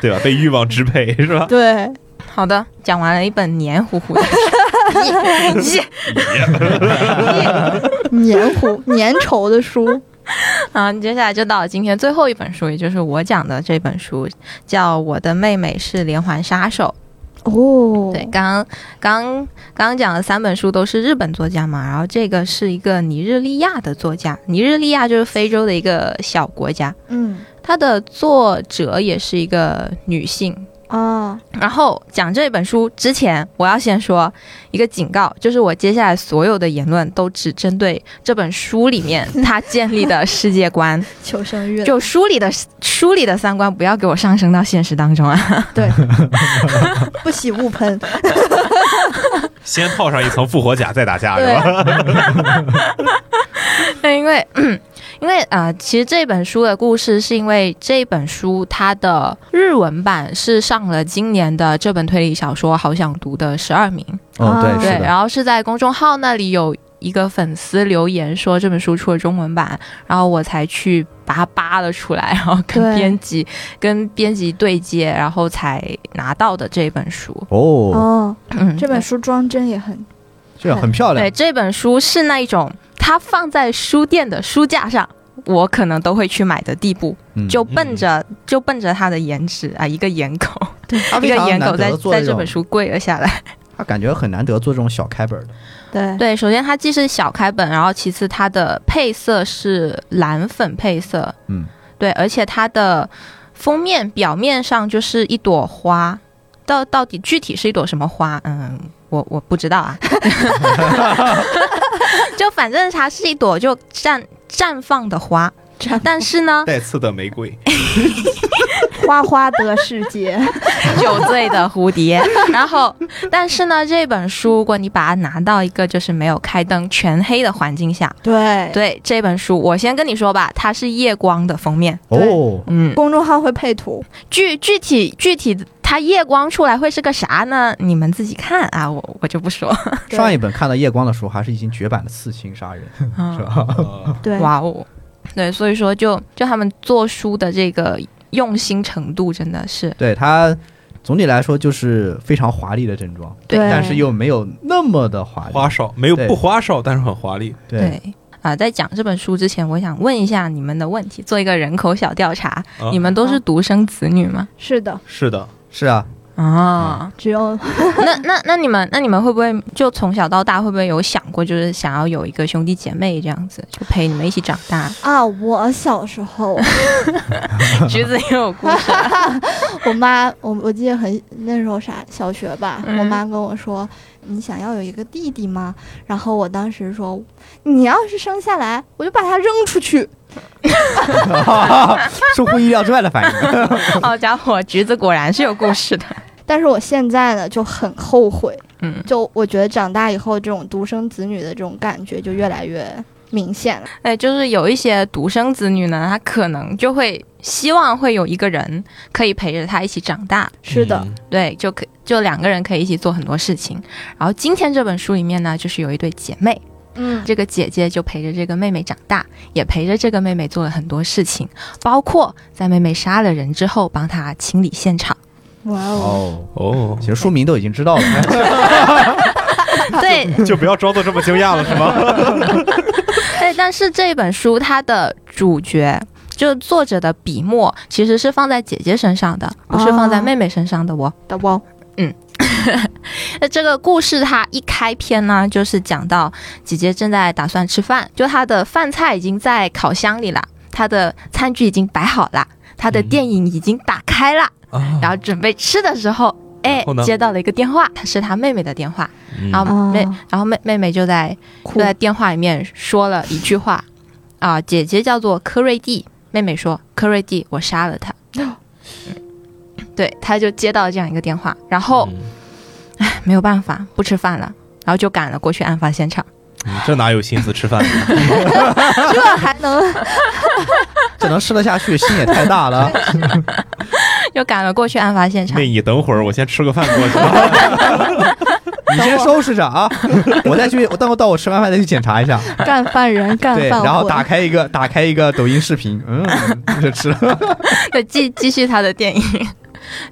[SPEAKER 4] 对吧？被欲望支配是吧？
[SPEAKER 5] 对，
[SPEAKER 1] 好的，讲完了一本黏糊糊的
[SPEAKER 5] *laughs*
[SPEAKER 1] 书，耶耶
[SPEAKER 5] 黏糊粘稠的书，
[SPEAKER 1] *laughs* 好，接下来就到了今天最后一本书，也就是我讲的这本书，叫《我的妹妹是连环杀手》。
[SPEAKER 5] 哦
[SPEAKER 1] 对，刚刚刚刚讲的三本书都是日本作家嘛，然后这个是一个尼日利亚的作家，尼日利亚就是非洲的一个小国家，
[SPEAKER 5] 嗯
[SPEAKER 1] 它的作者也是一个女性。
[SPEAKER 5] 啊，
[SPEAKER 1] 然后讲这本书之前，我要先说一个警告，就是我接下来所有的言论都只针对这本书里面它建立的世界观，
[SPEAKER 5] 求生欲，
[SPEAKER 1] 就书里的书里的三观不要给我上升到现实当中啊！
[SPEAKER 5] 对，不喜勿喷，
[SPEAKER 4] 先套上一层复活甲再打架是吧？，
[SPEAKER 5] 对，
[SPEAKER 1] *laughs* 因为 *clears throat* 因为啊、呃其实这本书的故事是因为这本书它的日文版是上了今年的这本推理小说《好想读》的十二名，
[SPEAKER 3] 哦，
[SPEAKER 5] 啊
[SPEAKER 3] 对，
[SPEAKER 1] 对
[SPEAKER 3] 是，的，
[SPEAKER 1] 然后是在公众号那里有一个粉丝留言说这本书出了中文版，然后我才去把它扒了出来，然后跟
[SPEAKER 5] 对
[SPEAKER 1] 编辑
[SPEAKER 3] *laughs*
[SPEAKER 1] 跟编辑对接，然后才拿到的这本书。
[SPEAKER 3] 哦，
[SPEAKER 5] 哦，
[SPEAKER 1] 嗯，
[SPEAKER 5] 这本
[SPEAKER 1] 对
[SPEAKER 5] 书装帧也很
[SPEAKER 3] 这样很漂亮
[SPEAKER 1] 对，这本书是那一种，它放在书店的书架上，我可能都会去买的地步，
[SPEAKER 3] 嗯
[SPEAKER 1] 就奔着、就奔着它的颜值啊，一个颜狗，
[SPEAKER 5] 对，
[SPEAKER 3] 它
[SPEAKER 1] 一
[SPEAKER 3] 非
[SPEAKER 1] 个
[SPEAKER 3] 常
[SPEAKER 1] 颜
[SPEAKER 3] 难
[SPEAKER 1] 狗在
[SPEAKER 3] 得做
[SPEAKER 1] 在
[SPEAKER 3] 这
[SPEAKER 1] 这本
[SPEAKER 3] 种，
[SPEAKER 1] 书跪了下来。
[SPEAKER 3] 他感觉很难得做这种小开本的。
[SPEAKER 5] 对
[SPEAKER 1] 对，首先它既是小开本，然后其次它的配色是蓝粉配色，
[SPEAKER 3] 嗯，
[SPEAKER 1] 对，而且它的封面表面上就是一朵花，到到底具体是一朵什么花？嗯，我我不知道啊。 *laughs* 就反正它是一朵就绽绽放的花，但是呢
[SPEAKER 4] 带刺的玫瑰，
[SPEAKER 5] 花花的世界，
[SPEAKER 1] 酒醉的蝴蝶。然后，但是呢，这本书如果你把它拿到一个就是没有开灯、全黑的环境下，
[SPEAKER 5] *laughs* 对，
[SPEAKER 1] 对这本书，我先跟你说吧，它是夜光的封面，
[SPEAKER 3] 哦，
[SPEAKER 1] 嗯，
[SPEAKER 5] 公众号会配图，
[SPEAKER 1] 具具体具体它夜光出来会是个啥呢？你们自己看啊，我我就不说。
[SPEAKER 5] 对
[SPEAKER 3] 上一本看到夜光的时候，还是已经绝版的《刺青杀人》，
[SPEAKER 1] *laughs*
[SPEAKER 3] 是吧？ *laughs*
[SPEAKER 4] 呃
[SPEAKER 5] 对，
[SPEAKER 1] 哇哦，嗯对，所以说就就他们做书的这个用心程度真的是
[SPEAKER 3] 对它，总体来说就是非常华丽的正装，
[SPEAKER 1] 对
[SPEAKER 3] 但是又没有那么的华丽。
[SPEAKER 4] 花哨没有
[SPEAKER 3] 对
[SPEAKER 4] 不花哨，但是很华丽。
[SPEAKER 3] 对，
[SPEAKER 1] 啊、在讲这本书之前，我想问一下你们的问题，做一个人口小调查，
[SPEAKER 4] 啊
[SPEAKER 1] 你们都是独生子女吗？
[SPEAKER 5] 是的，
[SPEAKER 4] 是的，
[SPEAKER 3] 是啊， *laughs*
[SPEAKER 1] 啊，
[SPEAKER 5] 只有
[SPEAKER 1] 那那那你们那你们会不会就从小到大会不会有想过，就是想要有一个兄弟姐妹这样子，就陪你们一起长大？
[SPEAKER 5] 啊，我小时 *laughs* 候，
[SPEAKER 1] 橘子也有故 *laughs* 事，
[SPEAKER 5] 我妈，我我记得很那时候啥小学吧，
[SPEAKER 1] 嗯
[SPEAKER 5] 我妈跟我说，你想要有一个弟弟吗？然后我当时说，你要是生下来，我就把他扔出去。
[SPEAKER 3] 出乎意料之外的反 *laughs* 应。
[SPEAKER 1] 好哦家伙，橘子果然是有故事的。
[SPEAKER 5] 但是我现在呢就很后悔，
[SPEAKER 1] 嗯，
[SPEAKER 5] 就我觉得长大以后这种独生子女的这种感觉就越来越明显了。
[SPEAKER 1] *laughs* 哎，就是有一些独生子女呢，他可能就会希望会有一个人可以陪着他一起长大，
[SPEAKER 5] 是的，
[SPEAKER 4] 嗯
[SPEAKER 1] 对，就可就两个人可以一起做很多事情。然后今天这本书里面呢，就是有一对姐妹，
[SPEAKER 5] 嗯，
[SPEAKER 1] 这个姐姐就陪着这个妹妹长大，也陪着这个妹妹做了很多事情，包括在妹妹杀了人之后帮她清理现场。
[SPEAKER 5] 哇哦，
[SPEAKER 3] 哦，
[SPEAKER 4] 哦
[SPEAKER 3] 其，实书名都已经知道了，
[SPEAKER 1] *laughs*
[SPEAKER 3] *laughs*
[SPEAKER 1] 对，
[SPEAKER 4] 就不要装作这么
[SPEAKER 1] *laughs*
[SPEAKER 4] 惊讶了，是吗？
[SPEAKER 1] 哎，但是这本书它的主角。就作者的笔墨其实是放在姐姐身上的，不是放在
[SPEAKER 5] 哦
[SPEAKER 1] 妹妹身上的哦。
[SPEAKER 5] 的哇哦，
[SPEAKER 1] 那这个故事它一开篇呢，就是讲到姐姐正在打算吃饭，就她的饭菜已经在烤箱里了，她的餐具已经摆好了，她的
[SPEAKER 4] 嗯
[SPEAKER 1] 电影已经打开了，
[SPEAKER 4] 啊
[SPEAKER 1] 然后准备吃的时候。哎
[SPEAKER 4] 然后，呢
[SPEAKER 1] 接到了一个电话，是她妹妹的电话，
[SPEAKER 4] 嗯
[SPEAKER 1] 然后妹，
[SPEAKER 5] 哦
[SPEAKER 1] 然后妹妹妹就在就
[SPEAKER 5] 酷
[SPEAKER 1] 在电话里面说了一句话，啊、姐姐叫做科瑞蒂，妹妹说科瑞蒂，我
[SPEAKER 2] *gasps*
[SPEAKER 1] 杀了他。嗯对，她就接到这样一个电话，然后
[SPEAKER 4] 嗯
[SPEAKER 1] 没有办法，不吃饭了，然后就赶了过去案发现场。 *laughs*
[SPEAKER 4] 你嗯这哪有心思吃饭？啊 *laughs*
[SPEAKER 5] 这还能
[SPEAKER 3] 这能吃得下去，心也太大了。
[SPEAKER 1] 又赶了过去案发现场
[SPEAKER 4] 那。你等会儿，我先吃个饭过去吧。
[SPEAKER 3] 你先收拾着啊， *laughs* 我再去，我等我到我吃完饭再去检查一下。
[SPEAKER 2] 干饭人干
[SPEAKER 3] 对，
[SPEAKER 2] 饭
[SPEAKER 3] 然后
[SPEAKER 2] 魂
[SPEAKER 3] 打开一个打开一个抖音视频，嗯，就吃了。
[SPEAKER 1] *laughs* 对，继继续他的电影。 *laughs*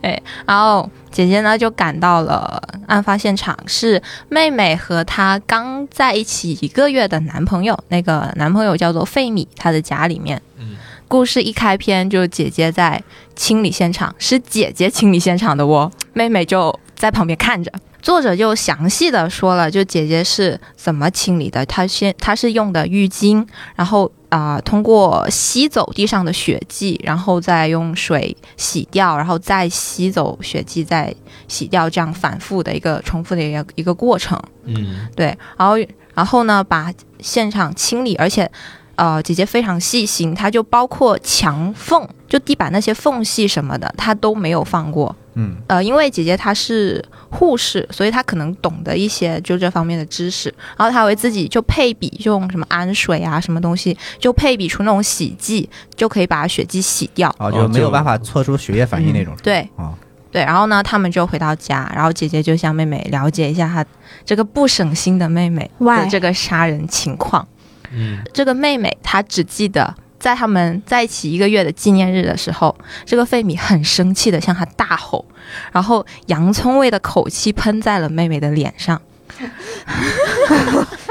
[SPEAKER 1] 哎，然后姐姐呢就赶到了案发现场，是妹妹和她刚在一起一个月的男朋友，那个男朋友叫做费米，他的家里面。
[SPEAKER 4] 嗯
[SPEAKER 1] 故事一开篇就姐姐在清理现场，是姐姐清理现场的哦，妹妹就在旁边看着。作者就详细的说了，就姐姐是怎么清理的，她先她是用的浴巾，然后啊、呃通过吸走地上的血迹，然后再用水洗掉，然后再吸走血迹，再洗掉，这样反复的一个重复的一个一个过程。
[SPEAKER 4] 嗯，
[SPEAKER 1] 对，然后然后呢，把现场清理，而且呃，姐姐非常细心，她就包括墙缝，就地板那些缝隙什么的，她都没有放过。
[SPEAKER 3] 嗯，
[SPEAKER 1] 呃，因为姐姐她是护士，所以她可能懂得一些就这方面的知识，然后她会自己就配比，就用什么氨水啊什么东西，就配比出那种洗剂，就可以把血迹洗掉。
[SPEAKER 3] 啊，
[SPEAKER 4] 哦
[SPEAKER 3] 就
[SPEAKER 4] 就嗯
[SPEAKER 3] 没有办法测出血液反应那种。
[SPEAKER 1] 对
[SPEAKER 3] 啊，
[SPEAKER 1] 对，然后呢，他们就回到家，然后姐姐就向妹妹了解一下她这个不省心的妹妹的
[SPEAKER 2] Why？
[SPEAKER 1] 这个杀人情况。
[SPEAKER 4] 嗯，
[SPEAKER 1] 这个妹妹她只记得在他们在一起一个月的纪念日的时候，这个费米很生气的向她大吼，然后洋葱味的口气喷在了妹妹的脸上。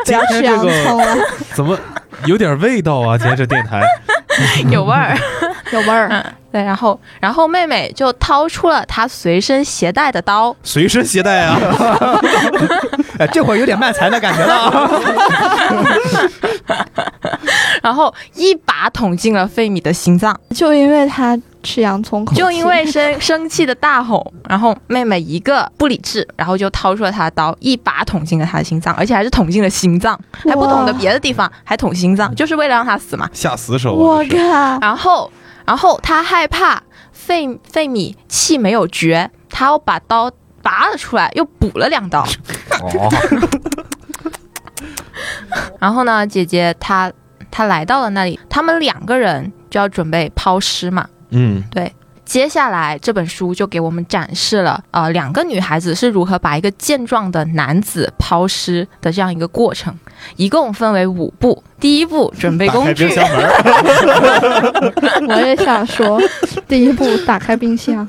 [SPEAKER 2] 不要
[SPEAKER 4] 今
[SPEAKER 2] 吃
[SPEAKER 4] 天
[SPEAKER 2] 洋
[SPEAKER 4] 这个
[SPEAKER 2] 葱
[SPEAKER 5] 啊
[SPEAKER 2] 了，
[SPEAKER 4] 怎么有点味道啊？今天这电台， *laughs*
[SPEAKER 1] 有味儿。 *laughs*
[SPEAKER 5] *laughs*
[SPEAKER 2] 有味儿。
[SPEAKER 1] 对，然后然后妹妹就掏出了她随身携带的刀，
[SPEAKER 4] 随身携带啊，
[SPEAKER 3] 哎，这会儿有点卖财的感觉了啊。
[SPEAKER 4] *laughs*
[SPEAKER 1] 然后一把捅进了费米的心脏。
[SPEAKER 5] 就因为他吃洋葱 *laughs* 口气，
[SPEAKER 1] 就因为生生气的大吼，然后妹妹一个不理智，然后就掏出了她的刀，一把捅进了她的心脏，而且还是捅进了心脏，还不捅的别的地方，还捅心脏，就是为了让她死嘛。
[SPEAKER 4] 下死手啊！
[SPEAKER 5] 我
[SPEAKER 4] 这是
[SPEAKER 5] 靠，
[SPEAKER 1] 然后，然后她害怕费费米气没有绝，她又把刀拔了出来，又补了两刀。
[SPEAKER 3] 哦，
[SPEAKER 1] 然后呢，姐姐她她来到了那里，他们两个人就要准备抛尸嘛。
[SPEAKER 4] 嗯，
[SPEAKER 1] 接下来这本书就给我们展示了，呃，两个女孩子是如何把一个健壮的男子抛尸的这样一个过程，一共分为五步。第一步，准备
[SPEAKER 4] 打
[SPEAKER 1] 工
[SPEAKER 4] 开冰
[SPEAKER 1] 具；
[SPEAKER 4] 箱门儿，
[SPEAKER 5] 我也想
[SPEAKER 1] *laughs*
[SPEAKER 5] 说，第一步打开冰箱，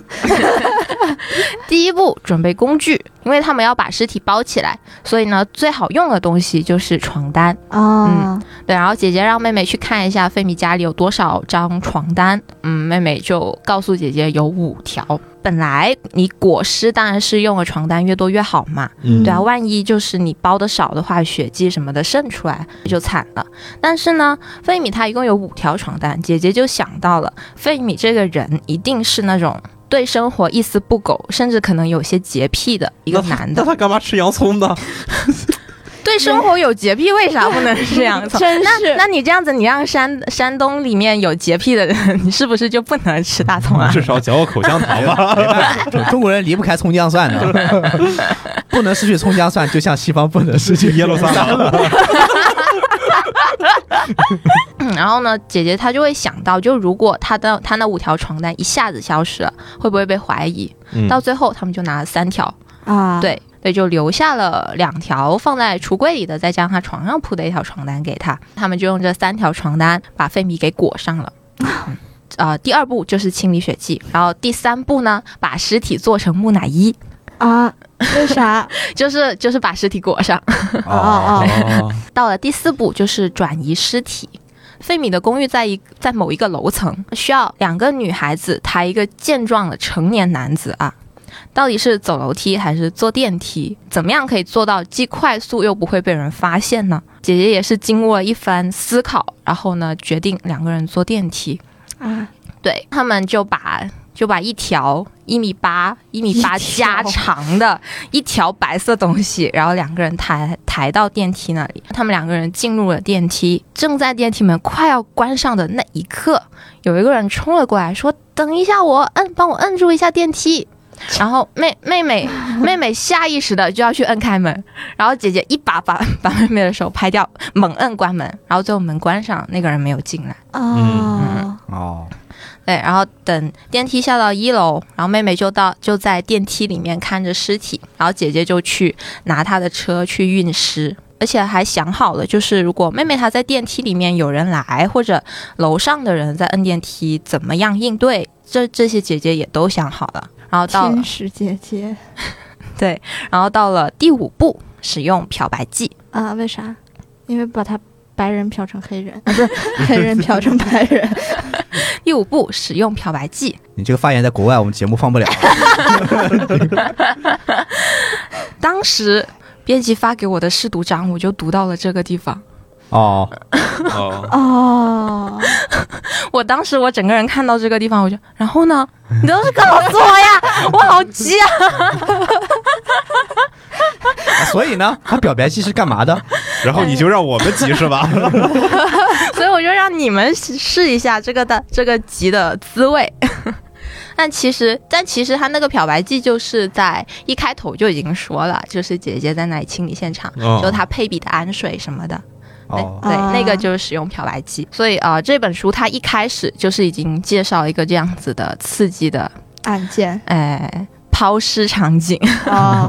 [SPEAKER 1] *laughs* 第一步，准备工具，因为他们要把尸体包起来，所以呢，最好用的东西就是床单。
[SPEAKER 5] 啊，
[SPEAKER 1] 对，然后姐姐让妹妹去看一下费米家里有多少张床单，嗯，妹妹就告诉姐姐有五条。本来你裹尸当然是用的床单越多越好嘛，
[SPEAKER 4] 嗯
[SPEAKER 1] 对啊，万一就是你包的少的话，血迹什么的渗出来就惨了。但是呢，费米他一共有五条床单，姐姐就想到了费米这个人一定是那种对生活一丝不苟，甚至可能有些洁癖的一个男
[SPEAKER 4] 那
[SPEAKER 1] 的。
[SPEAKER 4] 他干嘛吃洋葱呢？
[SPEAKER 1] 对生活有洁癖，为啥不能是洋葱？
[SPEAKER 2] 真
[SPEAKER 1] *laughs* 那
[SPEAKER 2] 是
[SPEAKER 1] 那你这样子，你让山山东里面有洁癖的人，你是不是就不能吃大葱啊？
[SPEAKER 4] 至少嚼个口香糖吧。 *laughs*
[SPEAKER 3] 中国人离不开葱姜蒜的， *laughs* 不
[SPEAKER 1] *laughs*
[SPEAKER 4] *laughs*
[SPEAKER 3] 能失去葱姜蒜，就像西方不能失去
[SPEAKER 4] 耶路撒冷，
[SPEAKER 1] *laughs* 然后呢，姐姐她就会想到，就如果她的她那五条床单一下子消失了，会不会被怀疑？
[SPEAKER 4] 嗯
[SPEAKER 1] 到最哦后，他们就拿了三条，
[SPEAKER 5] 啊，，
[SPEAKER 1] 嗯对对，就留下了两条放在橱柜里的，再加上她床上铺的一条床单给她。他们就用这三条床单把费米给裹上了。嗯呃，第二步就是清理血迹，然后第三步呢，把尸体做成木乃伊，
[SPEAKER 5] 啊，为啥？
[SPEAKER 1] 就是就是把尸体裹上。
[SPEAKER 5] 哦哦，
[SPEAKER 4] 哦，
[SPEAKER 1] 到了第四步就是转移尸体。费米的公寓在一在某一个楼层，需要两个女孩子抬一个健壮的成年男子啊。到底是走楼梯还是坐电梯？怎么样可以做到既快速又不会被人发现呢？姐姐也是经过一番思考，然后呢，决定两个人坐电梯。
[SPEAKER 5] 啊，
[SPEAKER 1] 对他们就把就把一条一米八一米八
[SPEAKER 5] 一条
[SPEAKER 1] 加长的一条白色东西，然后两个人抬抬到电梯那里。他们两个人进入了电梯，正在电梯门快要关上的那一刻，有一个人冲了过来，说：“等一下我，摁，帮我摁住一下电
[SPEAKER 5] *laughs*
[SPEAKER 1] 梯。”然后妹妹妹妹妹下意识的就要去摁开门，然后姐姐一把把把妹妹的手拍掉，猛摁关门，然后最后门关上，那个人没有进来。
[SPEAKER 5] 啊哦，
[SPEAKER 3] 哦，
[SPEAKER 1] 对，然后等电梯下到一楼，然后妹妹就到就在电梯里面看着尸体，然后姐姐就去拿她的车去运尸，而且还想好了，就是如果妹妹她在电梯里面有人来，或者楼上的人在摁电梯，怎么样应对，这这些姐姐也都想好了。然后到了
[SPEAKER 5] 天使姐姐
[SPEAKER 1] 对，然后到了第五步，使用漂白剂。
[SPEAKER 5] 啊，为啥？因为把他白人漂成黑人，啊，不是 *laughs* 黑人漂成白人，
[SPEAKER 1] *laughs* 第五步，使用漂白剂。
[SPEAKER 3] 你这个发言在国外我们节目放不了。
[SPEAKER 1] 当时编辑发给我的试读章，我就读到了这个地方。
[SPEAKER 3] 哦，
[SPEAKER 4] *laughs* 哦
[SPEAKER 5] 哦，
[SPEAKER 1] 我当时我整个人看到这个地方，我就，然后呢？你都是告诉我呀， *laughs* 我好急啊！
[SPEAKER 3] 所以呢，他表白剂是干嘛的？
[SPEAKER 4] 然后你就让我们急
[SPEAKER 1] *laughs*
[SPEAKER 4] 是吧？
[SPEAKER 1] 所以我就让你们试一下这个的这个急的滋味。 *laughs* 但其实，但其实他那个漂白剂就是在一开头就已经说了，就是姐姐在那里清理现场，
[SPEAKER 4] 哦
[SPEAKER 1] 就她配比的氨水什么的，
[SPEAKER 3] 哦，
[SPEAKER 1] 对，
[SPEAKER 5] 啊
[SPEAKER 1] 那个就是使用漂白剂。所以啊、呃这本书它一开始就是已经介绍一个这样子的刺激的，
[SPEAKER 5] 案件
[SPEAKER 1] 哎，抛尸场景。
[SPEAKER 5] 哦，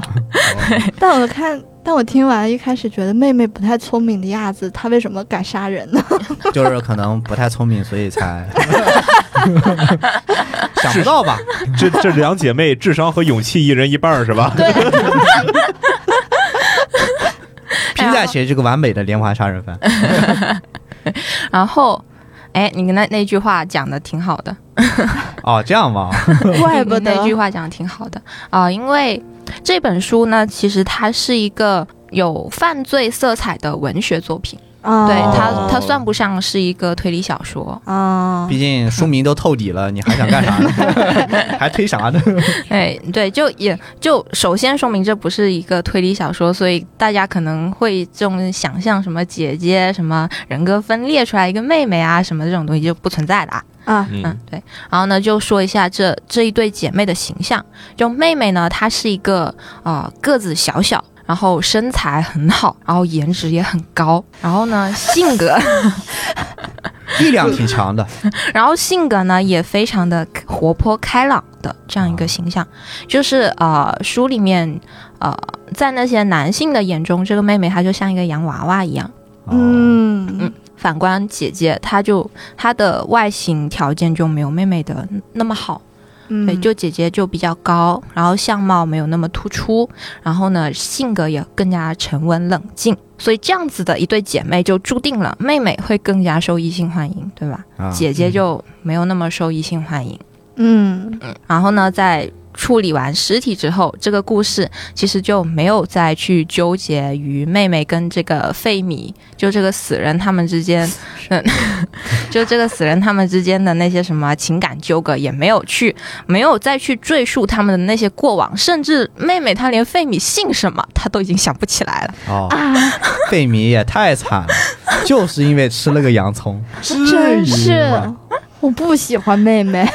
[SPEAKER 5] 但我看。但我听完一开始觉得妹妹不太聪明的样子，她为什么敢杀人
[SPEAKER 4] *laughs*
[SPEAKER 5] 呢？
[SPEAKER 4] 哎
[SPEAKER 3] 就是可能不太聪明，所以才想不到
[SPEAKER 4] 哎
[SPEAKER 3] 吧？
[SPEAKER 4] 这这两姐妹智商和勇气一人一半儿是吧？
[SPEAKER 1] 对，
[SPEAKER 3] 拼在谁这个完美的连环杀人犯？
[SPEAKER 1] 然后，哎，你那那句话讲的挺好的，
[SPEAKER 3] 哦，这样吗？
[SPEAKER 5] 怪不
[SPEAKER 1] 你
[SPEAKER 5] 得
[SPEAKER 1] 那句话讲的挺好的啊、因为这本书呢，其实它是一个有犯罪色彩的文学作品，
[SPEAKER 5] 啊，
[SPEAKER 1] 对
[SPEAKER 4] 哦
[SPEAKER 1] 它它算不上是一个推理小说，
[SPEAKER 5] 啊，
[SPEAKER 3] 毕竟书名都透底了，你还想干啥呢？还推啥呢？
[SPEAKER 1] 哎，对，就也就首先说明这不是一个推理小说，所以大家可能会这种想象什么姐姐什么人格分裂出来一个妹妹啊什么这种东西就不存在的啊。
[SPEAKER 4] 哦
[SPEAKER 5] 啊，
[SPEAKER 1] 嗯，对。然后呢，就说一下这这一对姐妹的形象。就妹妹呢，她是一个呃个子小小，然后身材很好，然后颜值也很高，然后呢性格， *laughs*
[SPEAKER 3] 力量挺强的，
[SPEAKER 1] 然后性格呢也非常的活泼开朗的这样一个形象。就是呃书里面呃在那些男性的眼中，这个妹妹她就像一个洋娃娃一样。
[SPEAKER 3] 哦，
[SPEAKER 5] 嗯
[SPEAKER 1] 嗯反观姐姐，她就她的外形条件就没有妹妹的那么好。
[SPEAKER 5] 嗯，
[SPEAKER 1] 对，就姐姐就比较高，然后相貌没有那么突出，然后呢，性格也更加沉稳冷静，所以这样子的一对姐妹就注定了妹妹会更加受异性欢迎，对吧？
[SPEAKER 3] 啊
[SPEAKER 1] 姐姐就没有那么受异性欢迎。
[SPEAKER 5] 嗯
[SPEAKER 4] 哦
[SPEAKER 1] 然后呢，在处理完尸体之后，这个故事其实就没有再去纠结于妹妹跟这个费米，就这个死人他们之间，嗯， *laughs* 就这个死人他们之间的那些什么情感纠葛，也没有去，没有再去赘述他们的那些过往，甚至妹妹她连费米姓什么，她都已经想不起来了。
[SPEAKER 3] 哦，
[SPEAKER 5] 啊，
[SPEAKER 3] 费米也太惨了，就是因为吃了个洋葱，
[SPEAKER 5] 真
[SPEAKER 3] 至于
[SPEAKER 5] 是
[SPEAKER 3] 吗，
[SPEAKER 5] 我不喜欢妹妹，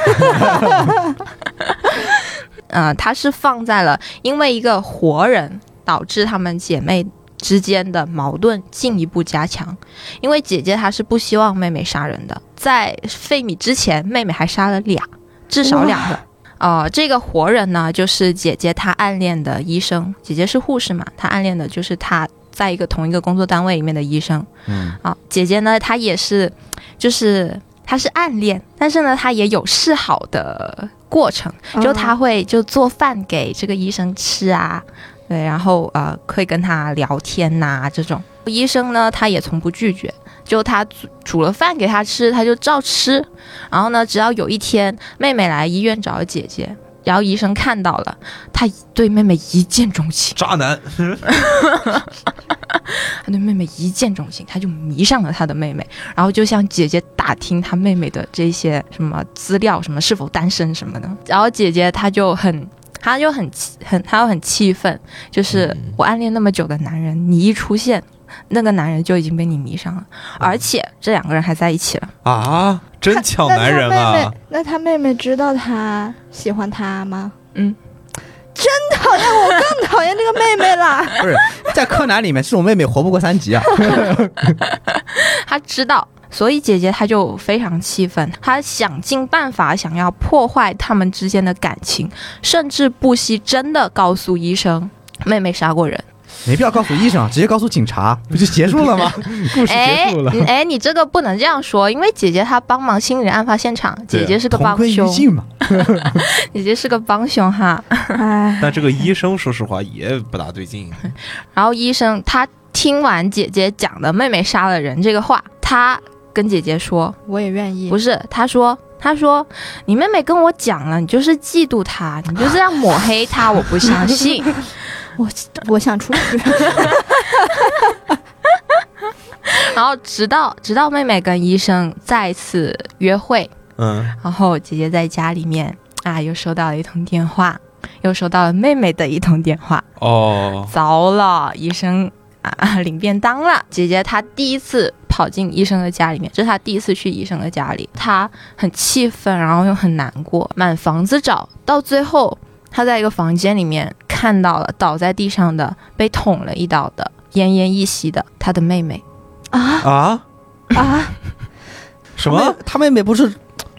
[SPEAKER 1] 呃，它是放在了因为一个活人导致她们姐妹之间的矛盾进一步加强，因为姐姐她是不希望妹妹杀人的，在费米之前，妹妹还杀了俩，至少两个。呃，这个活人呢，就是姐姐她暗恋的医生，姐姐是护士嘛，她暗恋的就是她在一个同一个工作单位里面的医生。
[SPEAKER 3] 嗯，
[SPEAKER 1] 啊，姐姐呢，她也是，就是她是暗恋，但是呢，她也有示好的过程， *laughs*
[SPEAKER 5] 嗯
[SPEAKER 1] 就她会就做饭给这个医生吃啊，对，然后呃，会跟他聊天呐、这种。医生呢，他也从不拒绝，就他煮煮了饭给他吃，他就照吃。然后呢，只要有一天妹妹来医院找姐姐。然后医生看到了，他对妹妹一见钟情，
[SPEAKER 4] 渣男，
[SPEAKER 1] 他对妹妹一见钟情，他就迷上了他的妹妹，然后就向姐姐打听他妹妹的这些什么资料，什么是否单身什么的。然后姐姐她就很，她就很气很，她就很气愤，就是
[SPEAKER 4] 嗯
[SPEAKER 1] 我暗恋那么久的男人，你一出现，那个男人就已经被你迷上了，而且这两个人还在一起了。
[SPEAKER 4] 啊， *laughs* 真抢
[SPEAKER 5] 那
[SPEAKER 4] 男人
[SPEAKER 5] 他妹
[SPEAKER 4] 啊
[SPEAKER 5] 妹！，那他妹妹知道他喜欢他吗？
[SPEAKER 1] 嗯，
[SPEAKER 5] 真讨厌，我更讨厌这个妹妹了。
[SPEAKER 4] *laughs*
[SPEAKER 3] 不是在柯南里面，这种妹妹活不过三集啊。 *laughs*
[SPEAKER 1] 她知道，所以姐姐她就非常气愤，她想尽办法想要破坏他们之间的感情，甚至不惜真的告诉医生妹妹杀过人。
[SPEAKER 3] 没必要告诉医生啊，直接告诉警察，不就结束了吗？
[SPEAKER 4] 故事结
[SPEAKER 1] 哎
[SPEAKER 4] 束了，
[SPEAKER 1] 嗯哎，你这个不能这样说，因为姐姐她帮忙清理案发现场，
[SPEAKER 4] 对
[SPEAKER 1] 姐
[SPEAKER 4] 啊
[SPEAKER 1] 姐是个
[SPEAKER 3] 同
[SPEAKER 1] 帮
[SPEAKER 3] 归于
[SPEAKER 1] 凶，
[SPEAKER 3] 尽嘛。
[SPEAKER 1] *laughs* 姐姐是个帮凶哈。
[SPEAKER 2] 哎，
[SPEAKER 4] 但这个医生说实话也不大对劲，
[SPEAKER 1] 然后医生他听完姐姐讲的妹妹杀了人这个话，他跟姐姐说，
[SPEAKER 5] 我也愿意
[SPEAKER 4] 嗯
[SPEAKER 1] 不。是，他说。他说：“你妹妹跟我讲了，你就是嫉妒她，你就这样抹黑
[SPEAKER 4] *laughs*
[SPEAKER 1] 她，我不相信。
[SPEAKER 5] 我我想出去。 *laughs*
[SPEAKER 1] 然后直到直到妹妹跟医生再次约会，
[SPEAKER 4] 嗯，
[SPEAKER 1] 然后姐姐在家里面啊，又收到了一通电话，又收到了妹妹的一通电话，
[SPEAKER 4] 哦，
[SPEAKER 1] 糟了，医生啊领便当了。姐姐她第一次跑进医生的家里面，这是她第一次去医生的家里，她很气愤，然后又很难过，满房子找，到最后她在一个房间里面看到了倒在地上的被捅了一刀的奄奄一息的她的妹妹。
[SPEAKER 5] 啊
[SPEAKER 4] 啊，
[SPEAKER 5] 啊！
[SPEAKER 3] 他
[SPEAKER 4] 什么
[SPEAKER 3] 妹？他妹妹不是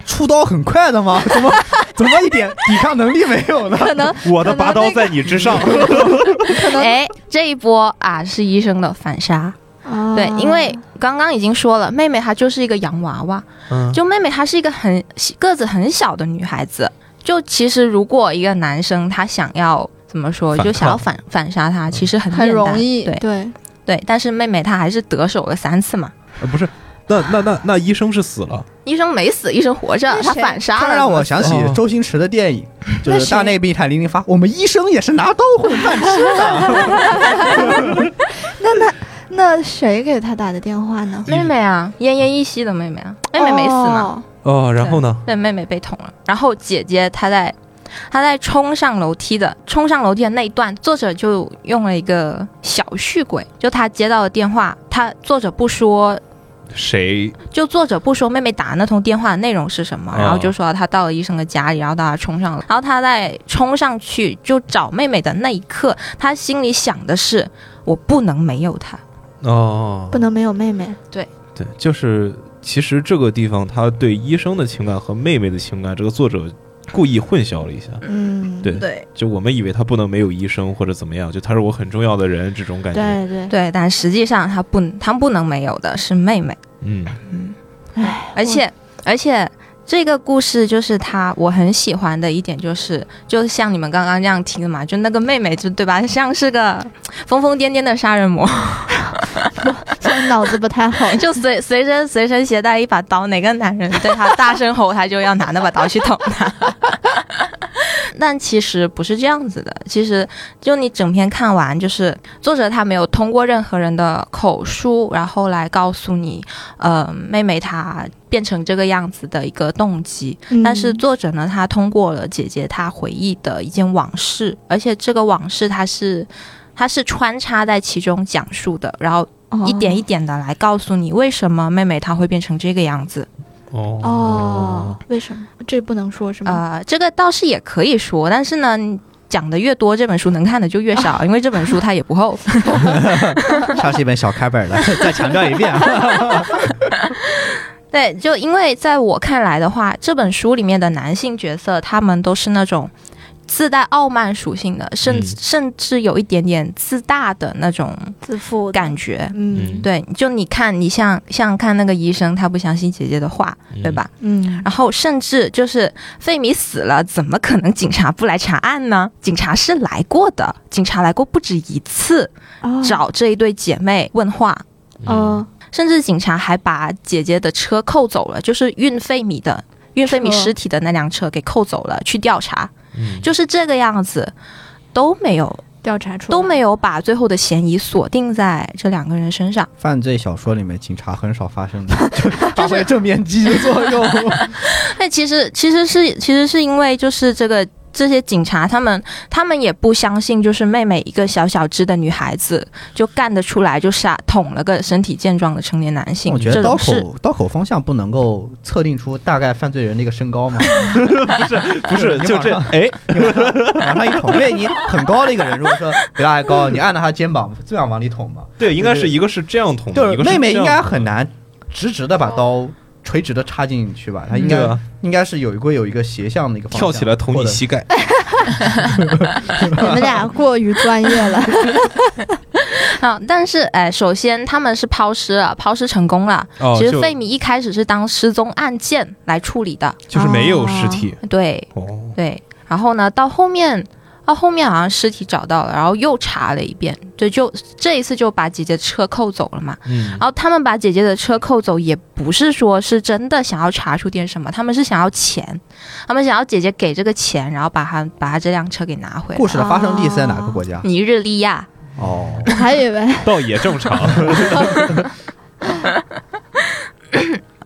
[SPEAKER 3] 出刀很快的吗？怎么怎么一点抵抗能力没有呢？
[SPEAKER 5] 可能
[SPEAKER 4] 我的拔刀在你之上，
[SPEAKER 5] 可能
[SPEAKER 1] 哎，这一波啊是医生的反杀，
[SPEAKER 5] 啊
[SPEAKER 1] 对，因为刚刚已经说了，妹妹她就是一个洋娃娃，
[SPEAKER 4] 嗯，
[SPEAKER 1] 就妹妹她是一个很个子很小的女孩子，就其实如果一个男生他想要怎么说，
[SPEAKER 4] 反抗嗯
[SPEAKER 1] 就想要反反杀她，其实很
[SPEAKER 2] 很
[SPEAKER 1] 简单
[SPEAKER 2] 容易
[SPEAKER 1] 对
[SPEAKER 5] 对
[SPEAKER 1] 对。但是妹妹她还是得手了三次嘛，
[SPEAKER 4] 呃不是，那那那那医生是死了，
[SPEAKER 1] 医生没死，医生活着，
[SPEAKER 5] 那
[SPEAKER 1] 她
[SPEAKER 5] 谁
[SPEAKER 1] 反杀
[SPEAKER 3] 突
[SPEAKER 1] 了。
[SPEAKER 3] 然让我想起
[SPEAKER 4] 哦
[SPEAKER 3] 周星驰的电影，就
[SPEAKER 5] 那
[SPEAKER 3] 是《
[SPEAKER 5] 谁
[SPEAKER 3] 大内密探零零发》，我们医生也是拿刀混饭吃的。
[SPEAKER 5] 那那那谁给他打的电话呢？
[SPEAKER 1] 妹妹啊，奄奄一息的妹妹啊，妹妹没死嘛，
[SPEAKER 5] 哦？
[SPEAKER 4] 哦，然后呢？
[SPEAKER 1] 对，妹妹被捅了。然后姐姐她在她在冲上楼梯的冲上楼梯的那一段，作者就用了一个小续鬼，就她接到的电话，她作者不说
[SPEAKER 4] 谁？
[SPEAKER 1] 就作者不说妹妹打那通电话的内容是什么，
[SPEAKER 4] 哦
[SPEAKER 1] 然后就说她到了医生的家里，然后大家冲上了，然后她在冲上去就找妹妹的那一刻，她心里想的是我不能没有她。
[SPEAKER 4] 哦，
[SPEAKER 5] 不能没有妹妹。
[SPEAKER 4] 对，就是其实这个地方他对医生的情感和妹妹的情感，这个作者故意混淆了一下。
[SPEAKER 5] 嗯，
[SPEAKER 4] 对
[SPEAKER 1] 对
[SPEAKER 4] 就我们以为他不能没有医生或者怎么样，就他是我很重要的人这种感觉。
[SPEAKER 5] 对对，
[SPEAKER 1] 对，但实际上她不她不能没有的是妹妹，
[SPEAKER 4] 嗯，
[SPEAKER 5] 唉，
[SPEAKER 1] 而且而且。这个故事就是她，我很喜欢的一点就是，就是像你们刚刚这样听的嘛，就那个妹妹就对吧，像是个疯疯癫癫的杀人魔，。
[SPEAKER 5] 我现在脑子不太好
[SPEAKER 1] *laughs* 就随随身随身携带一把刀，哪个男人对他大声吼，他就要拿那把刀去捅他。但其实不是这样子的，其实就你整篇看完，就是作者他没有通过任何人的口述，然后来告诉你，呃，妹妹她变成这个样子的一个动机。
[SPEAKER 5] 嗯
[SPEAKER 1] 但是作者呢，他通过了姐姐她回忆的一件往事，而且这个往事他是他是穿插在其中讲述的，然后
[SPEAKER 5] 哦
[SPEAKER 1] 一点一点的来告诉你为什么妹妹她会变成这个样子。
[SPEAKER 4] 哦
[SPEAKER 5] 哦哦，为什么这不能说是吗？
[SPEAKER 1] 呃呃，这个倒是也可以说，但是呢，讲的越多，这本书能看的就越少，因为这本书它也不厚。
[SPEAKER 3] 像是一本小开本了，再强调一遍啊，
[SPEAKER 1] 对，就因为在我看来的话，这本书里面的男性角色，他们都是那种自带傲慢属性的，甚、
[SPEAKER 4] 嗯
[SPEAKER 1] 甚至有一点点自大的那种
[SPEAKER 5] 自负
[SPEAKER 1] 感觉。
[SPEAKER 5] 嗯
[SPEAKER 1] 对，就你看，你像像看那个医生，他不相信姐姐的话，对吧？
[SPEAKER 5] 嗯，
[SPEAKER 1] 然后甚至就是费米死了，怎么可能警察不来查案呢？警察是来过的，警察来过不止一次，
[SPEAKER 5] 哦
[SPEAKER 1] 找这一对姐妹问话，
[SPEAKER 4] 嗯
[SPEAKER 5] 哦
[SPEAKER 1] 甚至警察还把姐姐的车扣走了，就是运费米的运费米
[SPEAKER 5] 车
[SPEAKER 1] 尸体的那辆车给扣走了去调查，
[SPEAKER 4] 嗯
[SPEAKER 1] 就是这个样子。都没有
[SPEAKER 5] 调查出来
[SPEAKER 1] 都没有把最后的嫌疑锁定在这两个人身上，
[SPEAKER 3] 犯罪小说里面警察很少发生的，就发挥正面积极作用。
[SPEAKER 1] 那其实其实是其实是因为就是这个这些警察他们他们也不相信，就是妹妹一个小小只的女孩子就干得出来，就杀捅了个身体健壮的成年男性，
[SPEAKER 3] 我觉得
[SPEAKER 1] 这
[SPEAKER 3] 刀
[SPEAKER 1] 种事
[SPEAKER 3] 口刀口方向不能够测定出大概犯罪人的一个身高吗？
[SPEAKER 4] 不是
[SPEAKER 3] 你
[SPEAKER 4] 就
[SPEAKER 3] 往
[SPEAKER 4] 这
[SPEAKER 3] 上
[SPEAKER 4] 哎，
[SPEAKER 3] 往上一捅，因为你很高的一个人，如果说比他还高，你按到他肩膀这样往里捅嘛，
[SPEAKER 4] 对，应该
[SPEAKER 3] 就是
[SPEAKER 4] 是一个是这样捅
[SPEAKER 3] 就
[SPEAKER 4] 的，一
[SPEAKER 3] 是
[SPEAKER 4] 个
[SPEAKER 3] 妹妹
[SPEAKER 4] 这
[SPEAKER 3] 应
[SPEAKER 4] 样
[SPEAKER 3] 该
[SPEAKER 4] 捅
[SPEAKER 3] 很难直直的把刀垂直的插进去吧？她应
[SPEAKER 4] 对
[SPEAKER 3] 该
[SPEAKER 4] 啊
[SPEAKER 3] 应该是有一个有一个斜向的一个方向，
[SPEAKER 4] 跳起来捅
[SPEAKER 3] 或
[SPEAKER 4] 你
[SPEAKER 3] 者
[SPEAKER 4] 膝盖，
[SPEAKER 5] 你们俩过于专
[SPEAKER 1] *laughs*
[SPEAKER 5] 业了，
[SPEAKER 1] 啊，但是哎，首先他们是抛尸了，抛尸成功了。
[SPEAKER 4] 哦
[SPEAKER 1] 其实
[SPEAKER 4] 就
[SPEAKER 1] 费米一开始是当失踪案件来处理的，
[SPEAKER 4] 就是没有尸体
[SPEAKER 1] 对
[SPEAKER 4] 哦，
[SPEAKER 1] 对。然后呢，到后面到后面好像尸体找到了，然后又查了一遍，对，就这一次就把姐姐车扣走了嘛。
[SPEAKER 4] 嗯
[SPEAKER 1] 然后他们把姐姐的车扣走，也不是说是真的想要查出点什么，他们是想要钱，他们想要姐姐给这个钱，然后把她把她这辆车给拿回来。
[SPEAKER 3] 故事的发生地是在哪个国家？
[SPEAKER 1] 尼日利亚，
[SPEAKER 3] 哦，
[SPEAKER 5] 我还以为
[SPEAKER 4] 倒也正常，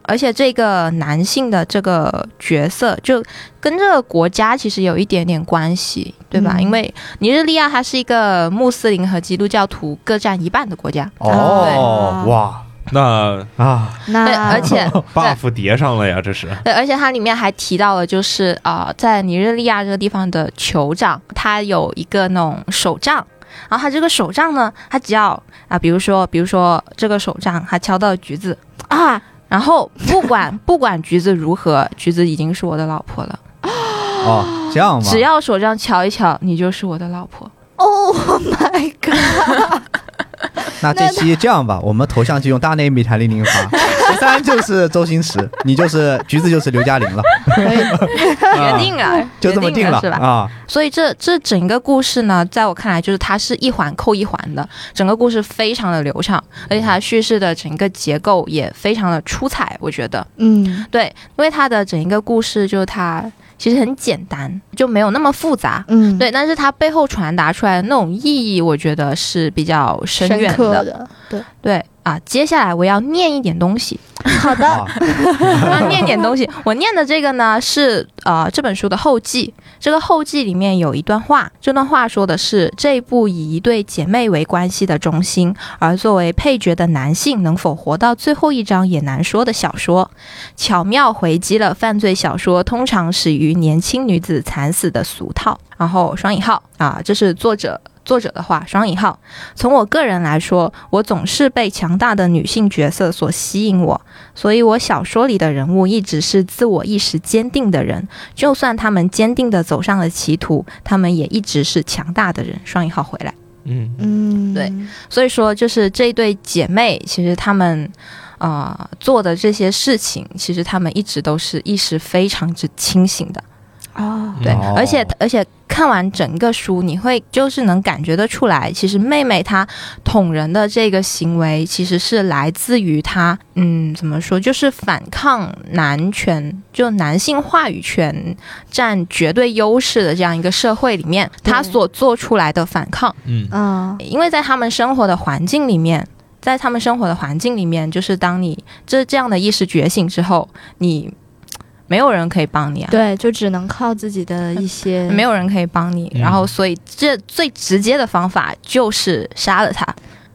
[SPEAKER 1] 而且这个男性的这个角色，就跟这个国家其实有一点点关系，对吧？
[SPEAKER 5] 嗯
[SPEAKER 1] 因为尼日利亚它是一个穆斯林和基督教徒各占一半的国家，
[SPEAKER 4] 哦
[SPEAKER 3] 哦，哇
[SPEAKER 4] 那
[SPEAKER 3] 啊，
[SPEAKER 1] 对，
[SPEAKER 5] 那
[SPEAKER 1] 而且
[SPEAKER 4] buff 叠上了呀，这是
[SPEAKER 1] 对，而且它里面还提到了，就是呃，在尼日利亚这个地方的酋长，他有一个那种手杖，然后他这个手杖呢，他只要啊、比如说，比如说这个手杖，他敲到了橘子，
[SPEAKER 5] 啊，
[SPEAKER 1] 然后不管 *laughs* 不管橘子如何，橘子已经是我的老婆了，
[SPEAKER 3] 哦，这样吗？
[SPEAKER 1] 只要手杖敲一敲，你就是我的老婆。
[SPEAKER 5] Oh
[SPEAKER 1] *laughs*
[SPEAKER 5] my god！
[SPEAKER 3] 那这期这样吧，我们头像就用大内密谈零零发，十三就是周
[SPEAKER 1] *laughs*
[SPEAKER 3] 星驰，你就是橘子就是刘嘉玲了，啊
[SPEAKER 1] 决定了，
[SPEAKER 3] 哦就这么
[SPEAKER 1] 决定
[SPEAKER 3] 了
[SPEAKER 1] 是吧？
[SPEAKER 3] 啊。
[SPEAKER 1] 所以这这整个故事呢，在我看来，就是它是一环扣一环的，整个故事非常的流畅，而且它叙事的整个结构也非常的出彩，我觉得。
[SPEAKER 5] 嗯
[SPEAKER 1] 对，因为它的整一个故事就是它其实很简单，就没有那么复杂。
[SPEAKER 5] 嗯，
[SPEAKER 1] 对，但是它背后传达出来的那种意义，我觉得是比较深
[SPEAKER 5] 深
[SPEAKER 1] 远
[SPEAKER 5] 刻
[SPEAKER 1] 的。
[SPEAKER 5] 的，
[SPEAKER 1] 对啊，接下来我要念一点东西，
[SPEAKER 5] 好的，
[SPEAKER 3] 啊
[SPEAKER 1] 我要念点东西。我念的这个呢是呃这本书的后记，这个后记里面有一段话，这段话说的是这部以一对姐妹为关系的中心，而作为配角的男性能否活到最后一章也难说的小说，巧妙回击了犯罪小说通常始于年轻女子惨死的俗套。然后双引号啊，这是作者。作者的话，双引号。从我个人来说，我总是被强大的女性角色所吸引我，所以我小说里的人物一直是自我意识坚定的人，就算他们坚定的走上了歧途，他们也一直是强大的人。双引号回来，
[SPEAKER 4] 嗯
[SPEAKER 5] 嗯，
[SPEAKER 1] 对，所以说就是这一对姐妹，其实她们。啊、做的这些事情，其实她们一直都是意识非常之清醒的，
[SPEAKER 5] 啊，
[SPEAKER 1] 嗯对，
[SPEAKER 3] 哦
[SPEAKER 1] 而且而且看完整个书，你会就是能感觉得出来，其实妹妹她捅人的这个行为，其实是来自于她，嗯，怎么说，就是反抗男权，就男性话语权占绝对优势的这样一个社会里面，
[SPEAKER 5] 对
[SPEAKER 1] 她所做出来的反抗，
[SPEAKER 4] 嗯
[SPEAKER 5] 嗯
[SPEAKER 1] 因为在他们生活的环境里面。在他们生活的环境里面，就是当你这这样的意识觉醒之后，你没有人可以帮你啊，
[SPEAKER 5] 对，就只能靠自己的一些
[SPEAKER 1] 没有人可以帮你，
[SPEAKER 4] 嗯
[SPEAKER 1] 然后所以这最直接的方法就是杀了他。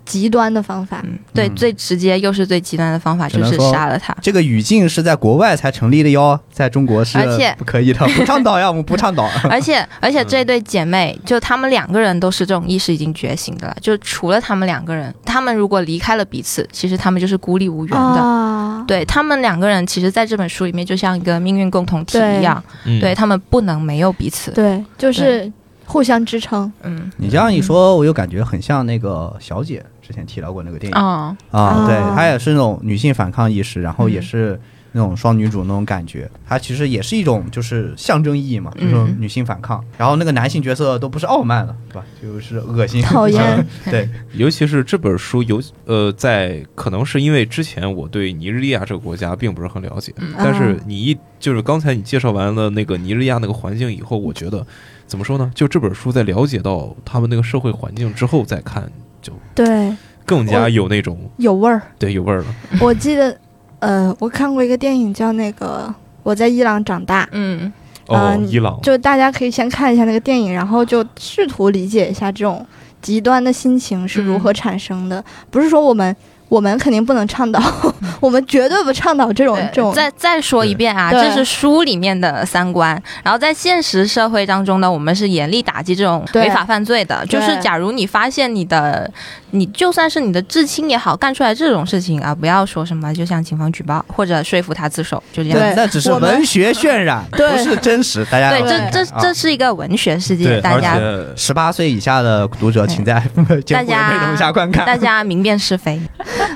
[SPEAKER 5] 极端的方法。
[SPEAKER 1] 嗯，对，
[SPEAKER 3] 嗯
[SPEAKER 1] 最直接又是最极端的方法
[SPEAKER 3] 只
[SPEAKER 1] 就
[SPEAKER 3] 能
[SPEAKER 1] 是
[SPEAKER 3] 说
[SPEAKER 1] 杀了他。
[SPEAKER 3] 这个语境是在国外才成立的哟，在中国是
[SPEAKER 1] 而且
[SPEAKER 3] 不可以的，不倡导呀，我们不倡导。
[SPEAKER 1] *laughs* 而且而且这对姐妹，就她们两个人都是这种意识已经觉醒的了。就除了她们两个人，她们如果离开了彼此，其实她们就是孤立无援
[SPEAKER 4] 嗯
[SPEAKER 1] 的。
[SPEAKER 5] 啊，
[SPEAKER 1] 对她们两个人，其实在这本书里面就像一个命运共同体
[SPEAKER 5] 对
[SPEAKER 1] 一样，
[SPEAKER 4] 嗯
[SPEAKER 1] 对她们不能没有彼此。
[SPEAKER 5] 对，就是互相支撑。
[SPEAKER 1] 嗯，
[SPEAKER 3] 你这样一说，我又感觉很像那个小姐之前提到过那个电影
[SPEAKER 1] 哦，
[SPEAKER 3] 啊，对
[SPEAKER 5] 啊，
[SPEAKER 3] 她也是那种女性反抗意识，然后也
[SPEAKER 1] 嗯
[SPEAKER 3] 是那种双女主那种感觉，她其实也是一种就是象征意义嘛，就是说
[SPEAKER 1] 嗯
[SPEAKER 3] 女性反抗，然后那个男性角色都不是傲慢了，对吧？就是恶心，嗯
[SPEAKER 1] *laughs*
[SPEAKER 5] 讨
[SPEAKER 3] *laughs*
[SPEAKER 5] 厌
[SPEAKER 3] 对，
[SPEAKER 4] 尤其是这本书尤呃，在可能是因为之前我对尼日利亚这个国家并不是很了解，
[SPEAKER 1] 嗯
[SPEAKER 4] 但是你一就是刚才你介绍完了那个尼日利亚那个环境以后，我觉得怎么说呢？就这本书在了解到他们那个社会环境之后再看，
[SPEAKER 5] 对，
[SPEAKER 4] 更加
[SPEAKER 5] 我
[SPEAKER 4] 有那种
[SPEAKER 5] 有味儿。
[SPEAKER 4] 对有味儿了。
[SPEAKER 5] 我记得，呃，我看过一个电影叫那个《我在伊朗长大》。
[SPEAKER 1] 嗯，
[SPEAKER 4] 哦，
[SPEAKER 5] 嗯
[SPEAKER 4] 伊朗，
[SPEAKER 5] 就大家可以先看一下那个电影，然后就试图理解一下这种极端的心情是如
[SPEAKER 4] 嗯
[SPEAKER 5] 何产生的。不是说我们我们肯定不能倡 *laughs* 导，我们绝对不倡导这种这
[SPEAKER 1] 对
[SPEAKER 5] 种。
[SPEAKER 1] 再再说一遍啊，
[SPEAKER 5] 对
[SPEAKER 1] 这是书里面的三观。然后在现实社会当中呢，我们是严厉打击这种
[SPEAKER 5] 对
[SPEAKER 1] 违法犯罪的。就是假如你发现你的，你就算是你的至亲也好，干出来这种事情啊，不要说什么就向警方举报或者说服他自首，就这样
[SPEAKER 5] 对
[SPEAKER 1] 子。
[SPEAKER 3] 那只是
[SPEAKER 5] 我们
[SPEAKER 3] 文学渲染，
[SPEAKER 5] 对
[SPEAKER 3] 不是真实。大
[SPEAKER 1] *laughs*
[SPEAKER 3] 家
[SPEAKER 1] 对，
[SPEAKER 3] 要啊
[SPEAKER 1] 这这这是一个文学世界，大家
[SPEAKER 4] 而且
[SPEAKER 3] 十八岁以下的读者，请在 *laughs* 监护人
[SPEAKER 1] 家
[SPEAKER 3] 内容下观看。
[SPEAKER 1] 大家明辨是非。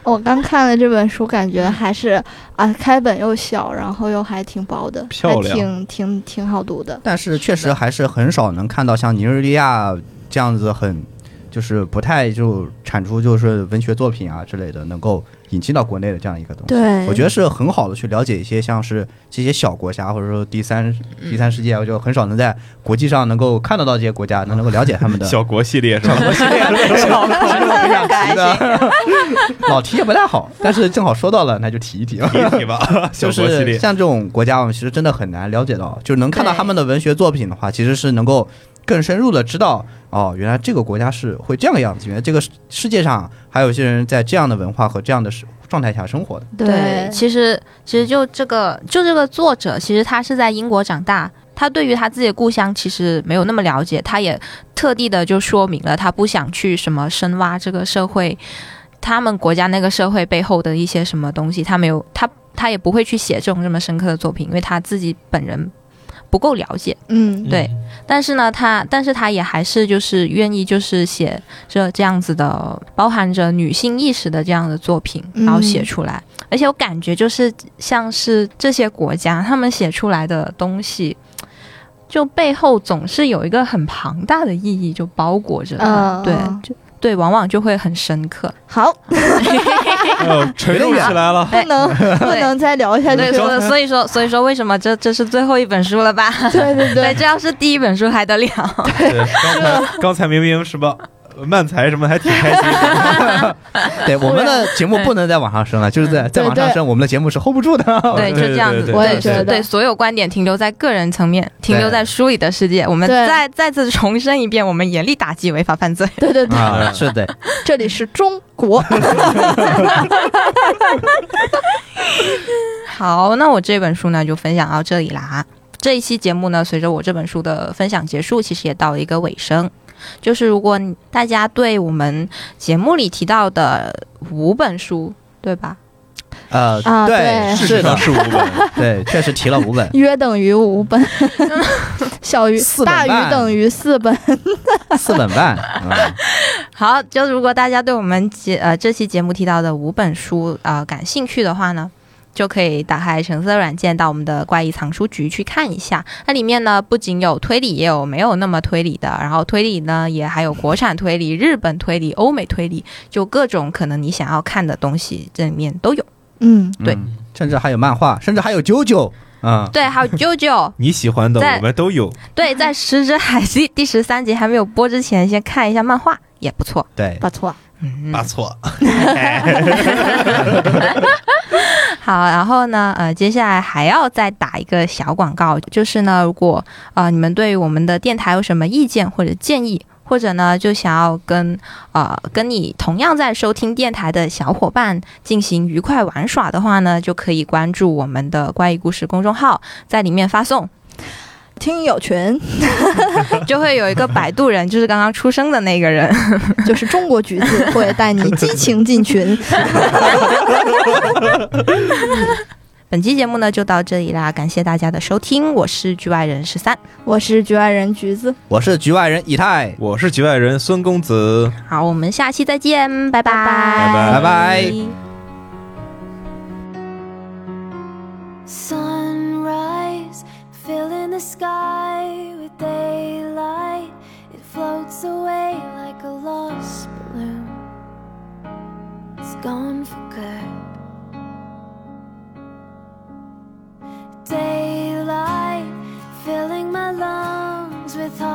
[SPEAKER 5] 我刚看了这本书，感
[SPEAKER 2] 嗯
[SPEAKER 5] 觉还是啊，开本又小，然后又还挺薄的，
[SPEAKER 4] 漂亮
[SPEAKER 5] 还挺挺挺好读的。
[SPEAKER 3] 但是确实还是很少能看到像尼日利亚这样子很，就是不太就产出就是文学作品啊之类的，能够引进到国内的这样一个东西。
[SPEAKER 5] 对，
[SPEAKER 3] 我觉得是很好的去了解一些像是这些小国家，或者说第三第三世界，我就很少能在国际上能够看得到这些国家，能能够了解他们 *laughs* 的。
[SPEAKER 4] 小国系列是吧？
[SPEAKER 3] 小国非常提的， *laughs* 老提也不太好，但是正好说到了，那就提一提吧。
[SPEAKER 4] 提一 *laughs* 提吧，小
[SPEAKER 3] 就
[SPEAKER 4] 国系
[SPEAKER 3] 是
[SPEAKER 4] 列。
[SPEAKER 3] 像这种国家，我们其实真的很难了解到，就是能看到他们的文学作品的话，其实是能够更深入的知道，哦，原来这个国家是会这样的样子，原来这个世世界上还有一些人在这样的文化和这样的时状态下生活
[SPEAKER 5] *laughs*
[SPEAKER 3] 的。
[SPEAKER 5] 对，
[SPEAKER 1] 其实其实就这个就这个作者，其实他是在英国长大，他对于他自己的故乡其实没有那么了解，他也特地的就说明了他不想去什么深挖这个社会，他们国家那个社会背后的一些什么东西，他没有他他也不会去写这种这么深刻的作品，因为他自己本人不够了解。
[SPEAKER 5] 嗯，
[SPEAKER 1] 对但是呢，他但是他也还是就是愿意就是写这这样子的包含着女性意识的这样的作品，
[SPEAKER 5] 嗯
[SPEAKER 1] 然后写出来。而且我感觉就是像是这些国家他们写出来的东西，就背后总是有一个很庞大的意义就包裹着它，
[SPEAKER 5] 嗯
[SPEAKER 1] 对，就对，往往就会很深刻。
[SPEAKER 5] *laughs* 好，
[SPEAKER 4] 哎呦，沉重起来了。
[SPEAKER 2] 哎 *laughs*
[SPEAKER 5] 不能不能再聊下去
[SPEAKER 1] 对，所
[SPEAKER 5] 了。
[SPEAKER 1] 以所以说所以说为什么这这是最后一本书了吧？
[SPEAKER 5] 对对
[SPEAKER 1] *laughs* 对，
[SPEAKER 5] 对，
[SPEAKER 1] 这要是第一本书还得了？
[SPEAKER 4] *laughs* 对，刚 *laughs* 才刚才明明是吧？漫才什么还挺开心的，
[SPEAKER 3] 对，我们的节目不能再往上升了，就是在再往上升，我们的节目是 hold 不住的。
[SPEAKER 1] 对，就这样子。
[SPEAKER 4] 对
[SPEAKER 5] 我也
[SPEAKER 1] 对
[SPEAKER 5] 觉得
[SPEAKER 1] 对所有观点停留在个人层面，停留在书里的世界。我们
[SPEAKER 5] 对
[SPEAKER 1] 再再次重申一遍，我们严厉打击违法犯罪。
[SPEAKER 5] 对对对，
[SPEAKER 3] *laughs* 啊，是的，
[SPEAKER 5] 这里是中
[SPEAKER 3] *laughs*
[SPEAKER 5] 国。
[SPEAKER 1] 好，那我这本书呢就分享到这里啦。这一期节目呢，随着我这本书的分享结束，其实也到了一个尾声。就是如果你大家对我们节目里提到的五本书，对吧？
[SPEAKER 3] 呃
[SPEAKER 5] 啊，对，
[SPEAKER 3] 对，
[SPEAKER 4] 事
[SPEAKER 3] 是
[SPEAKER 4] 实上
[SPEAKER 3] 的，
[SPEAKER 4] 是五本。 *laughs*
[SPEAKER 3] 对，确实提了五本
[SPEAKER 5] *laughs* 约等于
[SPEAKER 2] *laughs*
[SPEAKER 5] 五本，小于
[SPEAKER 3] 四本
[SPEAKER 5] 大
[SPEAKER 3] 半
[SPEAKER 5] 于等于四本。
[SPEAKER 3] 四本半。嗯
[SPEAKER 1] 好，就如果大家对我们节呃这期节目提到的五本书呃感兴趣的话呢，就可以打开橙色软件到我们的怪异藏书局去看一下。那里面呢不仅有推理，也有没有那么推理的，然后推理呢也还有国产推理、日本推理、欧美推理，就各种可能你想要看的东西这里面都有。
[SPEAKER 5] 嗯，
[SPEAKER 1] 对
[SPEAKER 3] 嗯甚至还有漫画，甚至还有九九。嗯，
[SPEAKER 1] 对，还有啾啾，
[SPEAKER 4] 你喜欢的
[SPEAKER 1] 在
[SPEAKER 4] 我们都有，
[SPEAKER 1] 对，在《十之海记》第十三集还没有播之前，先看一下漫画也不错。
[SPEAKER 3] 对，
[SPEAKER 5] 不错。
[SPEAKER 1] 嗯，
[SPEAKER 4] 不错。
[SPEAKER 1] *laughs* 好，然后呢，呃，接下来还要再打一个小广告，就是呢，如果呃你们对于我们的电台有什么意见或者建议，或者呢就想要跟呃跟你同样在收听电台的小伙伴进行愉快玩耍的话呢，就可以关注我们的怪异故事公众号，在里面发送， *laughs*
[SPEAKER 2] 听友群
[SPEAKER 1] 就会有一个摆渡人，就是刚刚出生的那个人。
[SPEAKER 2] 就是中国橘子会带你激情进
[SPEAKER 5] *laughs*
[SPEAKER 2] 群。
[SPEAKER 1] 本期节目呢就到这里啦，感谢大家的收听，我是局外人十三，
[SPEAKER 2] 我是局外人橘子，
[SPEAKER 3] 我是局外人以太，
[SPEAKER 4] 我是局外人孙公子。
[SPEAKER 1] 好，我们下期再见，拜拜，
[SPEAKER 4] 拜
[SPEAKER 3] 拜拜。
[SPEAKER 7] Sunrise, filling the sky with daylight. It floats away like a lost balloon. It's gone for good. Daylight, filling my lungs with heart.